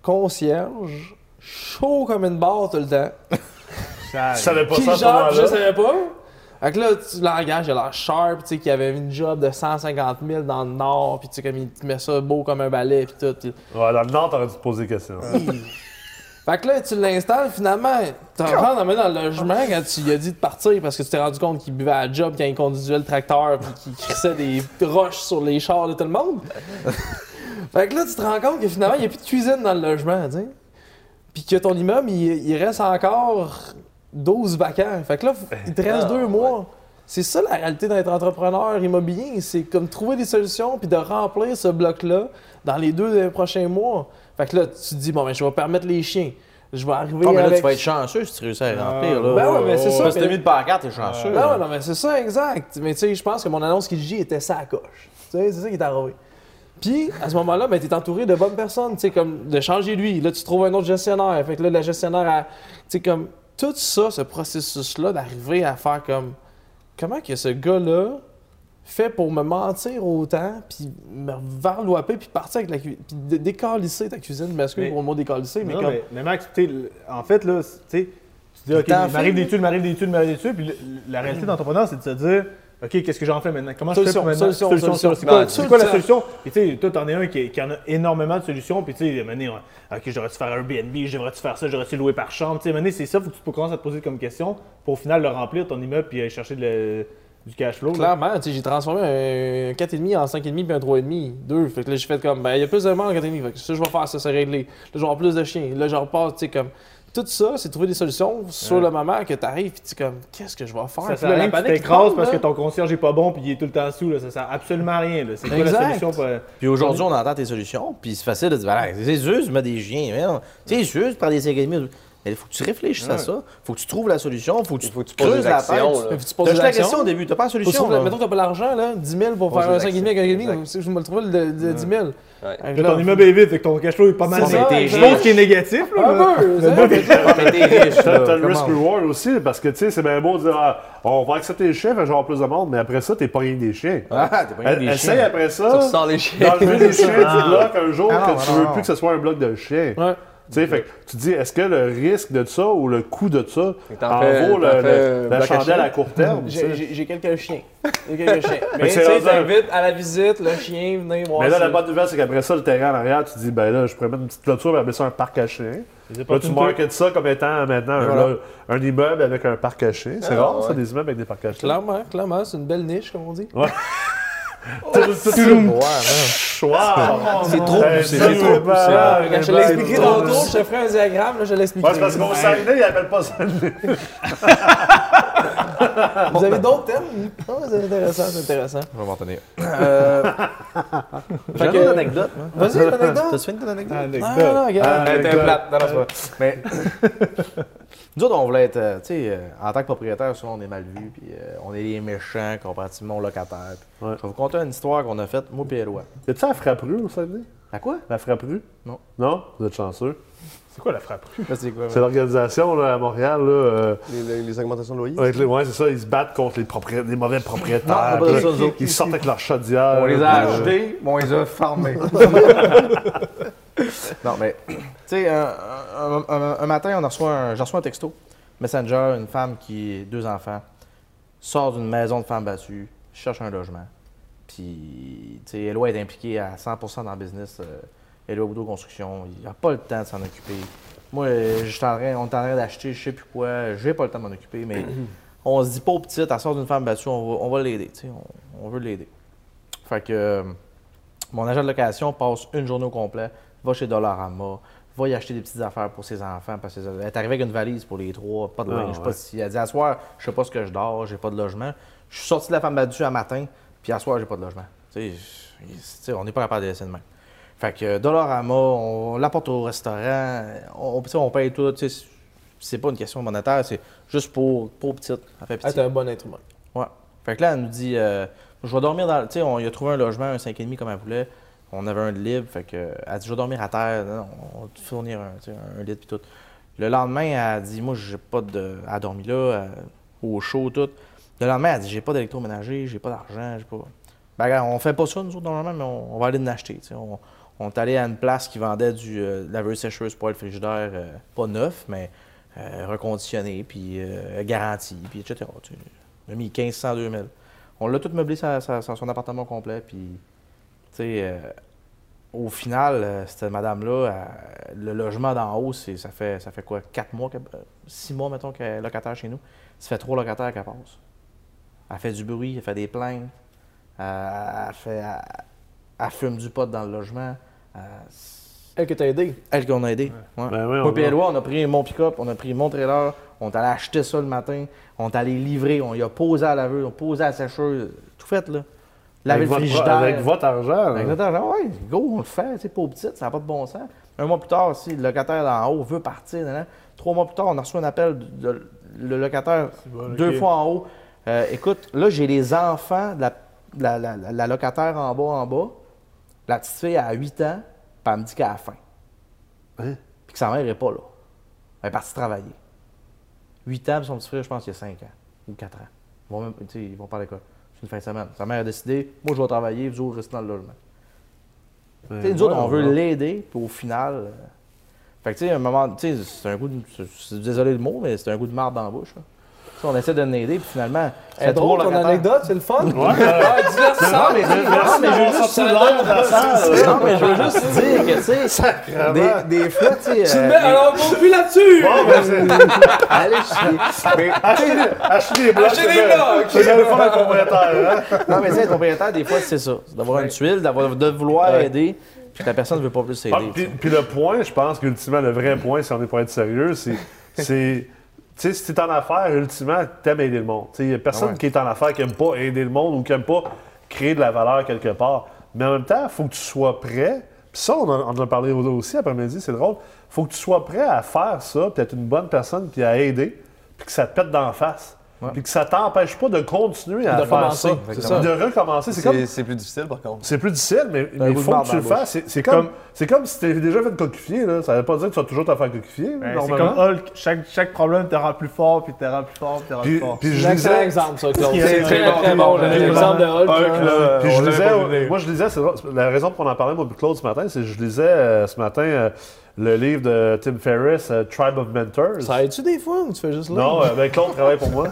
S2: concierge, chaud comme une barre tout le temps.
S1: [laughs] Je savais pas
S2: Qui
S1: ça à ce
S2: genre, je
S1: moment-là.
S2: savais pas. Fait que là, tu l'engages, il a l'air sharp, tu sais, qu'il avait une job de 150 000 dans le Nord, puis tu sais, comme il te met ça beau comme un balai, puis tout. puis-
S1: Ouais, dans le Nord, t'aurais dû te poser des [laughs] questions.
S2: Fait que là, tu l'installes, finalement, tu rentres dans dans le logement quand tu lui as dit de partir parce que tu t'es rendu compte qu'il buvait à la job quand il conduisait le tracteur, puis qu'il crissait des roches sur les chars de tout le monde. fait que là, tu te rends compte que finalement, il n'y a plus de cuisine dans le logement, tu sais. Puis que ton immeuble, il, il reste encore 12 vacants. Fait que là,
S6: Ben,
S2: faut- il te
S6: ah,
S2: reste deux mois. C'est ça la réalité d'être entrepreneur immobilier. C'est comme trouver des solutions puis de remplir ce bloc-là dans les deux euh, prochains mois. Fait que là, tu te dis, bon, ben, je vais permettre les chiens. Je vais arriver
S6: Non, Ah, mais là,
S2: avec...
S6: tu vas être chanceux si tu réussis à les remplir. Là.
S2: Ben ouais, mais c'est ça,
S6: Parce que
S2: mais-
S6: t'as mis de pancarte, t'es chanceux.
S2: Non, non, mais c'est ça, exact. Mais tu sais, je pense que mon annonce qui dit était ça à coche. Tu sais, c'est ça qui est arrivé. Puis, à ce moment-là, ben, t'es entouré de bonnes personnes, tu sais, comme de changer lui. Là, tu trouves un autre gestionnaire. Fait que là, la gestionnaire, a, tu sais, comme tout ça, ce processus-là, d'arriver à faire comme comment que ce gars-là fait pour me mentir autant, puis me varloper, puis partir avec la cuisine, puis dé- décalisser ta cuisine. Je m'excuse
S3: Mais-
S2: pour le mot décalisser, mais
S3: Non,
S2: comme.
S3: mais, mais Max, tu sais, le- en fait, là, c'est- tu sais, tu dis, OK,
S6: t'en
S3: il m'arrive
S6: fais.
S3: des tuiles, il m'arrive des tuiles, il m'arrive des tuiles. Puis le- la réalité d'entrepreneur, c'est de se dire, OK, qu'est-ce que j'en fais maintenant? Comment
S2: Solution,
S3: je fais pour maintenant?
S2: solution, solution.
S3: C'est quoi,
S2: Ouais,
S3: c'est quoi la
S2: solution.
S3: solution? Puis tu sais, toi, t'en es un qui, qui en a énormément de solutions. Puis tu sais, mané, ouais, OK, j'aurais-tu faire Airbnb, j'aurais-tu faire ça, j'aurais-tu louer par chambre? Tu sais, mané, c'est ça, faut que tu commences à te poser comme question pour au final le remplir, ton immeuble, puis aller chercher de le- du cash flow. là.
S2: Clairement, tu sais, j'ai transformé un 4,5 en 5,5 puis un 3,5. Deux. Fait que là, j'ai fait comme, ben, il y a plus de monde en 4,5. Fait que ça, je vais faire ça, c'est réglé. Là, je vais avoir plus de chiens. Là, je repasse, tu sais, comme. Tout ça, c'est trouver des solutions sur le moment que tu arrives puis tu es comme, qu'est-ce que je vais faire?
S3: Ça
S2: Puis
S3: sert
S2: là,
S3: à rien
S2: la
S3: que tu
S2: panique
S3: t'écrases
S2: tombe,
S3: parce
S2: là.
S3: que ton concierge est pas bon puis il est tout le temps sous. Là. Ça sert absolument à rien. là. C'est quoi
S2: Exact.
S3: la solution? Pour... euh,
S6: Puis aujourd'hui, on entend tes solutions, puis c'est facile de dire, ben, c'est sûr, tu mets des chiens, merde. C'est sûr, tu prends des 5,5. Mais il faut que tu réfléchisses à ça. faut que tu trouves la solution. faut que tu,
S5: Faut que tu poses
S6: creuses
S5: des
S6: la
S5: actions,
S6: tête.
S5: là.
S2: Mais faut que tu
S6: T'as
S2: poses
S6: juste
S2: des
S6: la
S2: actions.
S6: question au début. T'as pas la
S2: Faut
S6: solution.
S2: trouver-
S6: là.
S2: mettons, t'as pas l'argent, là, 10 000 pour faire
S5: des
S2: un 5,5 avec un 4,5.
S5: actions.
S2: Si je me le trouve, le, le 10 000.
S5: Ouais.
S2: Fait que
S3: Là,
S2: là,
S3: ton immeuble est vide, fait que ton cash flow est pas mal.
S2: C'est ça,
S3: négatif.
S2: exact.
S3: Chose qui est négatif. Là, mais-
S2: Un peu, c'est vrai.
S6: Ah, [laughs] mais t'es riche,
S1: T'as
S6: là.
S1: t'as le
S6: Comment?
S1: risk-reward aussi, parce que, tu sais, c'est bien beau de dire, ah, on va accepter les chiens, fait que je vais avoir plus de monde, mais après ça, t'es pas rien des chiens.
S6: Ah, t'es pas
S1: Elle-
S6: avec des
S1: Essaye
S6: chiens.
S1: après ça,
S5: Sans les chiens.
S1: d'enlever les chiens du bloc un jour,
S6: Ah,
S1: que
S6: non,
S1: tu veux
S6: non.
S1: plus que ce soit un bloc de chiens.
S2: Ouais.
S1: Tu sais, fait que tu te dis, est-ce que le risque de ça ou le coût de ça
S5: t'en
S1: en
S5: fais-
S1: vaut
S5: t'en
S1: le-
S5: fais
S1: le- la
S5: black à
S1: chandelle
S5: chien.
S1: à court terme? tu
S2: J'ai-
S1: sais?
S2: J'ai j'ai quelques chiens.
S1: [laughs]
S2: J'ai quelques chiens.
S1: que
S2: Mais tu
S1: c'est
S2: sais,
S1: rendu un-
S2: t'invites à la visite le chien, venez voir
S1: Mais là,
S2: ça.
S1: la bonne nouvelle, c'est qu'après ça, le terrain en arrière, tu te dis, ben là, je pourrais mettre une petite clôture et appeler ça un parc à chiens. Là, tu marketes ça comme étant maintenant un,
S5: Voilà.
S1: là, un immeuble avec un parc à chiens. C'est
S5: Ah,
S1: rare, ça,
S5: ouais.
S1: des immeubles avec des parcs à chiens.
S2: Clairement, clairement, c'est une belle niche, comme on dit.
S1: Wow!
S8: C'est trop
S1: Ben,
S8: poussé,
S1: ça,
S8: c'est trop
S1: ben,
S8: poussé.
S1: ben,
S2: Quand je
S1: ben,
S2: l'ai expliqué
S1: ben,
S2: tantôt, je te ferai un diagramme, là, je l'ai expliqué.
S1: Ouais, c'est parce qu'on s'en ils n'appellent pas ça.
S2: Vous
S1: [laughs]
S2: avez d'autres thèmes? Ah, c'est intéressant, c'est intéressant.
S6: Je vais m'en tenir. Euh, [laughs]
S2: Fait
S6: J'ai
S2: que-
S6: une anecdote. moi.
S2: Vas-y, l'anecdote.
S6: T'as-tu fini ton anecdote?
S2: Ah, non, non,
S1: Euh,
S2: regarde.
S6: Elle était plate. Non, non, c'est pas vrai. Mais [laughs] nous autres, on voulait être, euh, tu sais, euh, en tant que propriétaire, souvent on est mal vu, puis euh, on est les méchants comparativement aux locataires. puis-
S1: Ouais.
S6: Je vais vous conter une histoire qu'on a faite, moi et Éloi.
S1: Y'a-tu la frappe rue au Saguenay?
S6: À quoi?
S1: La frappe rue?
S6: Non.
S1: Non? Vous êtes chanceux.
S3: C'est quoi la frappe?
S6: C'est quoi?
S1: C'est l'organisation là, à Montréal, là. euh,
S5: Les, les- les augmentations de loyer.
S1: avec les- ouais, c'est ça, ils se battent contre les, propri- les mauvais propriétaires.
S6: Non, pas de
S1: puis là,
S6: ça, nous autres.
S1: ils sortent avec leur chaudière.
S6: On les
S1: là, puis,
S6: a
S1: euh,
S6: achetés, mais on les a farmés. non, mais, tu sais, un, un- un- un matin, on a reçu un, j'ai reçu un texto. Messenger, une femme qui a deux enfants, sort d'une maison de femmes battues, cherche un logement. Puis, tu sais, Eloi est impliquée à 100 dans le business. euh, Eloi Boudreau Construction, il n'a pas le temps de s'en occuper. Moi, euh, je suis en train- on est en train d'acheter, je sais plus quoi, j'ai pas le temps de m'en occuper,
S1: [clears throat]
S6: mais on se dit pas aux petites, elle sort d'une femme battue, on va, on va l'aider, tu sais, on- on veut l'aider. Fait que euh, mon agent de location passe une journée au complet, va chez Dollarama, va y acheter des petites affaires pour ses enfants. Parce que, elle est arrivée avec une valise pour les trois, pas de
S1: Ah,
S6: linge,
S1: ouais.
S6: pas si. Elle dit à soir, je sais pas ce que je dors, j'ai pas de logement. Je suis sorti de la femme battue un matin, puis à soir, j'ai pas de logement. Tu sais, je- tu sais, on n'est pas capable de laisser de même. Fait que euh, Dollarama, on l'apporte au restaurant, on, on- tu sais, on paye tout. tu sais, C'est pas une question monétaire, c'est juste pour, pour petite. Elle fait
S2: Ah,
S6: pitié.
S2: t'es un bon être humain.
S6: Ouais. Fait que là, elle nous dit euh, Je vais dormir dans. le- Tu sais, on y a trouvé un logement, un 5,5 comme elle voulait. On avait un lit libre. Fait que, euh, elle dit Je vais dormir à terre. Non, non, on va te fournir un, tu sais, un lit puis tout. Le lendemain, elle dit Moi, j'ai pas de. Elle a dormi là, euh, au chaud, tout. Le lendemain, elle dit J'ai pas d'électroménager, j'ai pas d'argent, j'ai pas. Ben, regarde, on fait pas ça, nous autres, normalement, mais on, on va aller en acheter. tu sais. On, on est allé à une place qui vendait du euh, de la laveuse sécheuse pour le frigidaire, euh, pas neuf, mais euh, reconditionné, puis euh, garanti, puis etc. tu sais. On a mis 1500, 2000. On l'a tout meublé sa- sa- sa- son appartement complet, puis, tu sais, euh, au final, euh, cette madame-là, elle- le logement d'en haut, c'est- ça fait, ça fait quoi, 4 mois, 6 mois, mettons, qu'elle est locataire chez nous. Ça fait 3 locataires qu'elle passe. Elle fait du bruit, elle fait des plaintes, euh, elle, fait, elle, elle fume du pot dans le logement. euh, c'est
S2: Elle que t'as aidé.
S6: elle qu'on a aidé. Ouais.
S1: Ben oui, on
S6: Moi, puis
S1: a-
S6: Éloi, on a pris mon pick-up, on a pris mon trailer, on est allé acheter ça le matin, on est allé livrer, on y a posé à la laveuse, on a posé à la sécheuse, tout fait, là. Laver
S1: avec,
S6: le
S1: votre,
S6: frigidaire.
S1: avec votre argent. là.
S6: Avec notre argent, ouais, go, on le fait, c'est pas petite, ça n'a pas de bon sens. Un mois plus tard, si le locataire d'en haut veut partir, nan, nan. trois mois plus tard, on a reçu un appel de, de- le locataire deux fois en haut. Euh, écoute, là, j'ai les enfants de la, de la- la- la- la locataire en bas, en bas. La petite fille a 8 ans, puis elle me dit qu'elle a faim. Puis que sa mère n'est pas là. Elle est partie travailler. 8 ans, puis son petit frère, je pense qu'il a 5 ans ou 4 ans. Ils vont même, tu sais, ils vont pas à l'école. C'est une fin de semaine. Sa mère a décidé, moi je vais travailler, vous autres restez dans le logement. Tu sais, nous autres, on veut l'aider, puis au final. euh, Fait que, tu sais, un moment. Tu sais, c'est un goût. De... c'est- c'est- Désolé le mot, mais c'est un goût de marde dans la bouche. là. Tu sais, on essaie de l'aider, puis finalement. ça fait
S2: C'est drôle ton
S6: trois locataires.
S2: anecdote, c'est le fun. Ah, divertissant.
S6: Non, mais je veux juste dire que, tu sais. Des, des fois, tu sais.
S2: Tu
S6: euh,
S2: me mets alors mon cul là-dessus.
S1: Bon, ben,
S6: [laughs]
S1: c'est-
S6: allez chier. Mais,
S1: achetez des blocs.
S2: Achetez
S1: c'est
S2: des
S1: le-
S2: blocs.
S1: C'est dans le fond d'un propriétaire. hein?
S6: non, mais tu sais, être propriétaire, des fois, c'est ça. C'est D'avoir une tuile, d'avoir, de vouloir aider, puis que la personne ne veut pas plus
S1: Ah,
S6: aider.
S1: puis, puis le point, je pense qu'ultimement, le vrai point, si on est pour être sérieux, c'est. c'est tu sais, si t'es en affaires, ultimement, t'aimes aider le monde. Tu sais, il y a personne
S6: Ouais.
S1: qui est en affaires qui aime pas aider le monde ou qui aime pas créer de la valeur quelque part. Mais en même temps, il faut que tu sois prêt. Puis ça, on en, on en a parlé au- aussi après-midi, c'est drôle. faut que tu sois prêt à faire ça, puis être une bonne personne, puis à aider, puis que ça te pète d'en face. Puis que ça t'empêche pas de continuer à
S2: De
S1: faire
S2: commencer,
S1: ça.
S2: c'est ça.
S1: De recommencer. C'est comme
S5: C'est c'est plus difficile par contre.
S1: c'est plus difficile, mais
S2: Ben,
S1: mais
S6: un
S1: il
S6: goût de
S1: faut
S6: marde
S1: que tu le
S6: dans la
S1: fasses. C'est- C'est comme, c'est comme si t'avais déjà fait coquifier, là. Ça veut pas dire que tu vas toujours te faire coquifier,
S3: Ben, c'est
S1: normalement.
S3: comme Hulk, chaque, chaque problème te rend plus fort, puis te rend plus fort, puis te rend plus
S1: Puis,
S3: fort.
S1: Ah, puis je
S2: C'est un excellent
S1: lisais,
S2: exemple, ça, Claude.
S3: C'est
S2: C'est
S3: très
S2: très,
S3: bon,
S2: très bon. là.
S3: très bon.
S2: L'exemple de Hulk. hein.
S1: puis je lisais, moi je lisais, c'est drôle, la raison pour en parler, moi, plus Claude, ce matin, c'est que je lisais euh, ce matin euh, le livre de Tim Ferriss, euh, Tribe of Mentors.
S2: Ça aide-tu des fois ou tu fais juste là?
S1: Non, euh, ben Claude travaille
S3: [laughs]
S1: pour moi.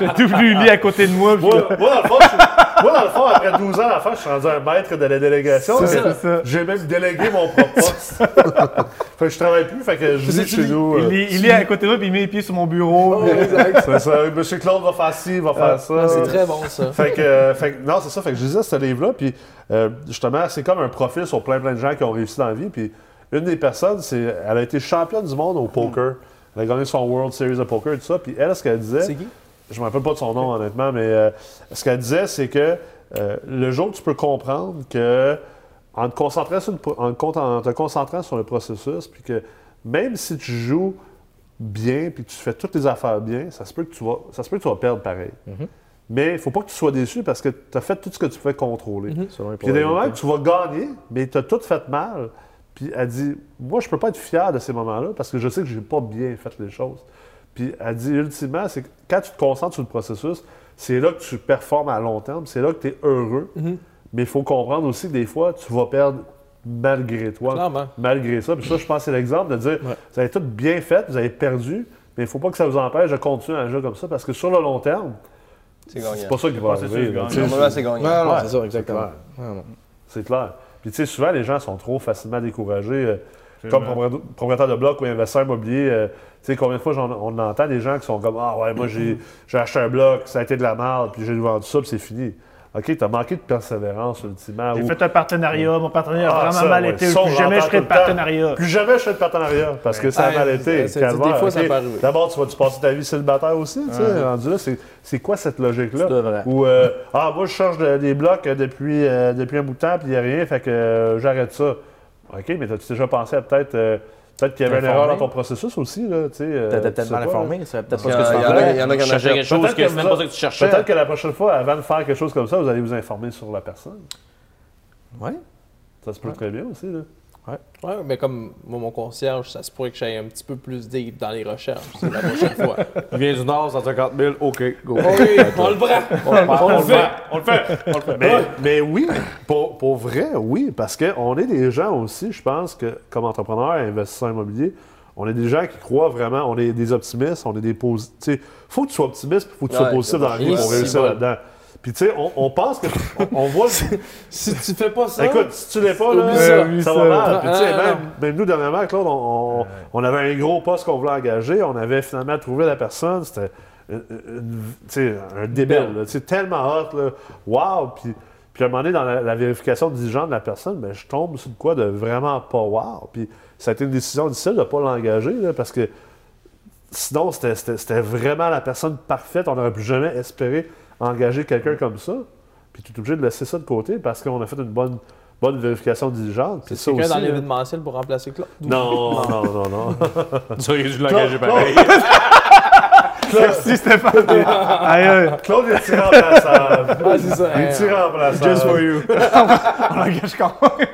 S3: J'ai tout venu lit à côté de moi. puis
S1: moi, moi, dans le fond, je suis- moi, dans le fond, après 12 ans à faire, je suis rendu un maître de la délégation.
S3: C'est
S1: mais
S3: ça.
S1: J'ai même délégué mon propre
S2: [laughs]
S1: poste. fait que je travaille plus, fait que je vis chez nous.
S3: Il
S1: euh,
S3: est, il est à côté de moi, puis il met les pieds sur mon bureau.
S1: C'est ça. Monsieur Claude va faire ci, va faire ça.
S2: Euh,
S1: Euh,
S2: C'est très bon ça.
S1: Fait que, euh, fait que- non, c'est ça. Fait que je lisais ce livre-là, puis euh, justement, c'est comme un profil sur plein, plein de gens qui ont réussi dans la vie. Puis une des personnes, c'est, elle a été championne du monde au poker. Elle a gagné son World Series de poker et tout ça. Puis elle, ce qu'elle disait,
S2: C'est qui?
S1: je ne me rappelle pas de son nom, honnêtement, mais euh, ce qu'elle disait, c'est que euh, le jour que tu peux comprendre que en te, concentrant sur le pro- en te con- en te concentrant sur le processus, puis que même si tu joues bien, puis que tu fais toutes les affaires bien, ça se peut que tu vas, ça se peut que tu vas perdre pareil. Mais il ne faut pas que tu sois déçu parce que tu as fait tout ce que tu pouvais contrôler. Puis il y a des moments où tu vas gagner, mais tu as tout fait mal. Puis elle dit Moi, je peux pas être fier de ces moments-là parce que je sais que j'ai pas bien fait les choses. Puis elle dit Ultimement, c'est que quand tu te concentres sur le processus, c'est là que tu performes à long terme, c'est là que tu es heureux. Mais il faut comprendre aussi que des fois, tu vas perdre malgré toi.
S2: Clairement.
S1: Malgré ça. Puis ça, je pense que c'est l'exemple de dire Vous avez tout bien fait, vous avez perdu, mais il faut pas que ça vous empêche de continuer un jeu comme ça parce que sur le long terme,
S5: C'est
S1: c'est
S5: gagnant.
S1: pas ça qui va
S3: processus
S1: arriver. là.
S3: gagnant.
S1: Tu sais,
S5: Normalement, c'est gagnant.
S8: Non, non,
S1: Ouais,
S8: c'est ça,
S1: c'est
S8: exactement.
S1: clair. C'est clair. Puis tu sais, souvent, les gens sont trop facilement découragés. euh, comme propri- propriétaire de bloc ou investisseur immobilier, euh, tu sais, combien de fois j'en- on entend des gens qui sont comme Ah ouais, moi j'ai j'ai acheté un bloc, ça a été de la merde, puis j'ai vendu ça, puis c'est fini. OK, t'as manqué de persévérance ultimement.
S3: J'ai
S1: ou-
S3: fait un partenariat, mon partenariat
S1: Ah,
S3: a vraiment
S1: ça,
S3: mal
S1: ouais.
S3: été.
S1: Ça, on
S3: Plus jamais je
S1: l'entend
S3: ferai
S1: tout
S3: de
S1: le temps.
S3: partenariat.
S1: Plus jamais je fais de partenariat parce que ça a
S2: Ouais,
S1: mal été.
S2: c'est- c'est- des
S1: calvaire,
S2: fois, ça
S1: OK.
S2: peut arriver.
S1: D'abord, tu vas-tu passer ta vie célibataire aussi? Tu sais, rendu là, c'est- c'est quoi cette logique-là?
S6: C'est vrai.
S1: Ou euh, Ah, moi, je change de- des blocs euh, depuis, euh, depuis un bout de temps, puis il n'y a rien, fait que euh, j'arrête ça. OK, mais as-tu déjà pensé à peut-être euh, peut-être qu'il y avait une
S6: T'informer.
S1: erreur dans ton processus aussi? là, tu sais, euh,
S6: T'es
S1: tu
S6: peut-être
S1: sais pas,
S6: mal
S1: là.
S6: informé, c'est peut-être
S5: Il y
S6: pas ce
S5: en
S6: que
S5: a-
S6: tu
S5: il y en a- il y en a
S6: parlais.
S5: qui en
S6: Tu cherchais
S5: achètent.
S6: quelque chose
S1: Peut-être
S6: que
S1: que
S6: c'est même pas
S1: ça-
S6: ça que tu cherchais.
S1: Peut-être que la prochaine fois, avant de faire quelque chose comme ça, vous allez vous informer sur la personne.
S6: Ouais.
S1: Ça se peut très bien aussi. Là.
S2: Ouais, mais comme moi, mon concierge, ça se pourrait que j'aille un petit peu plus deep dans les recherches c'est la prochaine fois.
S4: Il vient du Nord, 150 000, OK, go.
S2: Oui, on le prend.
S1: on le fait, on le fait, on le fait. Mais, mais oui, pour, pour vrai, oui, parce qu'on est des gens aussi, je pense que comme entrepreneurs et investisseurs immobiliers, on est des gens qui croient vraiment, on est des optimistes, on est des positifs. faut que tu sois optimiste, il faut que tu sois
S5: Ouais,
S1: positif dans la vie
S2: Et
S1: pour
S2: si
S1: réussir
S2: bon.
S1: là-dedans. Puis tu sais, on, on pense que, on, on voit, [laughs]
S2: Si tu fais pas ça,
S1: écoute, si tu l'es pas, là,
S2: Oublie
S1: ça, ça
S2: ça.
S1: va mal. Puis tu sais,
S2: Ah,
S1: même, même nous, dernièrement, Claude, on, on- on avait un gros poste qu'on voulait engager, on avait finalement trouvé la personne, c'était une- une- tu sais, un débile, là, tu sais, tellement hot, là. wow! Puis, puis à un moment donné, dans la, la vérification diligente de la personne, ben, je tombe sur de quoi de vraiment pas wow. Puis ça a été une décision difficile de ne pas l'engager, là, parce que sinon, c'était- c'était c'était vraiment la personne parfaite, on n'aurait plus jamais espéré engager quelqu'un comme ça. Puis tu es obligé de laisser ça de côté parce qu'on a fait une bonne, bonne vérification diligente. Puis ça
S2: quelqu'un
S1: aussi, là.
S2: dans l'événementiel pour remplacer Claude.
S1: Non, non, non, non.
S4: Tu aurais dû l'engager
S1: Claude,
S4: pareil.
S3: [laughs] Merci Stéphane. Aïe, aïe.
S1: Claude est irremplaçable.
S2: Ah, c'est ça.
S1: Il est irremplaçable.
S3: Just for you. On l'engage quand même.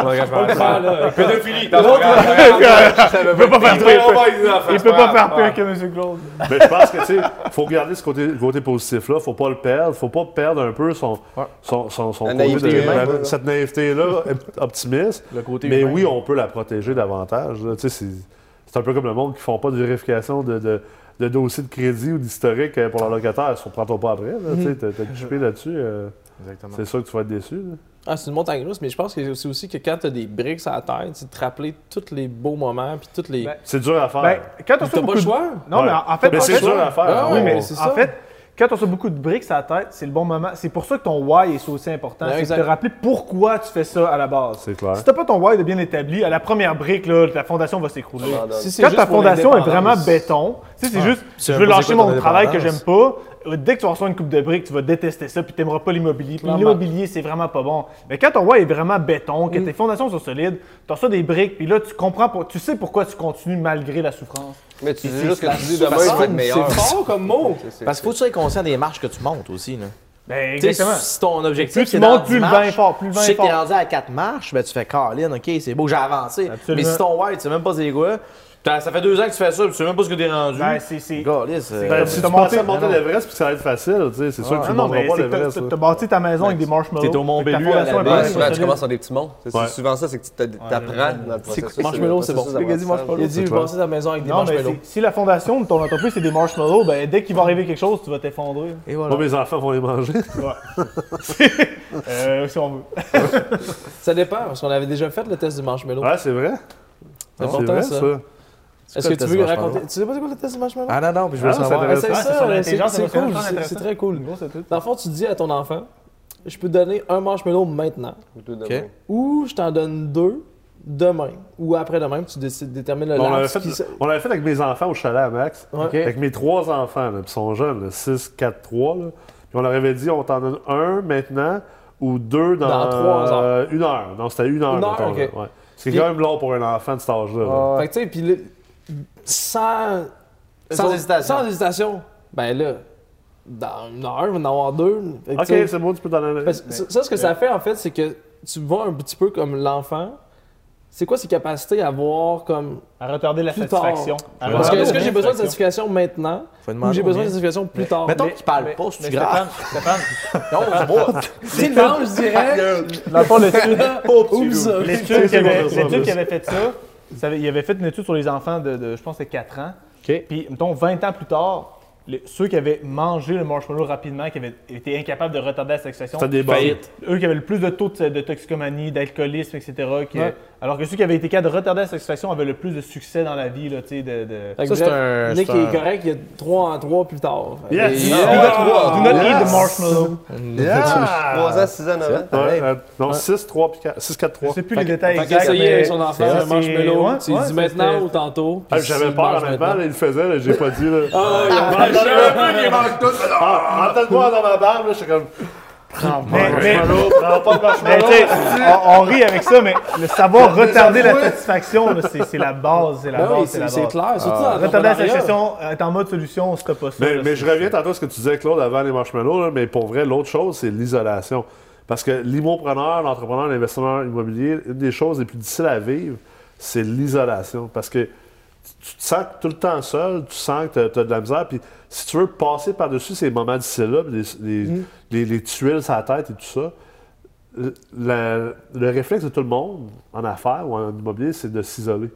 S4: On l'engage pareil.
S2: Ah, là, écoute,
S4: Pédophilie. Non, Il peut pas faire
S3: Il peut pas faire pire que M. Claude.
S1: Mais je pense que, tu sais, faut garder ce côté, côté positif-là. Faut pas le perdre. Faut pas perdre un peu son, son, son, son
S5: La
S1: côté
S5: naïveté
S1: de-
S5: humaine,
S1: la-
S5: là.
S1: cette naïveté-là optimiste.
S6: Le côté
S1: Mais
S6: humain.
S1: oui, on peut la protéger davantage. là. Tu sais, c'est- c'est un peu comme le monde qui font pas de vérification de, de, de dossier de crédit ou d'historique euh, pour leur locataire. Ils sont prends-toi pas après. là. Tu sais, t'as- t'as chipé là-dessus. euh,
S6: Exactement.
S1: c'est sûr que tu vas être déçu. là.
S2: Ah, c'est une montagne russe, mais je pense que c'est aussi que quand t'as des briques à la tête, c'est de te rappeler tous les beaux moments, puis toutes les.
S3: Ben,
S1: C'est dur à faire.
S3: Ben, quand
S2: Puis
S3: on se
S2: t'as
S3: fait
S2: pas
S3: beaucoup
S2: le
S3: de-
S2: choix.
S3: Non, mais
S1: Ouais.
S3: en- en fait,
S1: Mais
S3: en
S1: c'est
S3: fait-
S1: dur à faire.
S2: Ah,
S3: Oui, mais en
S2: c'est ça.
S3: fait, quand on se beaucoup de briques à la tête, c'est le bon moment. C'est pour ça que ton why est aussi important.
S2: Ouais,
S3: c'est de
S2: Ben, exact.
S3: te rappeler pourquoi tu fais ça à la base.
S1: C'est clair.
S3: Si t'as pas ton why de bien établi, à la première brique, là, la fondation va s'écrouler.
S2: Si c'est
S3: Quand
S2: juste
S3: ta
S2: pour
S3: fondation est
S2: l'indépendance,
S3: vraiment béton, tu sais, c'est juste, je
S6: un
S3: veux
S6: peu, c'est
S3: lâcher
S6: quoi
S3: mon
S6: ton
S3: travail que j'aime
S6: indépendance?
S3: pas. Euh, Dès que tu vas recevoir une coupe de briques, tu vas détester ça, puis t'aimeras pas l'immobilier. Puis
S2: Clairement.
S3: l'immobilier, c'est vraiment pas bon. Mais quand ton why est vraiment béton,
S2: Mm.
S3: que tes fondations sont solides, tu reçois des briques, puis là, tu comprends, pour- tu sais pourquoi tu continues malgré la souffrance.
S5: Mais tu dis
S3: c'est
S5: juste que
S3: la
S5: tu dis demain, il faut être meilleur.
S2: C'est fort comme mot.
S6: Parce qu'il faut que tu sois conscient des marches que tu montes aussi. Là.
S3: Ben,
S6: Tu sais,
S3: exactement.
S6: Si ton objectif,
S3: Plus tu
S6: c'est de
S3: montes, plus le vent est fort, plus le
S6: Tu
S3: vent
S6: sais
S3: est
S6: que t'es
S3: fort.
S6: rendu à 4 marches, ben tu fais Caroline, ok, c'est beau, j'ai avancé.
S3: Absolument.
S6: Mais si ton wire, tu sais même pas c'est quoi, t'as Putain, ça fait deux ans que tu fais ça, puis tu sais même pas ce que t'es rendu.
S3: Ben, c'est. c'est-
S6: Calisse, euh,
S1: Ben,
S3: comme
S1: si
S3: si
S1: tu
S3: t'as
S1: pensais
S3: monté-
S1: monter
S3: non, non.
S1: l'Everest puis que ça va être facile, tu sais, c'est sûr que tu
S3: Ah
S1: ne
S3: non,
S1: monteras
S3: mais
S1: pas
S3: c'est que t'as-
S1: l'Everest.
S3: t'as
S1: là.
S3: t'as bâti ta maison avec des marshmallows.
S6: T'es au
S3: Fait que
S6: Mont-Bélu
S3: ta
S6: à
S3: fondation
S6: la
S3: est bonne,
S6: base. Ouais,
S3: ça,
S6: ouais,
S3: ça
S9: tu
S3: donne-
S9: commences dans des petits monts.
S5: C'est
S1: Ouais.
S5: souvent ça, c'est que tu t'a- t'apprends dans le processus.
S9: quoi, marshmallow, c'est bon.
S5: processus
S9: Le gars dit
S5: d'apprentissage.
S9: marshmallow.
S2: Il a dit,
S1: toi.
S2: bâtir ta maison avec des
S3: Non, mais
S2: marshmallows.
S3: c'est- si la fondation de ton entreprise, c'est des marshmallows, ben, dès qu'il va arriver quelque chose, tu vas t'effondrer.
S6: Et
S1: Moi,
S6: voilà.
S1: mes enfants vont les manger.
S3: Euh, si on veut.
S2: Ça dépend, parce qu'on avait déjà fait le test du marshmallow.
S1: Ouais, c'est vrai.
S2: C'est
S1: C'est
S2: important,
S1: vrai,
S2: ça.
S1: ça.
S2: Est-ce que tu veux raconter? Tu sais pas c'est quoi le test du marshmallow?
S6: Ah non, non, puis je veux
S1: Ah, c'est
S6: savoir.
S1: vrai.
S2: Ah, c'est
S1: intéressant.
S3: Ouais, c'est
S2: ça, c'est
S3: sur l'intelligence
S2: c'est
S3: émotionnelle,
S2: cool,
S3: c'est
S2: c'est- c'est très cool.
S3: Gros, c'est tout.
S2: Dans le fond, tu dis à ton enfant, je peux te donner un marshmallow maintenant,
S5: Plutôt d'abord.
S2: ou je t'en donne deux demain, ou après-demain, puis tu décides, détermines le
S1: On l'avait
S2: laps.
S1: fait,
S2: puis ça-
S1: on l'avait fait avec mes enfants au chalet à Max.
S2: Ouais.
S1: Avec mes trois enfants, là, puis ils sont jeunes, là, 6, 4, 3. là. Puis on leur avait dit, on t'en donne un maintenant ou deux dans,
S2: Dans trois heures.
S1: euh, une heure. Non, c'était une heure.
S2: Une heure,
S1: mettons, là.
S2: ok.
S1: Ouais. C'est
S2: Puis-
S1: quand même long pour un enfant de cet âge-là. là.
S2: Fait que tu sais, puis le- sans...
S6: Sans
S2: autres-
S6: hésitation.
S2: Sans hésitation. Ben là, dans une heure, il va en avoir deux. Fait que
S1: OK,
S2: tu sais,
S1: c'est bon, tu peux t'en aller.
S2: Parce que ça, ça, ce que ça fait, en fait, c'est que tu vois un petit peu comme l'enfant. C'est quoi ses capacités à voir comme.
S3: À retarder la
S2: Plus tard.
S3: satisfaction.
S1: Ah,
S3: À
S2: Parce que
S3: retarder
S2: est-ce que
S3: la
S2: j'ai besoin de
S3: satisfaction.
S2: satisfaction maintenant
S6: Faut demander
S2: ou j'ai
S6: au
S2: besoin de
S6: mien.
S2: satisfaction plus tard?
S6: Mettons qu'il parle pas,
S3: Mais
S6: c'est grave.
S2: [laughs]
S3: Stéphane,
S6: Non, c'est pas.
S2: C'est le je dirais.
S3: Stéphane, dans
S2: [laughs]
S3: le fond, l'étude-
S2: Oublie ça.
S3: l'étude qui
S1: C'est
S3: avait,
S1: bon, ça,
S3: l'étude qui
S1: ça.
S3: avait fait ça, ça avait- il avait fait une étude sur les enfants de, de, je pense, que c'était 4 ans. Puis, mettons, 20 ans plus tard, les- ceux qui avaient mangé le marshmallow rapidement, qui avaient été incapables de retarder la satisfaction,
S1: C'était des bombes.
S3: eux qui avaient le plus de taux de, de toxicomanie, d'alcoolisme, etc. qui-
S2: Ouais.
S3: Alors que ceux qui avaient été capables de retarder la satisfaction avaient le plus de succès dans la vie, là, tu sais, de... de-
S2: Fait que
S8: Ça, c'est
S2: bref,
S8: un-
S2: Nick
S8: c'est un-
S2: est correct, il y a 3 en 3 plus tard.
S1: Yes!
S2: Et-
S1: Yeah!
S2: Ah,
S3: Do not eat the
S1: Yes!
S3: marshmallow.
S1: Yeah!
S5: 3 ans, 6 ans, 9 ans.
S1: Ouais, euh, non, 6, 3, 4, 6, 4,
S3: Je
S1: 3.
S3: sais plus les détails
S2: Fait
S3: exacts,
S2: qu'essayer
S3: mais-
S2: avec son enfant,
S3: c'est-
S2: un marshmallow,
S3: ouais,
S2: tu lui
S3: ouais,
S2: dis
S3: c'est-
S2: maintenant ou tantôt. puis
S1: Ah, J'avais
S2: s'il
S1: peur
S2: mange
S1: en même temps,
S2: maintenant-
S1: là, il le faisait, là, j'ai pas dit. Là.
S2: Ah, il a mangé.
S1: Ah, entends-moi dans ma barbe, là, je suis comme.
S3: Mais- mais-
S1: Prends pas de
S3: Mais
S1: marshmallow.
S3: tu sais, on, on rit avec ça, mais le savoir retarder la satisfaction, là, c'est c'est la base, c'est la
S2: Ben oui,
S3: base, c'est la
S2: c'est
S3: base.
S2: c'est clair,
S1: Ah.
S2: surtout dans
S3: Retarder la
S2: l'entrepreneuriat.
S3: satisfaction, euh, être en mode solution, c'est pas ça.
S1: Mais,
S3: là,
S1: mais
S3: c'est-
S1: je reviens tantôt à ce que tu disais, Claude, avant les marshmallows, là, mais pour vrai, l'autre chose, c'est l'isolation. Parce que l'immopreneur, l'entrepreneur, l'investisseur immobilier, une des choses les plus difficiles à vivre, c'est l'isolation. Parce que tu- tu te sens tout le temps seul, tu sens que tu as, de la misère. Puis si tu veux passer par-dessus ces moments difficiles-là, puis les,
S3: Mm.
S1: les- les- les tuiles sur la tête et tout ça, le- la- le réflexe de tout le monde en affaires ou en immobilier, c'est de s'isoler.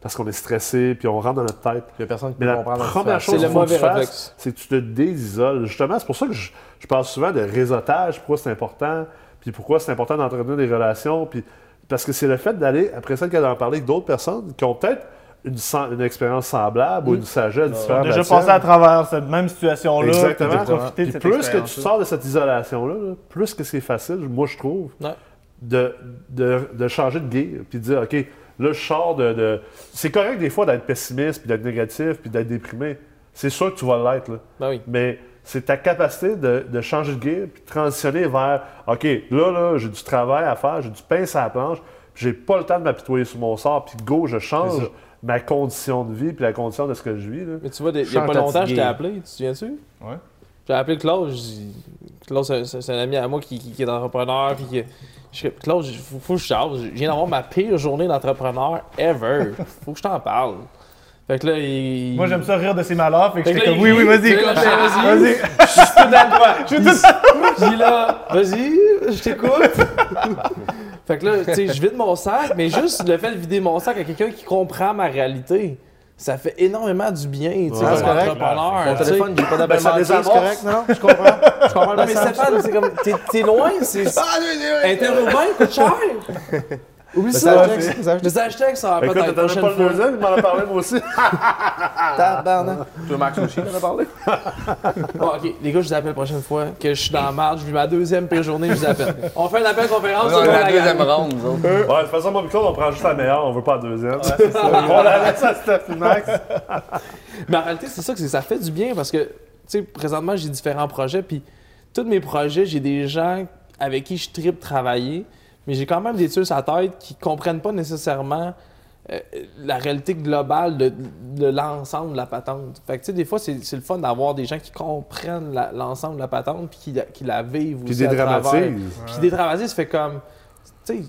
S1: Parce qu'on est stressé, puis on rentre dans notre tête.
S6: Il y a personne qui
S1: Mais
S6: peut
S1: la
S6: comprendre. notre
S1: première
S6: situation.
S1: chose
S2: C'est le
S1: qu'il faut que tu
S2: mauvais
S1: fasses,
S2: réflexe.
S1: c'est que tu te désisoles. Justement, c'est pour ça que je, je parle souvent de réseautage, pourquoi c'est important, puis pourquoi c'est important d'entretenir des relations. Puis, parce que c'est le fait d'aller, après ça, d'en parler avec d'autres personnes qui ont peut-être une, sen- une expérience semblable ou
S6: Mm.
S1: une sagesse différente. de
S3: Déjà
S1: la
S3: passé
S1: tienne.
S3: à travers cette même situation-là, puis
S1: Exactement.
S3: de profiter
S1: Puis
S3: de cette
S1: plus que tu
S3: expérience-là.
S1: sors de cette isolation-là, là, plus que c'est facile, moi je trouve,
S2: Ouais.
S1: de, de, de changer de gear, puis de dire, OK, là je sors de... de- C'est correct des fois d'être pessimiste, puis d'être négatif, puis d'être déprimé. C'est sûr que tu vas l'être, là.
S2: Ben oui.
S1: mais c'est ta capacité de, de changer de gear, puis de transitionner vers, OK, là, là j'ai du travail à faire, j'ai du pain sur la planche, puis j'ai pas le temps de m'apitoyer sur mon sort, puis go, je change ma condition de vie, puis la condition de ce que je vis. là.
S2: Mais tu vois, des- il y a pas
S6: Change ta
S2: longtemps, je
S6: petite
S2: t'ai
S6: game.
S2: appelé, tu te souviens-tu?
S3: Ouais.
S2: J'ai appelé Claude, je dis- Claude, c'est un- c'est c'est un ami à moi qui, qui- qui est entrepreneur, puis qui... Je dis, Claude, il faut, faut que je charge. Je viens d'avoir ma pire journée d'entrepreneur ever. Faut que je t'en parle. Fait que là, il...
S3: Moi,
S2: [laughs]
S3: j'aime ça rire de ses malheurs, fait que
S2: Fait que
S3: j'étais
S2: là,
S3: comme, oui, oui, vas-y,
S2: il-
S3: coach.
S2: Vas-y.
S3: vas-y.
S2: Je dis là, vas-y, je t'écoute. [laughs] fait que là, tu sais, je vide mon sac, mais juste le fait de vider mon sac à quelqu'un qui comprend ma réalité, ça fait énormément du bien, tu sais,
S1: Ouais.
S2: comme
S1: C'est correct.
S2: entrepreneur.
S6: Mon
S2: tu sais.
S6: téléphone, j'ai pas
S1: Ben,
S6: d'appel
S1: ça
S6: manqué, c'est
S1: désamorce.
S6: correct, non? Je comprends. Je comprends
S2: Non,
S6: le
S2: mais
S6: message.
S2: Stéphane, c'est comme, t'es, t'es loin, c'est. Interurbain coûte cher. Oublie ça.
S6: Message texte, message
S2: Les hashtags, ça va
S1: Écoute,
S2: peut-être la
S1: t'attendais
S2: prochaine
S1: pas le
S2: fois.
S1: deuxième, il m'en a parlé moi aussi.
S6: Tabarnak. Tu veux
S2: [laughs]
S6: Max aussi, t'en as parlé?
S2: Bon, ok, les gars, je vous appelle la prochaine fois que je suis dans la marge, vu ma deuxième pire journée, je vous appelle. On fait un appel conférence,
S9: On
S2: on
S9: est
S2: la
S9: la deuxième
S2: gagne.
S9: ronde, nous autres.
S1: Ouais, de toute façon, moi, Claude, on prend juste la meilleure, on veut pas la deuxième. [laughs] on la laisse à Steph Max.
S2: Mais en réalité, c'est ça que c'est- ça fait du bien parce que, tu sais, présentement, j'ai différents projets, puis tous mes projets, j'ai des gens avec qui je tripe travailler, mais j'ai quand même des tueurs à tête qui comprennent pas nécessairement euh, la réalité globale de, de l'ensemble de la patente. Fait que, tu sais, des fois, c'est c'est le fun d'avoir des gens qui comprennent la- l'ensemble de la patente puis qui, la- qui la vivent
S1: Puis
S2: aussi à travers.
S1: dédramatise.
S2: Puis dédramatiser, ça fait comme, tu sais,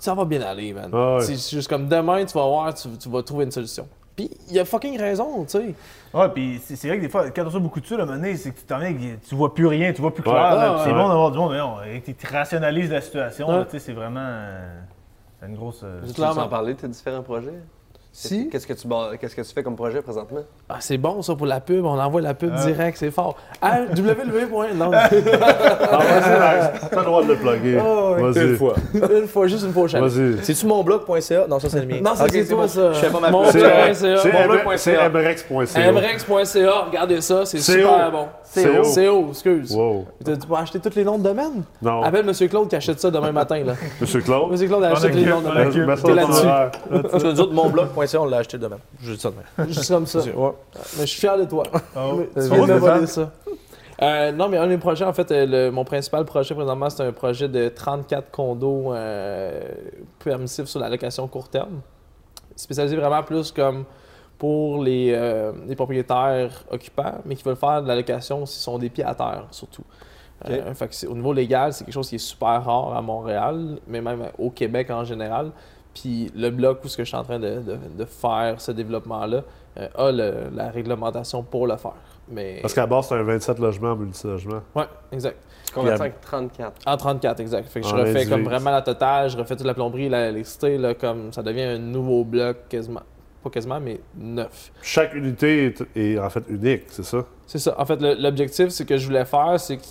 S2: ça va bien aller, man.
S1: Ah ouais.
S2: C'est c'est juste comme demain, tu vas voir, tu, tu vas trouver une solution. Puis il a fucking raison, tu sais.
S3: Ouais, puis c'est c'est vrai que des fois, quand on reçoit beaucoup de ça, le monnaie, c'est que tu t'en viens, avec- tu vois plus rien, tu vois plus clair.
S1: Ouais.
S3: là, puis
S1: Ouais,
S3: c'est
S1: ouais.
S3: bon d'avoir du monde, mais non, et que tu rationalises la situation, là,
S2: Ouais.
S3: tu sais, c'est vraiment. euh, C'est une grosse. euh,
S5: Tu veux en parler de tes différents projets?
S2: Si.
S5: Qu'est-ce que tu bar- qu'est-ce que tu fais comme projet présentement?
S2: Ah, c'est bon ça pour la pub, on envoie la pub direct, c'est fort. Ah,
S1: [laughs]
S2: www. Non,
S1: Ah, vas-y, Max, t'as le droit de le plugger.
S2: Ah, ouais.
S1: Vas-y.
S2: une fois, juste une fois au chalet.
S1: Vas-y.
S8: C'est-tu monblog.ca? Non, ça, c'est le mien.
S2: Non, ça, c'est toi ça.
S5: Je fais pas ma
S2: Mon
S5: pub.
S1: C'est
S2: chalet,
S1: euh, c'est
S2: c'est ça. Mon
S1: Ebrex-
S2: blog.ca.
S1: c'est ebrex.ca.
S2: Mbrex.ca, regardez ça, c'est
S1: CO.
S2: super bon.
S1: CO.
S2: CO, excuse.
S1: Wow.
S2: Tu tu peux acheter tous les noms de domaine?
S1: Non.
S2: Appelle Monsieur Claude qui achète ça demain matin.
S1: [laughs]
S2: là.
S1: Monsieur Claude.
S2: Monsieur Claude achète les
S3: occupe,
S2: noms de
S3: on
S2: domaine.
S1: mets- mets ça
S2: T'es
S1: dans ton
S2: là-dessus.
S1: horaire.
S8: Parce que nous autres, monblog.ca, on l'a acheté demain. Je dis ça demain.
S2: Juste comme ça.
S8: Ouais.
S2: Mais je suis fier de toi.
S3: Oh.
S2: Mais Tu viens de me voler ça. Euh, non, mais un des projets, en fait, euh, le- mon principal projet présentement, c'est un projet de 34 condos euh, permissifs sur la location court terme, spécialisé vraiment plus comme pour les, euh, les propriétaires occupants, mais qui veulent faire de la location s'ils sont des pieds à terre, surtout. Euh, fait que c'est- au niveau légal, c'est quelque chose qui est super rare à Montréal, mais même au Québec en général. Puis le bloc où ce que je suis en train de, de- de faire ce développement-là euh, a le- la réglementation pour le faire. Mais...
S1: Parce qu'à la base, c'est un 27 logements multilogement.
S2: Ouais, exact.
S5: Tu convertis avec 34.
S2: En 34, exact. Fait que je
S1: En
S2: refais
S1: individu.
S2: comme vraiment la totale, je refais toute la plomberie, la- l'électricité, là, comme ça devient un nouveau bloc quasiment. Pas quasiment, mais neuf.
S1: Chaque unité est, est en fait unique, c'est ça?
S2: C'est ça. En fait, le- l'objectif, c'est que je voulais faire, c'est que.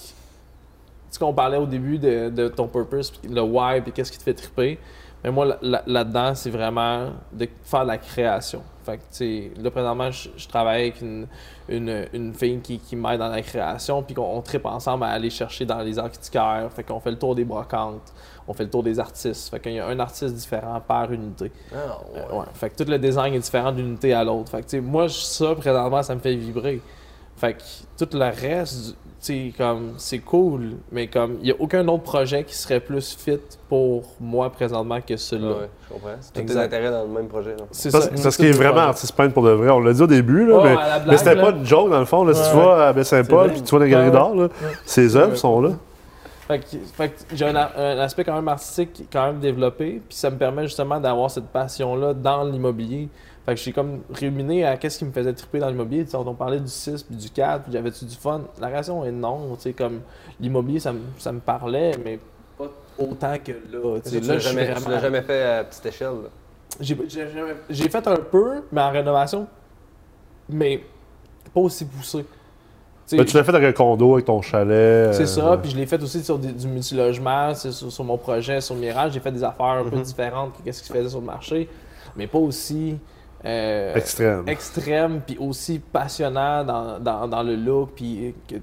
S2: Ce qu'on parlait au début de, de ton purpose, puis le why, puis qu'est-ce qui te fait triper. Mais moi, là- là- là-dedans, c'est vraiment de faire de la création. Fait que, tu sais, là, présentement, je, je travaille avec une, une, une fille qui, qui m'aide dans la création, puis qu'on on tripe ensemble à aller chercher dans les antiquaires. Fait qu'on fait le tour des brocantes, on fait le tour des artistes. Fait qu'il y a un artiste différent par unité.
S5: Ah,
S2: Euh, ouais. Fait que tout le design est différent d'une unité à l'autre. Fait que, tu sais, moi, je- ça, présentement, ça me fait vibrer. Fait que tout le reste, du- tu sais, comme, c'est cool, mais comme, il n'y a aucun autre projet qui serait plus fit pour moi présentement que celui-là.
S5: Ouais, je comprends. C'est tous tes
S2: Exact.
S5: intérêts dans le même projet. là.
S2: C'est
S1: Parce, parce qu'il est vraiment artiste peintre pour de vrai. On l'a dit au début, là,
S2: Ouais,
S1: mais,
S2: Oh, à la blague,
S1: mais c'était
S2: là.
S1: pas une joke dans le fond. Là, si
S2: Ouais,
S1: tu vas à Baie-Saint-Paul puis tu vois des galeries
S2: Ouais,
S1: d'art, là, ses œuvres sont là.
S2: Fait que, fait que j'ai un, a- un aspect quand même artistique qui est quand même développé, puis ça me permet justement d'avoir cette passion-là dans l'immobilier. Fait que j'ai comme ruminé à qu'est-ce qui me faisait triper dans l'immobilier. Tu sais, on parlait du 6 puis du 4, puis j'avais-tu du fun? La réaction est non, tu sais, comme l'immobilier, ça, me- ça me parlait, mais pas autant que là. tu sais.
S5: Ça, tu
S2: là,
S5: l'as
S2: je suis
S5: jamais, tu l'as
S2: vraiment-
S5: jamais fait à petite échelle. là.
S2: j'ai j'ai- j'ai- j'ai fait un peu, mais en rénovation, mais pas aussi poussé. Tu sais,
S1: Mais Ben, tu l'as fait avec un condo, avec ton chalet.
S2: c'est
S1: euh,
S2: ça, puis je l'ai fait aussi sur des- du multilogement, c'est sur, sur mon projet, sur Mirage. J'ai fait des affaires un
S1: Mhm.
S2: peu différentes que ce qui se faisait sur le marché, mais pas aussi euh,
S1: Extrême.
S2: extrême, puis aussi passionnant dans, dans- dans le look, puis que-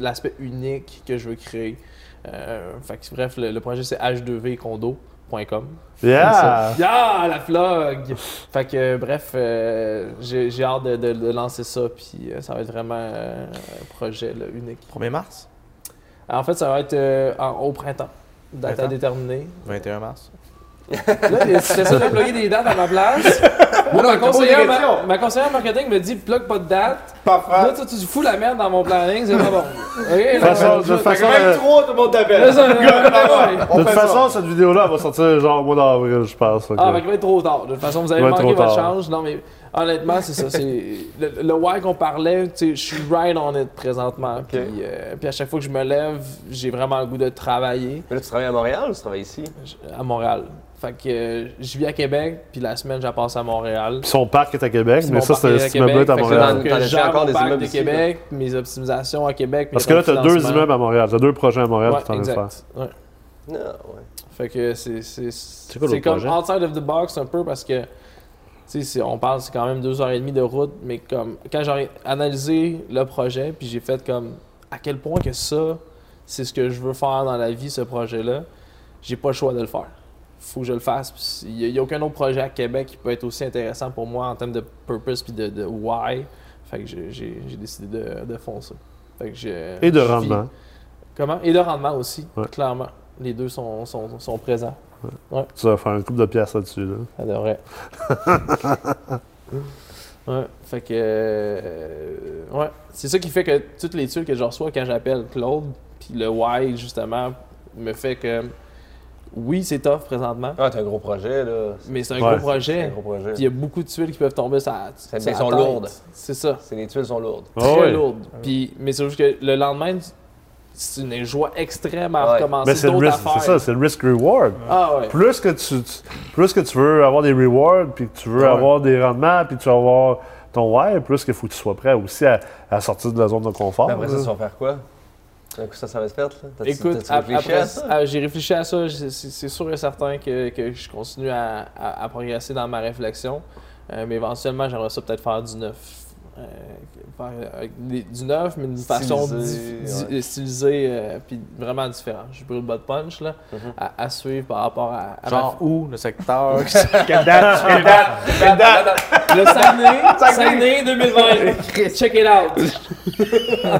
S2: l'aspect unique que je veux créer. Euh, fait que, bref, le, le projet c'est h2vcondo.com.
S1: Yeah!
S2: Yeah, la vlog! Fait que, euh, bref, euh, j'ai j'ai hâte de, de- de lancer ça, puis euh, ça va être vraiment euh, un projet là, unique.
S8: 1er mars?
S2: En fait, ça va être euh, en- au printemps. Date à
S8: Printemps.
S2: déterminer.
S8: 21 mars.
S2: Là, c'est ça de plugger des dates à ma place. Moi, ma, conseillère, ma, ma conseillère marketing me dit plug pas de date. Là, toi, tu fous la merde dans mon planning, c'est pas bon. Ok, là,
S1: Façon- de
S2: là,
S1: façon,
S4: Même
S1: euh,
S4: trois, tout le monde
S2: là,
S4: t'appelle.
S2: ça, euh,
S1: de toute façon, cette vidéo-là elle va sortir genre au mois d'avril, je pense. ok.
S2: Ah, fait qu'il va être trop tard. De toute façon, vous avez
S1: Il va être
S2: manqué
S1: trop
S2: votre
S1: tard.
S2: change. Non, mais honnêtement, c'est ça. C'est le, le why qu'on parlait, tu sais, je suis right on it présentement. Puis, euh, puis à chaque fois que je me lève, j'ai vraiment le goût de travailler
S5: Mais là, tu travailles à Montréal ou tu travailles ici?
S2: à Montréal. Fait que euh, je vis à Québec, puis la semaine, je la passe à Montréal.
S1: Puis son parc est à Québec,
S2: Puis
S1: mais
S2: mon
S1: ça,
S2: parking
S1: c'est
S2: à
S1: cet immeuble est à
S2: Québec. Fait que là,
S1: Montréal.
S5: Montréal.
S2: donc,
S5: T'en as-tu
S2: je gère
S5: encore
S2: mon
S5: des
S2: parc
S5: immeubles
S2: de
S5: ici,
S2: Québec, mes optimisations à Québec. mes
S1: Parce que là, tu as deux
S2: refinancements.
S1: immeubles à Montréal. Tu as deux projets à Montréal que tu
S2: Ouais,
S1: en train de faire.
S2: exact. Ouais.
S5: Non, ouais.
S2: Fait que c'est c'est c'est
S1: quoi l'autre
S2: comme
S1: projet?
S2: outside of the box un peu parce que tu sais c'est- on parle c'est quand même deux heures et demie de route mais comme quand j'ai analysé le projet puis j'ai fait comme à quel point que ça c'est ce que je veux faire dans la vie ce projet là j'ai pas le choix de le faire faut que je le fasse Puis il n'y a, aucun autre projet à Québec qui peut être aussi intéressant pour moi en termes de purpose puis de, de why fait que j'ai- j'ai j'ai décidé de, de foncer fait que j'ai-
S1: Et de
S2: je vis-
S1: rendement.
S2: Comment? Et le rendement aussi,
S1: Ouais.
S2: clairement. Les deux sont, sont, sont présents.
S1: Tu vas faire un couple de pièces là-dessus. Là. [laughs]
S2: Ça devrait. ouais, fait que. euh, ouais, c'est ça qui fait que toutes les tuiles que je reçois quand j'appelle Claude, puis le why, justement, me fait que. oui, c'est tough présentement,
S5: Ah, t'as un gros projet, là.
S2: mais c'est un
S1: Ouais,
S2: gros
S5: C'est un
S2: projet.
S5: gros projet.
S2: Puis il y a beaucoup de tuiles qui peuvent tomber sur la- sur
S5: des
S2: la
S5: sont
S2: tête.
S5: lourdes.
S2: C'est ça.
S5: C'est- Les tuiles sont lourdes.
S1: Ah
S2: Très
S1: ouais.
S2: lourdes. Puis, mais c'est juste que le lendemain, c'est une joie extrême à
S5: Ouais.
S1: Mais
S2: recommencer
S1: c'est le
S2: d'autres
S1: risque,
S2: affaires.
S1: c'est ça, c'est le risk-reward.
S2: Ah ouais.
S1: Plus que tu, tu- plus que tu veux avoir des rewards, puis que tu
S2: Ah
S1: veux avoir des rendements, puis tu veux avoir ton wire, plus qu'il faut que tu sois prêt aussi à, à sortir de la zone de confort.
S2: Oh,
S5: Mais après ça,
S1: là.
S5: tu vas faire quoi? D'un coup, ça, ça va se perdre, là? T'as-tu-
S2: euh. Écoute,
S5: t'as-tu
S2: ap-
S5: réfléchi
S2: après,
S5: à ça?
S2: ah, j'ai réfléchi à ça. J'ai- C'est c'est sûr et certain que, que je continue à, à- à progresser dans ma réflexion. Euh, mais éventuellement, j'aimerais ça peut-être faire du neuf. Euh, faire, euh, des- du neuf, mais d'une façon
S5: Stylisé,
S2: dif- di-
S5: ouais.
S2: stylisée, euh, puis vraiment différente. J'ai pris le bas de punch là,
S5: Mm-hmm.
S2: à, à suivre par rapport à. à ma- [laughs]
S6: Genre où, le secteur?
S3: Quelle date? Quelle date? Quelle date?
S2: Le
S5: [laughs]
S2: Saguenay, Saguenay 2020. Check it out. [laughs]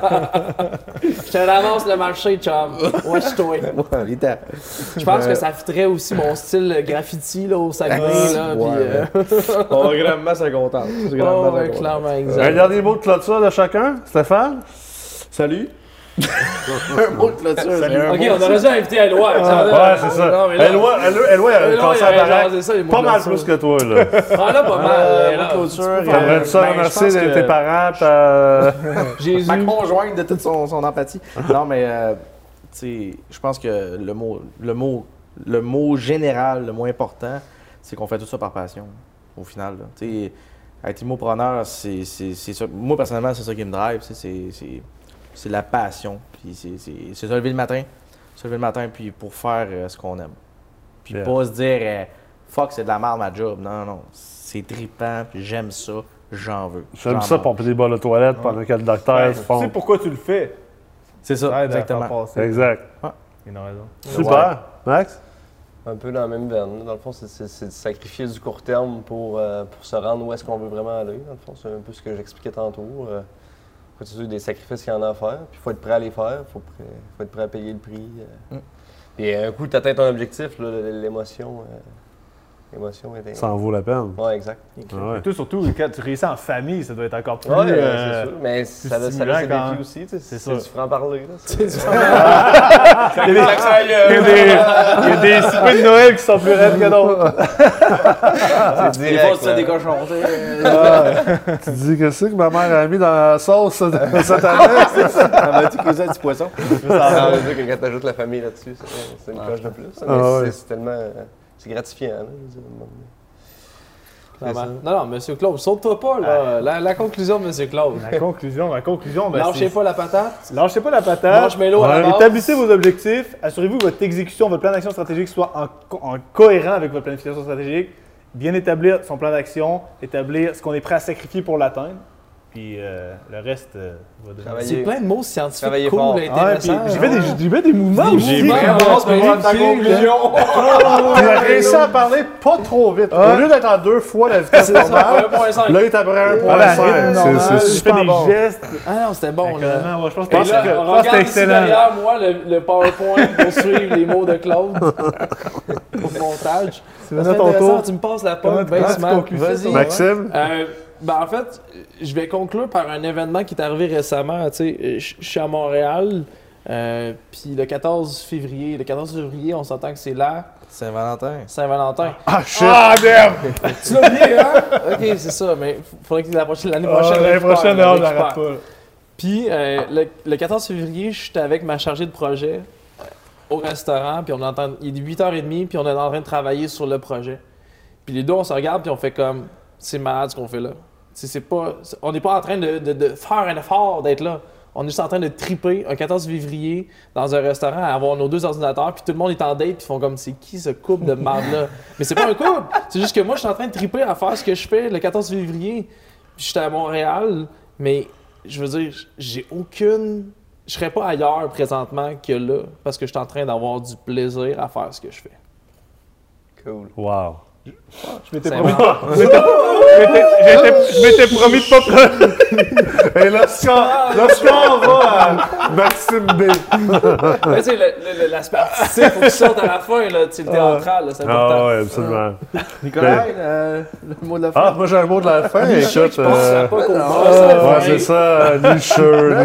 S2: je te ramasse le marché,
S5: [laughs]
S2: chum. Wesh-toi.
S8: Ouais, il était-
S2: Je pense que ça fitterait aussi mon style graffiti là, au Saguenay. Là, puis, euh,
S6: On va grandement se contente.
S2: oh, ouais, clairement,
S1: Un
S2: exact.
S1: dernier Euh, mot de clôture de chacun, Stéphane?
S6: Salut.
S4: Un mot de clôture. mais un
S2: Ok,
S4: mot.
S2: on aurait dû inviter Eloi. ça va,
S1: Ah, ouais, c'est
S2: Euh, Non,
S1: ça.
S2: mais là-
S1: Eloi, Eloi, Eloi,
S2: Eloi,
S1: elle
S2: il
S1: pensait à
S2: aurait
S1: Barack.
S2: jasé ça, les mots
S1: Pas
S2: de
S1: mal
S2: clôture.
S1: plus que toi, là.
S2: Ah là, pas
S4: Euh,
S2: mal.
S4: mot de
S2: là.
S4: clôture.
S1: J'aimerais
S4: euh,
S1: ça
S6: ben, je
S1: remercier
S6: pense
S1: de-
S6: que-
S1: tes parents. puis, euh,
S2: Jésus.
S6: Ma conjointe de toute son, son empathie. Non, mais euh, tu sais, je pense que le mot, le mot, le mot général, le mot important, c'est qu'on fait tout ça par passion. Au final, là. tu sais, être immopreneur, c'est c'est- c'est ça. Moi personnellement, c'est ça qui me drive. tu sais, C'est c'est- c'est la passion. Puis c'est- c'est c'est se lever le matin, se lever le matin, puis pour faire euh, ce qu'on aime. Puis
S1: Yeah.
S6: pas se dire euh, fuck, c'est de la merde ma job. Non, non, non. C'est trippant. puis J'aime ça. J'en veux.
S1: J'aime
S6: j'en
S1: ça
S6: mange.
S1: pomper des balles aux toilettes pendant que le docteur
S3: Tu
S1: fond.
S3: sais pourquoi tu le fais?
S6: C'est
S3: Ça
S6: ça,
S3: aide à faire
S6: exactement.
S3: passer.
S1: Exact.
S3: Il a raison.
S1: Super. Max?
S5: Un peu dans la même veine. là. Dans le fond, c'est- c'est c'est de sacrifier du court terme pour, euh, pour se rendre où est-ce qu'on veut vraiment aller. Dans le fond, c'est un peu ce que j'expliquais tantôt. Euh, faut toujours des sacrifices qu'il y en a à faire. Puis faut être prêt à les faire. Faut, pr- faut être prêt à payer le prix. euh. Puis un coup, t'atteins ton objectif, là, l- l'émotion. euh, l'émotion est.
S1: Ça en vaut la peine.
S5: Ouais, exact.
S1: Ah ouais.
S3: Et toi, surtout, quand tu réussis en famille, ça doit être encore plus.
S5: Ouais,
S3: euh,
S5: c'est sûr. Mais ça, a- ça
S3: stimulant
S5: laisse des
S3: quand-
S5: défis aussi. tu sais.
S3: C'est
S5: C'est
S3: ça.
S5: du franc-parler. là. C'est-
S3: Il [laughs] y
S5: [laughs]
S3: a des, il
S1: [laughs]
S3: y a des, il y a des soupers de Noël qui sont plus raides que d'autres.
S4: Des fois,
S5: C'est direct.
S4: tu fais
S5: là.
S4: des cochons. tu sais.
S1: [laughs] Ah Tu dis que c'est que ma mère a mis dans la sauce de- cette année?
S5: Ah, [laughs] Ça veut dire que quand t'ajoutes la famille là-dessus, c'est- c'est une coche de plus. Mais
S1: Ah,
S5: c'est-
S1: ouais.
S5: c'est tellement. euh, C'est gratifiant. là, je veux dire, à un moment donné.
S2: Clairement. Non, non, monsieur Claude, saute-toi pas. Là. La, la conclusion, monsieur Claude.
S3: La conclusion, la conclusion, ben,
S2: Lâchez
S3: c'est-
S2: pas la patate.
S3: Lâchez pas la patate. Euh,
S2: Mange mélo à la base.
S3: Établissez vos objectifs. Assurez-vous que votre exécution, votre plan d'action stratégique soit en, co- en cohérent avec votre planification stratégique. Bien établir son plan d'action, établir ce qu'on est prêt à sacrifier pour l'atteindre. Puis euh, le reste euh, va
S2: C'est
S3: devenir.
S5: Travailler.
S2: plein de mots scientifiques
S5: Travaillez
S2: cool,
S5: fort.
S3: Ouais, puis
S2: intéressants.
S3: j'ai fait des, j'ai fait des mouvements
S2: Des
S3: aussi.
S2: mouvements,
S3: Vraiment,
S2: on se
S3: vraiment,
S2: fait
S3: vraiment,
S2: des pieds,
S3: vraiment.
S1: Il a réussi à parler pas trop vite. Au lieu d'être à deux fois la vitesse normale, là, il est à
S3: Ah,
S1: Ah,
S3: ben,
S1: 1.5.
S3: Normal,
S1: C'est- C'est
S3: Je fais
S1: super
S3: des
S1: bon.
S3: gestes. euh,
S2: Ah non, c'était bon. Là.
S3: Vraiment, ouais, je pense
S2: Et là,
S3: je pense que- je pense que
S2: regarde
S3: c'était
S2: ici
S3: excellent.
S2: derrière moi le, le PowerPoint pour suivre les mots de
S3: [laughs]
S2: Claude pour le montage.
S3: C'est
S2: Ça serait
S3: maintenant ton
S2: intéressant,
S3: tour.
S2: Tu me passes la
S3: Comment
S2: pomme,
S3: tu comment tu
S2: Baseman.
S3: conclus ça, toi?
S1: Maxime?
S2: Euh, ben, en fait, je vais conclure par un événement qui est arrivé récemment. Tu sais, euh, je je suis à Montréal, euh, puis le 14 février. Le 14 février, on s'entend que c'est là,
S6: Saint-Valentin.
S2: Saint-Valentin.
S1: Ah, shit!
S2: Tu l'as oublié, hein? ok, c'est ça, mais f- faudrait que la prochaine- l'année
S3: Ah,
S2: prochaine.
S3: L'année
S2: récupère,
S3: prochaine, non, on
S2: récupère.
S3: n'arrête pas. là.
S2: Puis euh, le, le 14 février, j'étais avec ma chargée de projet euh, au restaurant, puis on entend, il est 8h30, puis on est en train de travailler sur le projet. Puis les deux, on se regarde, puis on fait comme, c'est malade ce qu'on fait là. C'est, c'est pas, c'est- on n'est pas en train de, de- de faire un effort d'être là. On est juste en train de triper un 14 février dans un restaurant à avoir nos deux ordinateurs, puis tout le monde est en date, puis ils font comme, c'est qui ce couple de marde là? Mais c'est pas un couple! C'est juste que moi, je suis en train de triper à faire ce que je fais le 14 février. Puis j'étais à Montréal, mais je veux dire, j'ai aucune. Je serais pas ailleurs présentement que là, parce que je suis en train d'avoir du plaisir à faire ce que je fais.
S5: Cool.
S1: Wow.
S3: Je m'étais promis de pas. je m'étais- je m'étais- je m'étais- Je m'étais promis de pas
S1: [laughs]
S3: prendre.
S1: Et lorsqu'on lorsqu'on va à Maxime B.
S2: [laughs] Mais tu sais, le- le- le- l'aspect artistique, faut que tu sortes à la fin, là, tu sais, le théâtral, là, c'est
S1: Ah
S2: important.
S1: ouais, absolument.
S4: Nicolas,
S1: Ben-
S4: euh, le mot de la fin.
S1: Ah, moi j'ai un mot de la fin, écoute.
S2: Je pense que ça
S1: euh,
S2: a pas compris.
S1: Ouais, c'est ça, nicheux,
S4: Non, non,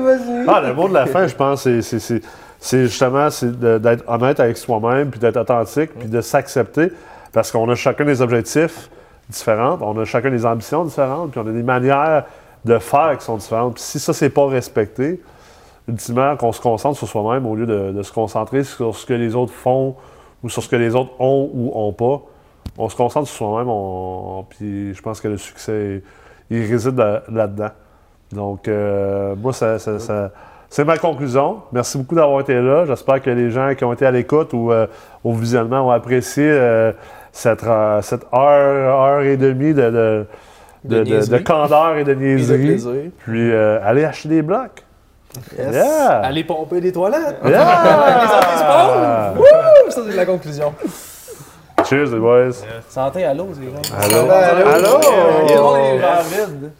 S4: vas-y, vas-y.
S1: Ah, le mot de la fin, je pense, c'est- c'est- c'est c'est justement c'est de- d'être honnête avec soi-même, puis d'être authentique, puis de s'accepter, parce qu'on a chacun des objectifs différents, on a chacun des ambitions différentes, puis on a des manières de faire qui sont différentes. Puis si ça, c'est pas respecté, ultimement, qu'on se concentre sur soi-même au lieu de, de se concentrer sur ce que les autres font ou sur ce que les autres ont ou ont pas. On se concentre sur soi-même, on, on- puis je pense que le succès, il réside là- là-dedans. Donc, euh, moi, ça, ça- ça- c'est ma conclusion. Merci beaucoup d'avoir été là. J'espère que les gens qui ont été à l'écoute ou euh, au visionnement ont apprécié euh, cette, euh, cette heure, heure et demie de, de, de- de- de
S2: niaiserie.
S1: candeur et de niaiserie.
S2: plaisir.
S1: Puis, euh, allez acheter des blocs.
S6: Yes.
S1: Yeah!
S4: Allez pomper des toilettes.
S1: Yeah!
S2: Wouh! Ça, c'est la conclusion.
S1: Cheers, les boys.
S2: Santé à l'eau, les gars.
S1: Allô? Allô?
S2: Oh! Tout le monde est vers vide.